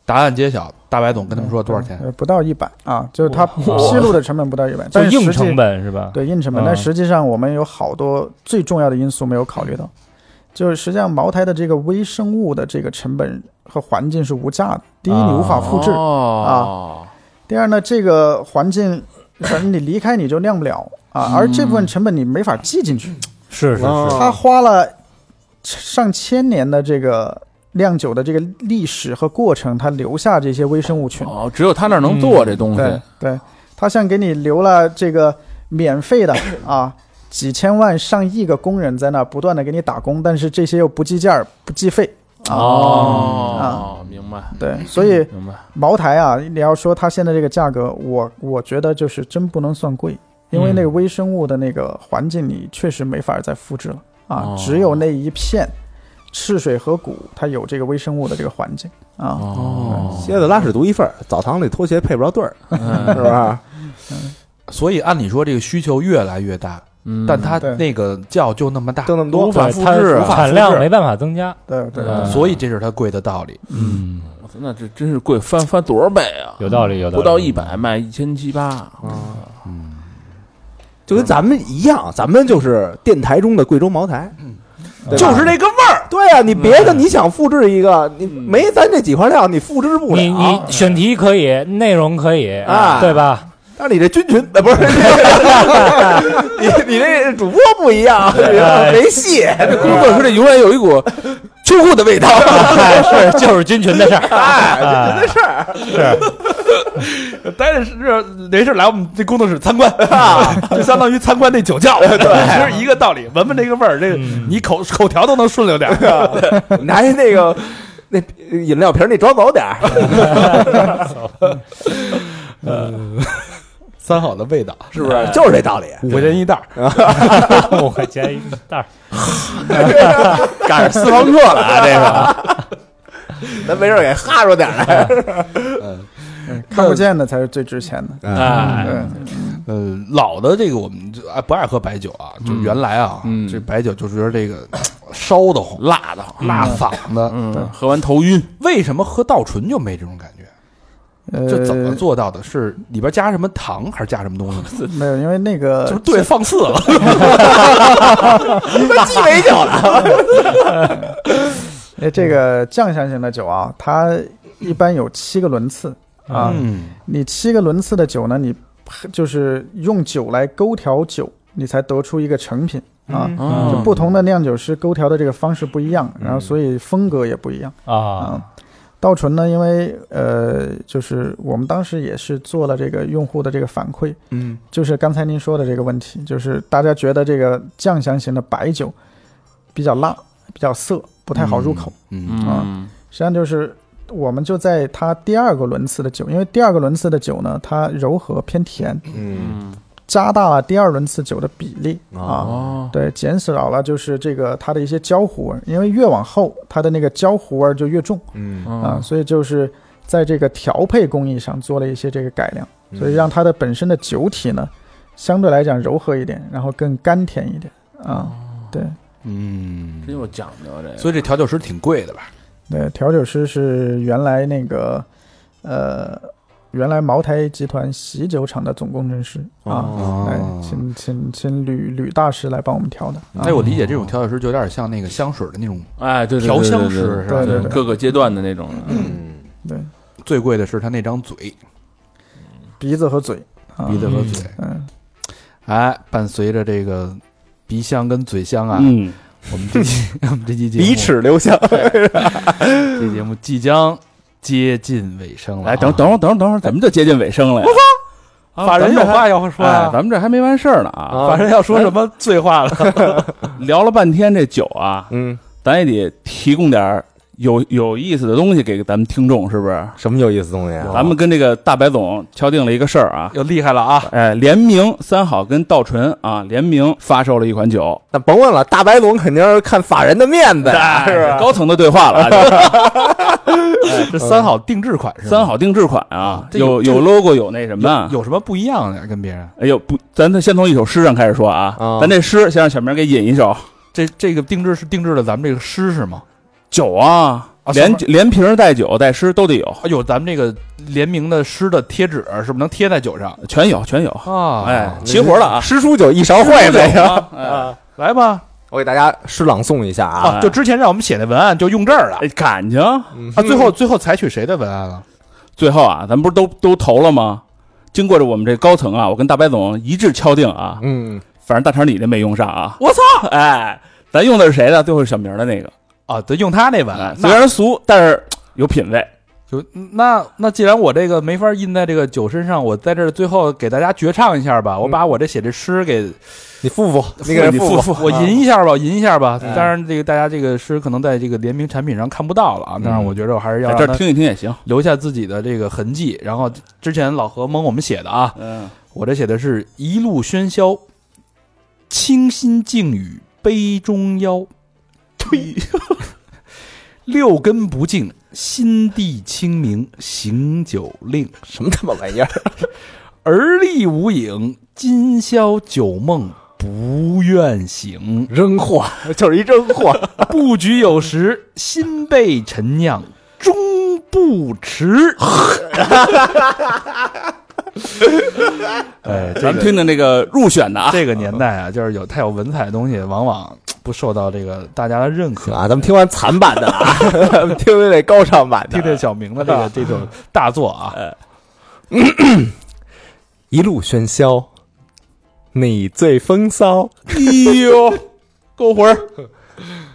答案揭晓，大白总跟他们说多少钱？呃，不到一百啊，就是它哇披露的成本不到一百，就但是硬实际成本是吧？对硬成本，嗯但实际上我们有好多最重要的因素没有考虑到，就是实际上茅台的这个微生物的这个成本和环境是无价的。第一，你无法复制；哦，第二呢，这个环境，反正你离开你就酿不了啊，而这部分成本你没法记进去。是是啊嗯是，哦他花了上千年的这个酿酒的这个历史和过程，他留下这些微生物群。哦，只有他那儿能做这东西，对对，他像给你留了这个免费的 啊，几千万上亿个工人在那儿不断的给你打工，但是这些又不计价儿不计费啊。哦，明白对，所以明白，茅台啊，你要说它现在这个价格，我我觉得就是真不能算贵，因为嗯那个微生物的那个环境你确实没法再复制了啊哦，只有那一片赤水河谷它有这个微生物的这个环境啊。哦，蝎子拉屎独一份儿，澡堂里拖鞋配不着对儿，嗯是吧？所以按理说这个需求越来越大，嗯但它对那个窖就那么大，就那么多无，法对复它制啊无法产量没办法增加，对对对嗯所以这是它贵的道理。嗯，我操，那这真是贵翻翻多少倍啊？有道理有道理不到一百卖一千七八，就跟咱们一样，咱们就是电台中的贵州茅台，对吧就是那个味儿，对啊，你别的你想复制一个，你没咱这几块料，你复制不你了。你选题可以，内容可以，啊对吧？但是你这菌群，呃，不是，你你这主播不一样，没戏。工作室里永远有一股秋裤的味道。哎是就是菌群的事儿，哎 待着是没事来我们这工作室参观， 就相当于参观那酒窖，啊 对，嗯其实一个道理，闻闻这个味儿，这个你口口条都能顺溜点儿。拿一那个那饮料瓶儿，你装走点儿。 三好的味道，是不是？就是这道理。五块钱一袋儿，是五块钱一袋儿，赶上私房课了啊，这个。 咱没事儿给哈着点儿来。看不见的才是最值钱的。啊哎，对，呃，老的这个我们就爱哎不爱喝白酒啊？就原来啊，嗯这白酒就觉得这个烧的慌，辣的，辣嗓子。嗯，喝完头晕，为什么喝倒醇就没这种感觉？呃这怎么做到的？是里边加什么糖，还是加什么东西？ 没有，因为那个就是对放肆了。都鸡尾酒了，哎，这个酱香型的酒啊，它一般有七个轮次 啊。嗯，你七个轮次的酒呢，你就是用酒来勾调酒，你才得出一个成品啊。 嗯就不同的酿酒师勾调的这个方式不一样，然后所以风格也不一样啊啊。倒醇呢，因为呃，就是我们当时也是做了这个用户的这个反馈，嗯，就是刚才您说的这个问题，就是大家觉得这个酱香型的白酒比较辣、比较涩，不太好入口。嗯，嗯实际上就是我们就在它第二个轮次的酒，因为第二个轮次的酒呢，它柔和偏甜，嗯，嗯加大了第二轮次酒的比例啊。哦，对，减少了就是这个它的一些焦糊味儿，因为越往后它的那个焦糊味儿就越重嗯，啊，嗯所以就是在这个调配工艺上做了一些这个改良，嗯所以让它的本身的酒体呢相对来讲柔和一点，然后更甘甜一点啊。对真嗯，有讲究这个，所以这调酒师挺贵的吧？对，调酒师是原来那个呃，原来茅台集团喜酒厂的总工程师啊，哦哎，请请请吕吕大师来帮我们调的。啊哎，我理解这种调酒师就有点像那个香水的那种，哎，对对调香师师是吧对对对各个阶段的那种，嗯对最贵的是他那张嘴，鼻子和嘴，啊鼻子和嘴。嗯，哎，伴随着这个鼻香跟嘴香啊，嗯，我们这 期我们这期节目，鼻齿留香。这节目即将接近尾声了啊。来，哎等等会儿，等会儿，等会儿，咱们就接近尾声了呀，啊法人有话要咱说们这还哎啊，咱们这还没完事儿呢啊，法人要说什么哎醉话了？ 聊了半天这酒啊，嗯，咱也得提供点儿有有意思的东西给咱们听众，是不是？什么有意思东西啊？咱们跟这个大白总敲定了一个事儿啊，又厉害了啊！哎，联名三好跟稻醇啊联名发售了一款酒，那甭问了，大白总肯定是看法人的面子呀，哎高层的对话了啊， 哎这三好定制款是吗？三好嗯定制款啊，这有有有 logo 有那什么啊有。有什么不一样的呀跟别人？哎呦不，咱先从一首诗上开始说啊，啊咱这诗先让小明给引一首。这这个定制是定制的咱们这个诗是吗？酒啊，啊连什连瓶儿带酒带诗都得有，啊，有咱们这个联名的诗的贴纸是不是能贴在酒上全有全有。啊哎，齐活了啊，诗书酒一勺烩呗。啊哎来吧我给大家诗朗诵一下啊，啊！就之前让我们写的文案就用这儿了哎，感情。嗯啊，嗯最后最后采取谁的文案了？最后啊，咱们不是都都投了吗？经过着我们这高层啊，我跟大白总一致敲定啊，嗯，反正大成你这没用上啊。我操！哎，咱用的是谁的？最后是小明的那个。啊，得用他那文哎案。虽那然俗，但是嘖有品位。就嗯那那既然我这个没法印在这个酒身上，我在这儿最后给大家绝唱一下吧。我把我这写的诗给你付付，那个人嗯你啊付付付，我吟一下吧，我吟一下吧。哎嗯当然，这个大家这个诗可能在这个联名产品上看不到了啊，但是我觉得我还是在要嗯哎让这它儿听一听也行。留下自己的这个痕迹。然后之前老何蒙我们写的啊，嗯，我这写的是一路喧嚣，清心静语杯中邀，呸， 六根不净，心地清明行酒令，什么他妈玩意儿？，而立无影，今宵酒梦不愿醒扔货， 就是一扔货。啊不局有时，心被陈酿，终不迟。哎，咱们听听这个入选的啊。这个年代啊，就是有太有文采的东西，往往不受到这个大家的认可行。啊，咱们听完残版的了啊，咱们听听这高尚版的听啊。听小明的这个这种大作啊，一路喧嚣，你最风骚，哎呦，勾魂儿！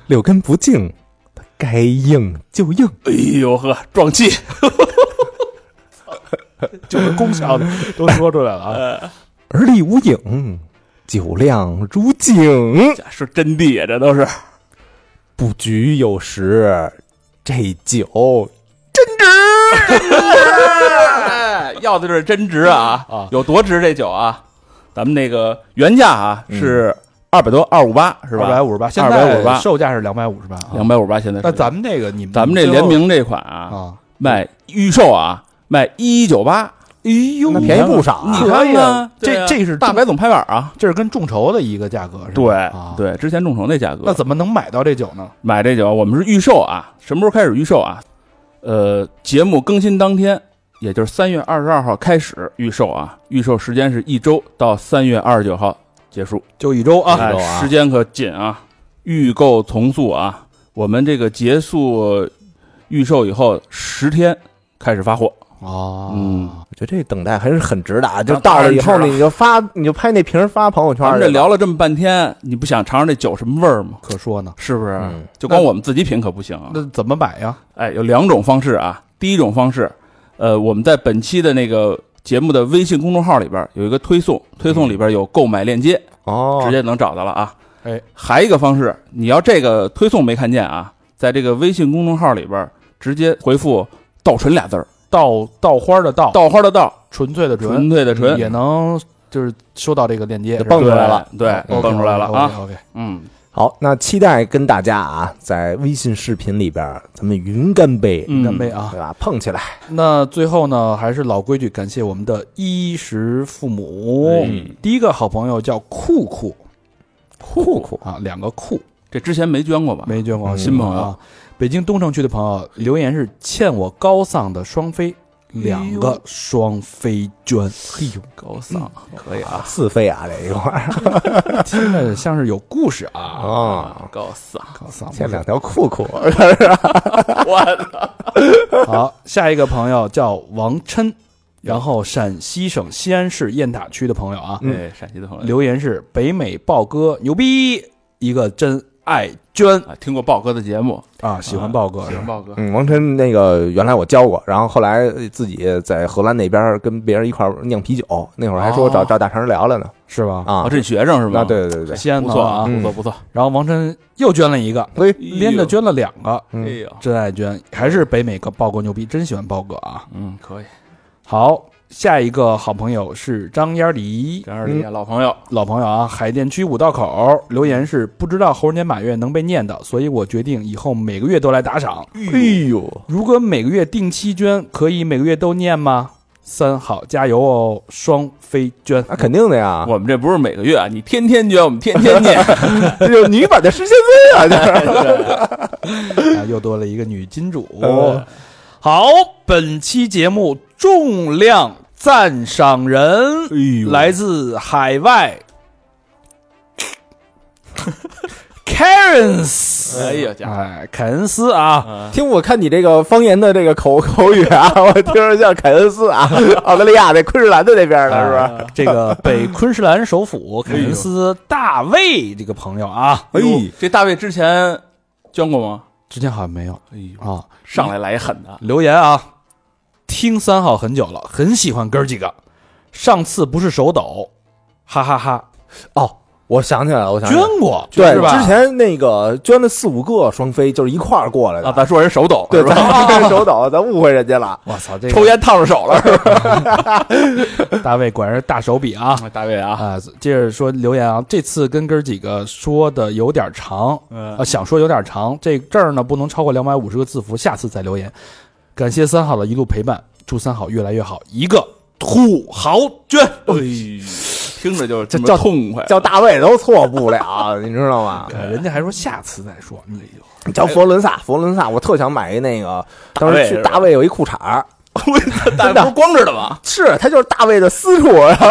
六根不净，该硬就硬。哎呦呵，撞气！ 就是功效的都说出来了 啊。而立无影，酒量如井。这是真谛啊，这都是。不局有时，这酒 要的就是真值啊！啊有多值这酒啊？咱们那个原价啊嗯是二百多，二五八是二百吧？五十八，现258在售价是两百五十八。啊两百五十八，现在是那咱们这个你们咱们这最联后名这款啊，啊，卖预售啊，卖一一九八，哎呦，那便宜不少啊你可看以啊看，这这是大白总拍板啊，这是跟众筹的一个价格是吧？对啊，对，之前众筹那价那格，怎么能买到这酒呢？买这酒我们是预售啊，什么时候开始预售啊？呃，节目更新当天，也就是三月二十二号开始预售啊，预售时间是一周到三月二十九号结束。就一周啊，哎一周啊时间可紧啊！预购从速啊！我们这个结束预售以后十天开始发货，哦嗯，我觉得这等待还是很值的啊！就那到当了然以后值呢，了你就发，你就拍那瓶儿发朋友圈儿咱们去这了。聊了这么半天，你不想尝尝这酒什么味儿吗？可说呢。是不是？嗯就光我们自己品可不行啊！那怎么买呀？哎，有两种方式啊。第一种方式，呃，我们在本期的那个节目的微信公众号里边有一个推送，推送里边有购买链接，哦，直接能找到了啊。嗯哎，还有一个方式，你要这个推送没看见啊，在这个微信公众号里边儿直接回复“稻醇”俩字儿，稻稻花的稻，稻花的稻，纯粹的纯粹的纯，也能就是收到这个链接，是吧蹦出来了对，对，蹦出来了啊。哦 OK，嗯，好，那期待跟大家啊，在微信视频里边儿咱们云干杯，嗯干杯啊！对吧？碰起来，那最后呢，还是老规矩，感谢我们的衣食父母。嗯第一个好朋友叫酷酷酷酷，啊，两个酷，这之前没捐过吧？没捐过嗯啊新朋友啊。北京东城区的朋友留言是欠我高丧的双飞，哎两个双飞捐。嘿呦，高嗓可以啊，四飞啊，这一块儿 听着像是有故事啊！啊，高嗓，高丧，这两条啊裤裤， 好，下一个朋友叫王琛，然后陕西省西安市雁塔区的朋友啊，嗯哎，陕西的朋友，留言是北美豹哥牛逼，一个真爱娟啊，听过豹哥的节目，啊，喜欢豹哥喜是吧欢豹哥，嗯，王晨那个原来我教过，然后后来自己在荷兰那边跟别人一块儿酿啤酒，那会儿还说找、哦找大肠聊聊呢是吧？啊啊，，这学生是那吧？，对对对西安不的错啊，哎嗯不错不错。然后王晨又捐了一个，对，嘿，连连着，捐了两个，哎嗯，呦，真爱捐，还是北美哥豹哥牛逼，真喜欢豹哥啊！嗯，可以，好，下一个好朋友是张烟梨，这二李老朋友，老朋友啊，海淀区五道口留言是不知道猴年马月能被念叨，所以我决定以后每个月都来打赏。哎呦，如果每个月定期捐，可以每个月都念吗？三好加油哦，双飞 捐那、肯定的呀，我们这不是每个月啊，你天天捐，我们天天念，这就是女版的石先森啊，这是啊，又多了一个女金主。呃好，本期节目重量赞赏人哎来自海外，Karens，哎呦家伙，哎，凯恩斯啊，嗯听我看你这个方言的这个口口语啊， 我听着像凯恩斯 啊，澳大利亚那昆士兰的那边的是吧？啊哎这个北昆士兰首哎府凯恩斯大卫这个朋友啊，哎呦这大卫之前捐过吗？之前好像没有哎呦，啊，上来来一狠的，留言啊，听三好很久了，很喜欢哥儿几个。上次不是手抖，哈哈哈我想起来了，我想起捐来了过，对是吧？之前那个捐了四五个双飞，就是一块儿过来的。啊，咱说人手抖，嗯对，是吧咱这手抖，咱误会人家 了。我操，这个抽烟烫着手了，是吧大卫果然是大手笔啊！ 大卫啊，啊，接着说留言啊，这次跟哥儿几个说的有点长，嗯呃，想说有点长，这这儿呢不能超过两百五十个字符，下次再留言。感谢三好的一路陪伴，祝三好越来越好。一个土豪捐，哎呦，听着就是这么叫痛快，叫大卫都错不了，啊你知道吗？呃人家还说下次再说。哎呦，叫佛罗伦萨，佛罗伦萨，我特想买一那个，当时大去卫是吧大卫有一裤衩儿， 大卫不是光着 的吗？是它就是大卫的私处，然后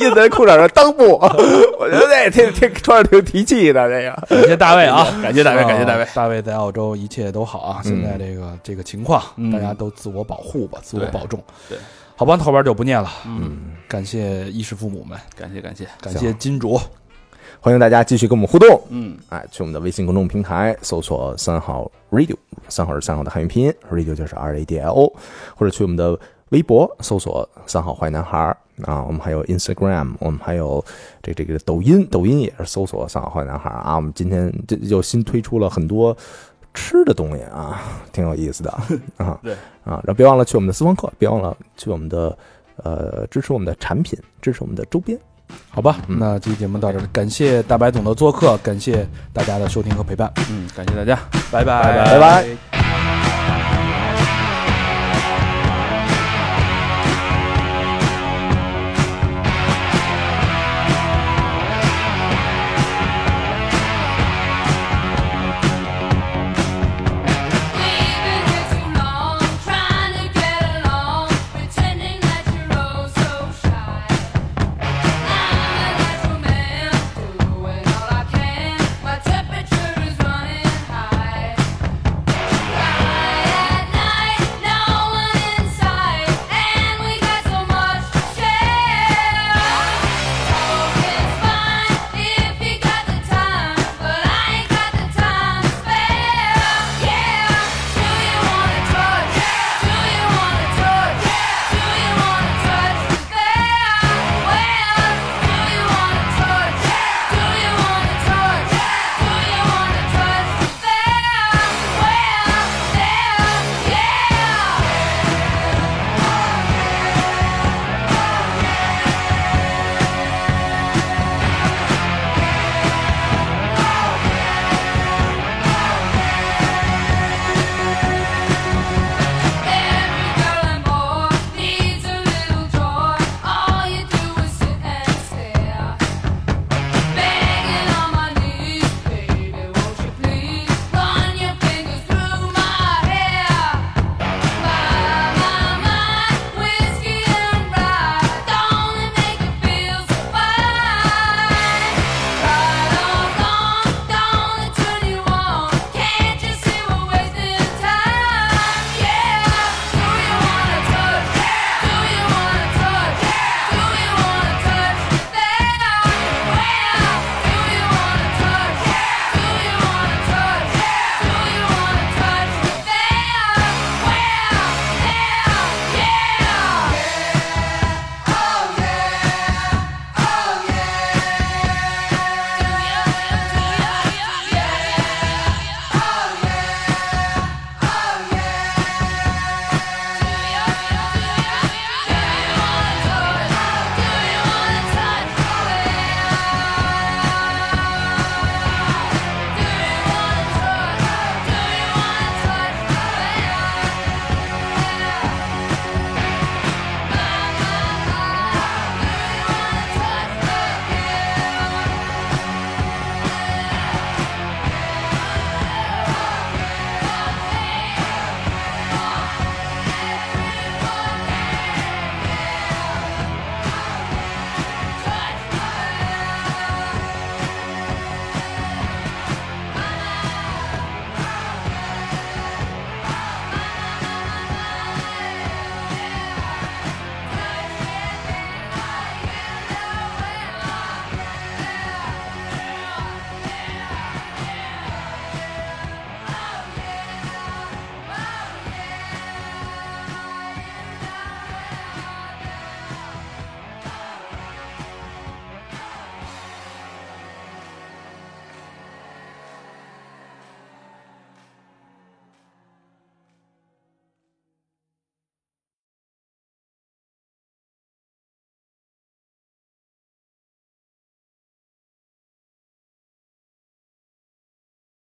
印在裤衩上裆部，我觉得那挺挺穿着挺提气的那个。感谢大卫啊！感谢大卫，感谢大卫啊，大卫在澳洲一切都好啊！现在这个、这个情况，嗯大家都自我保护吧，自我对保重。对，好吧，后边就不念了。嗯，感谢衣食父母们，感谢感谢，感谢金主。欢迎大家继续跟我们互动，嗯，哎，去我们的微信公众平台搜索“三号 radio”，三号是三号的汉语拼音，radio 就是 R A D I O，或者去我们的微博搜索“三号坏男孩儿”啊，我们还有 Instagram，我们还有这这个抖音，抖音也是搜索“三号坏男孩儿”啊。我们今天这又新推出了很多吃的东西啊，挺有意思的啊。对啊，然后别忘了去我们的私房课，别忘了去我们的呃支持我们的产品，支持我们的周边。好吧，嗯那这期节目到这里，感谢大白总的做客，感谢大家的收听和陪伴，嗯，感谢大家。拜拜拜拜拜拜。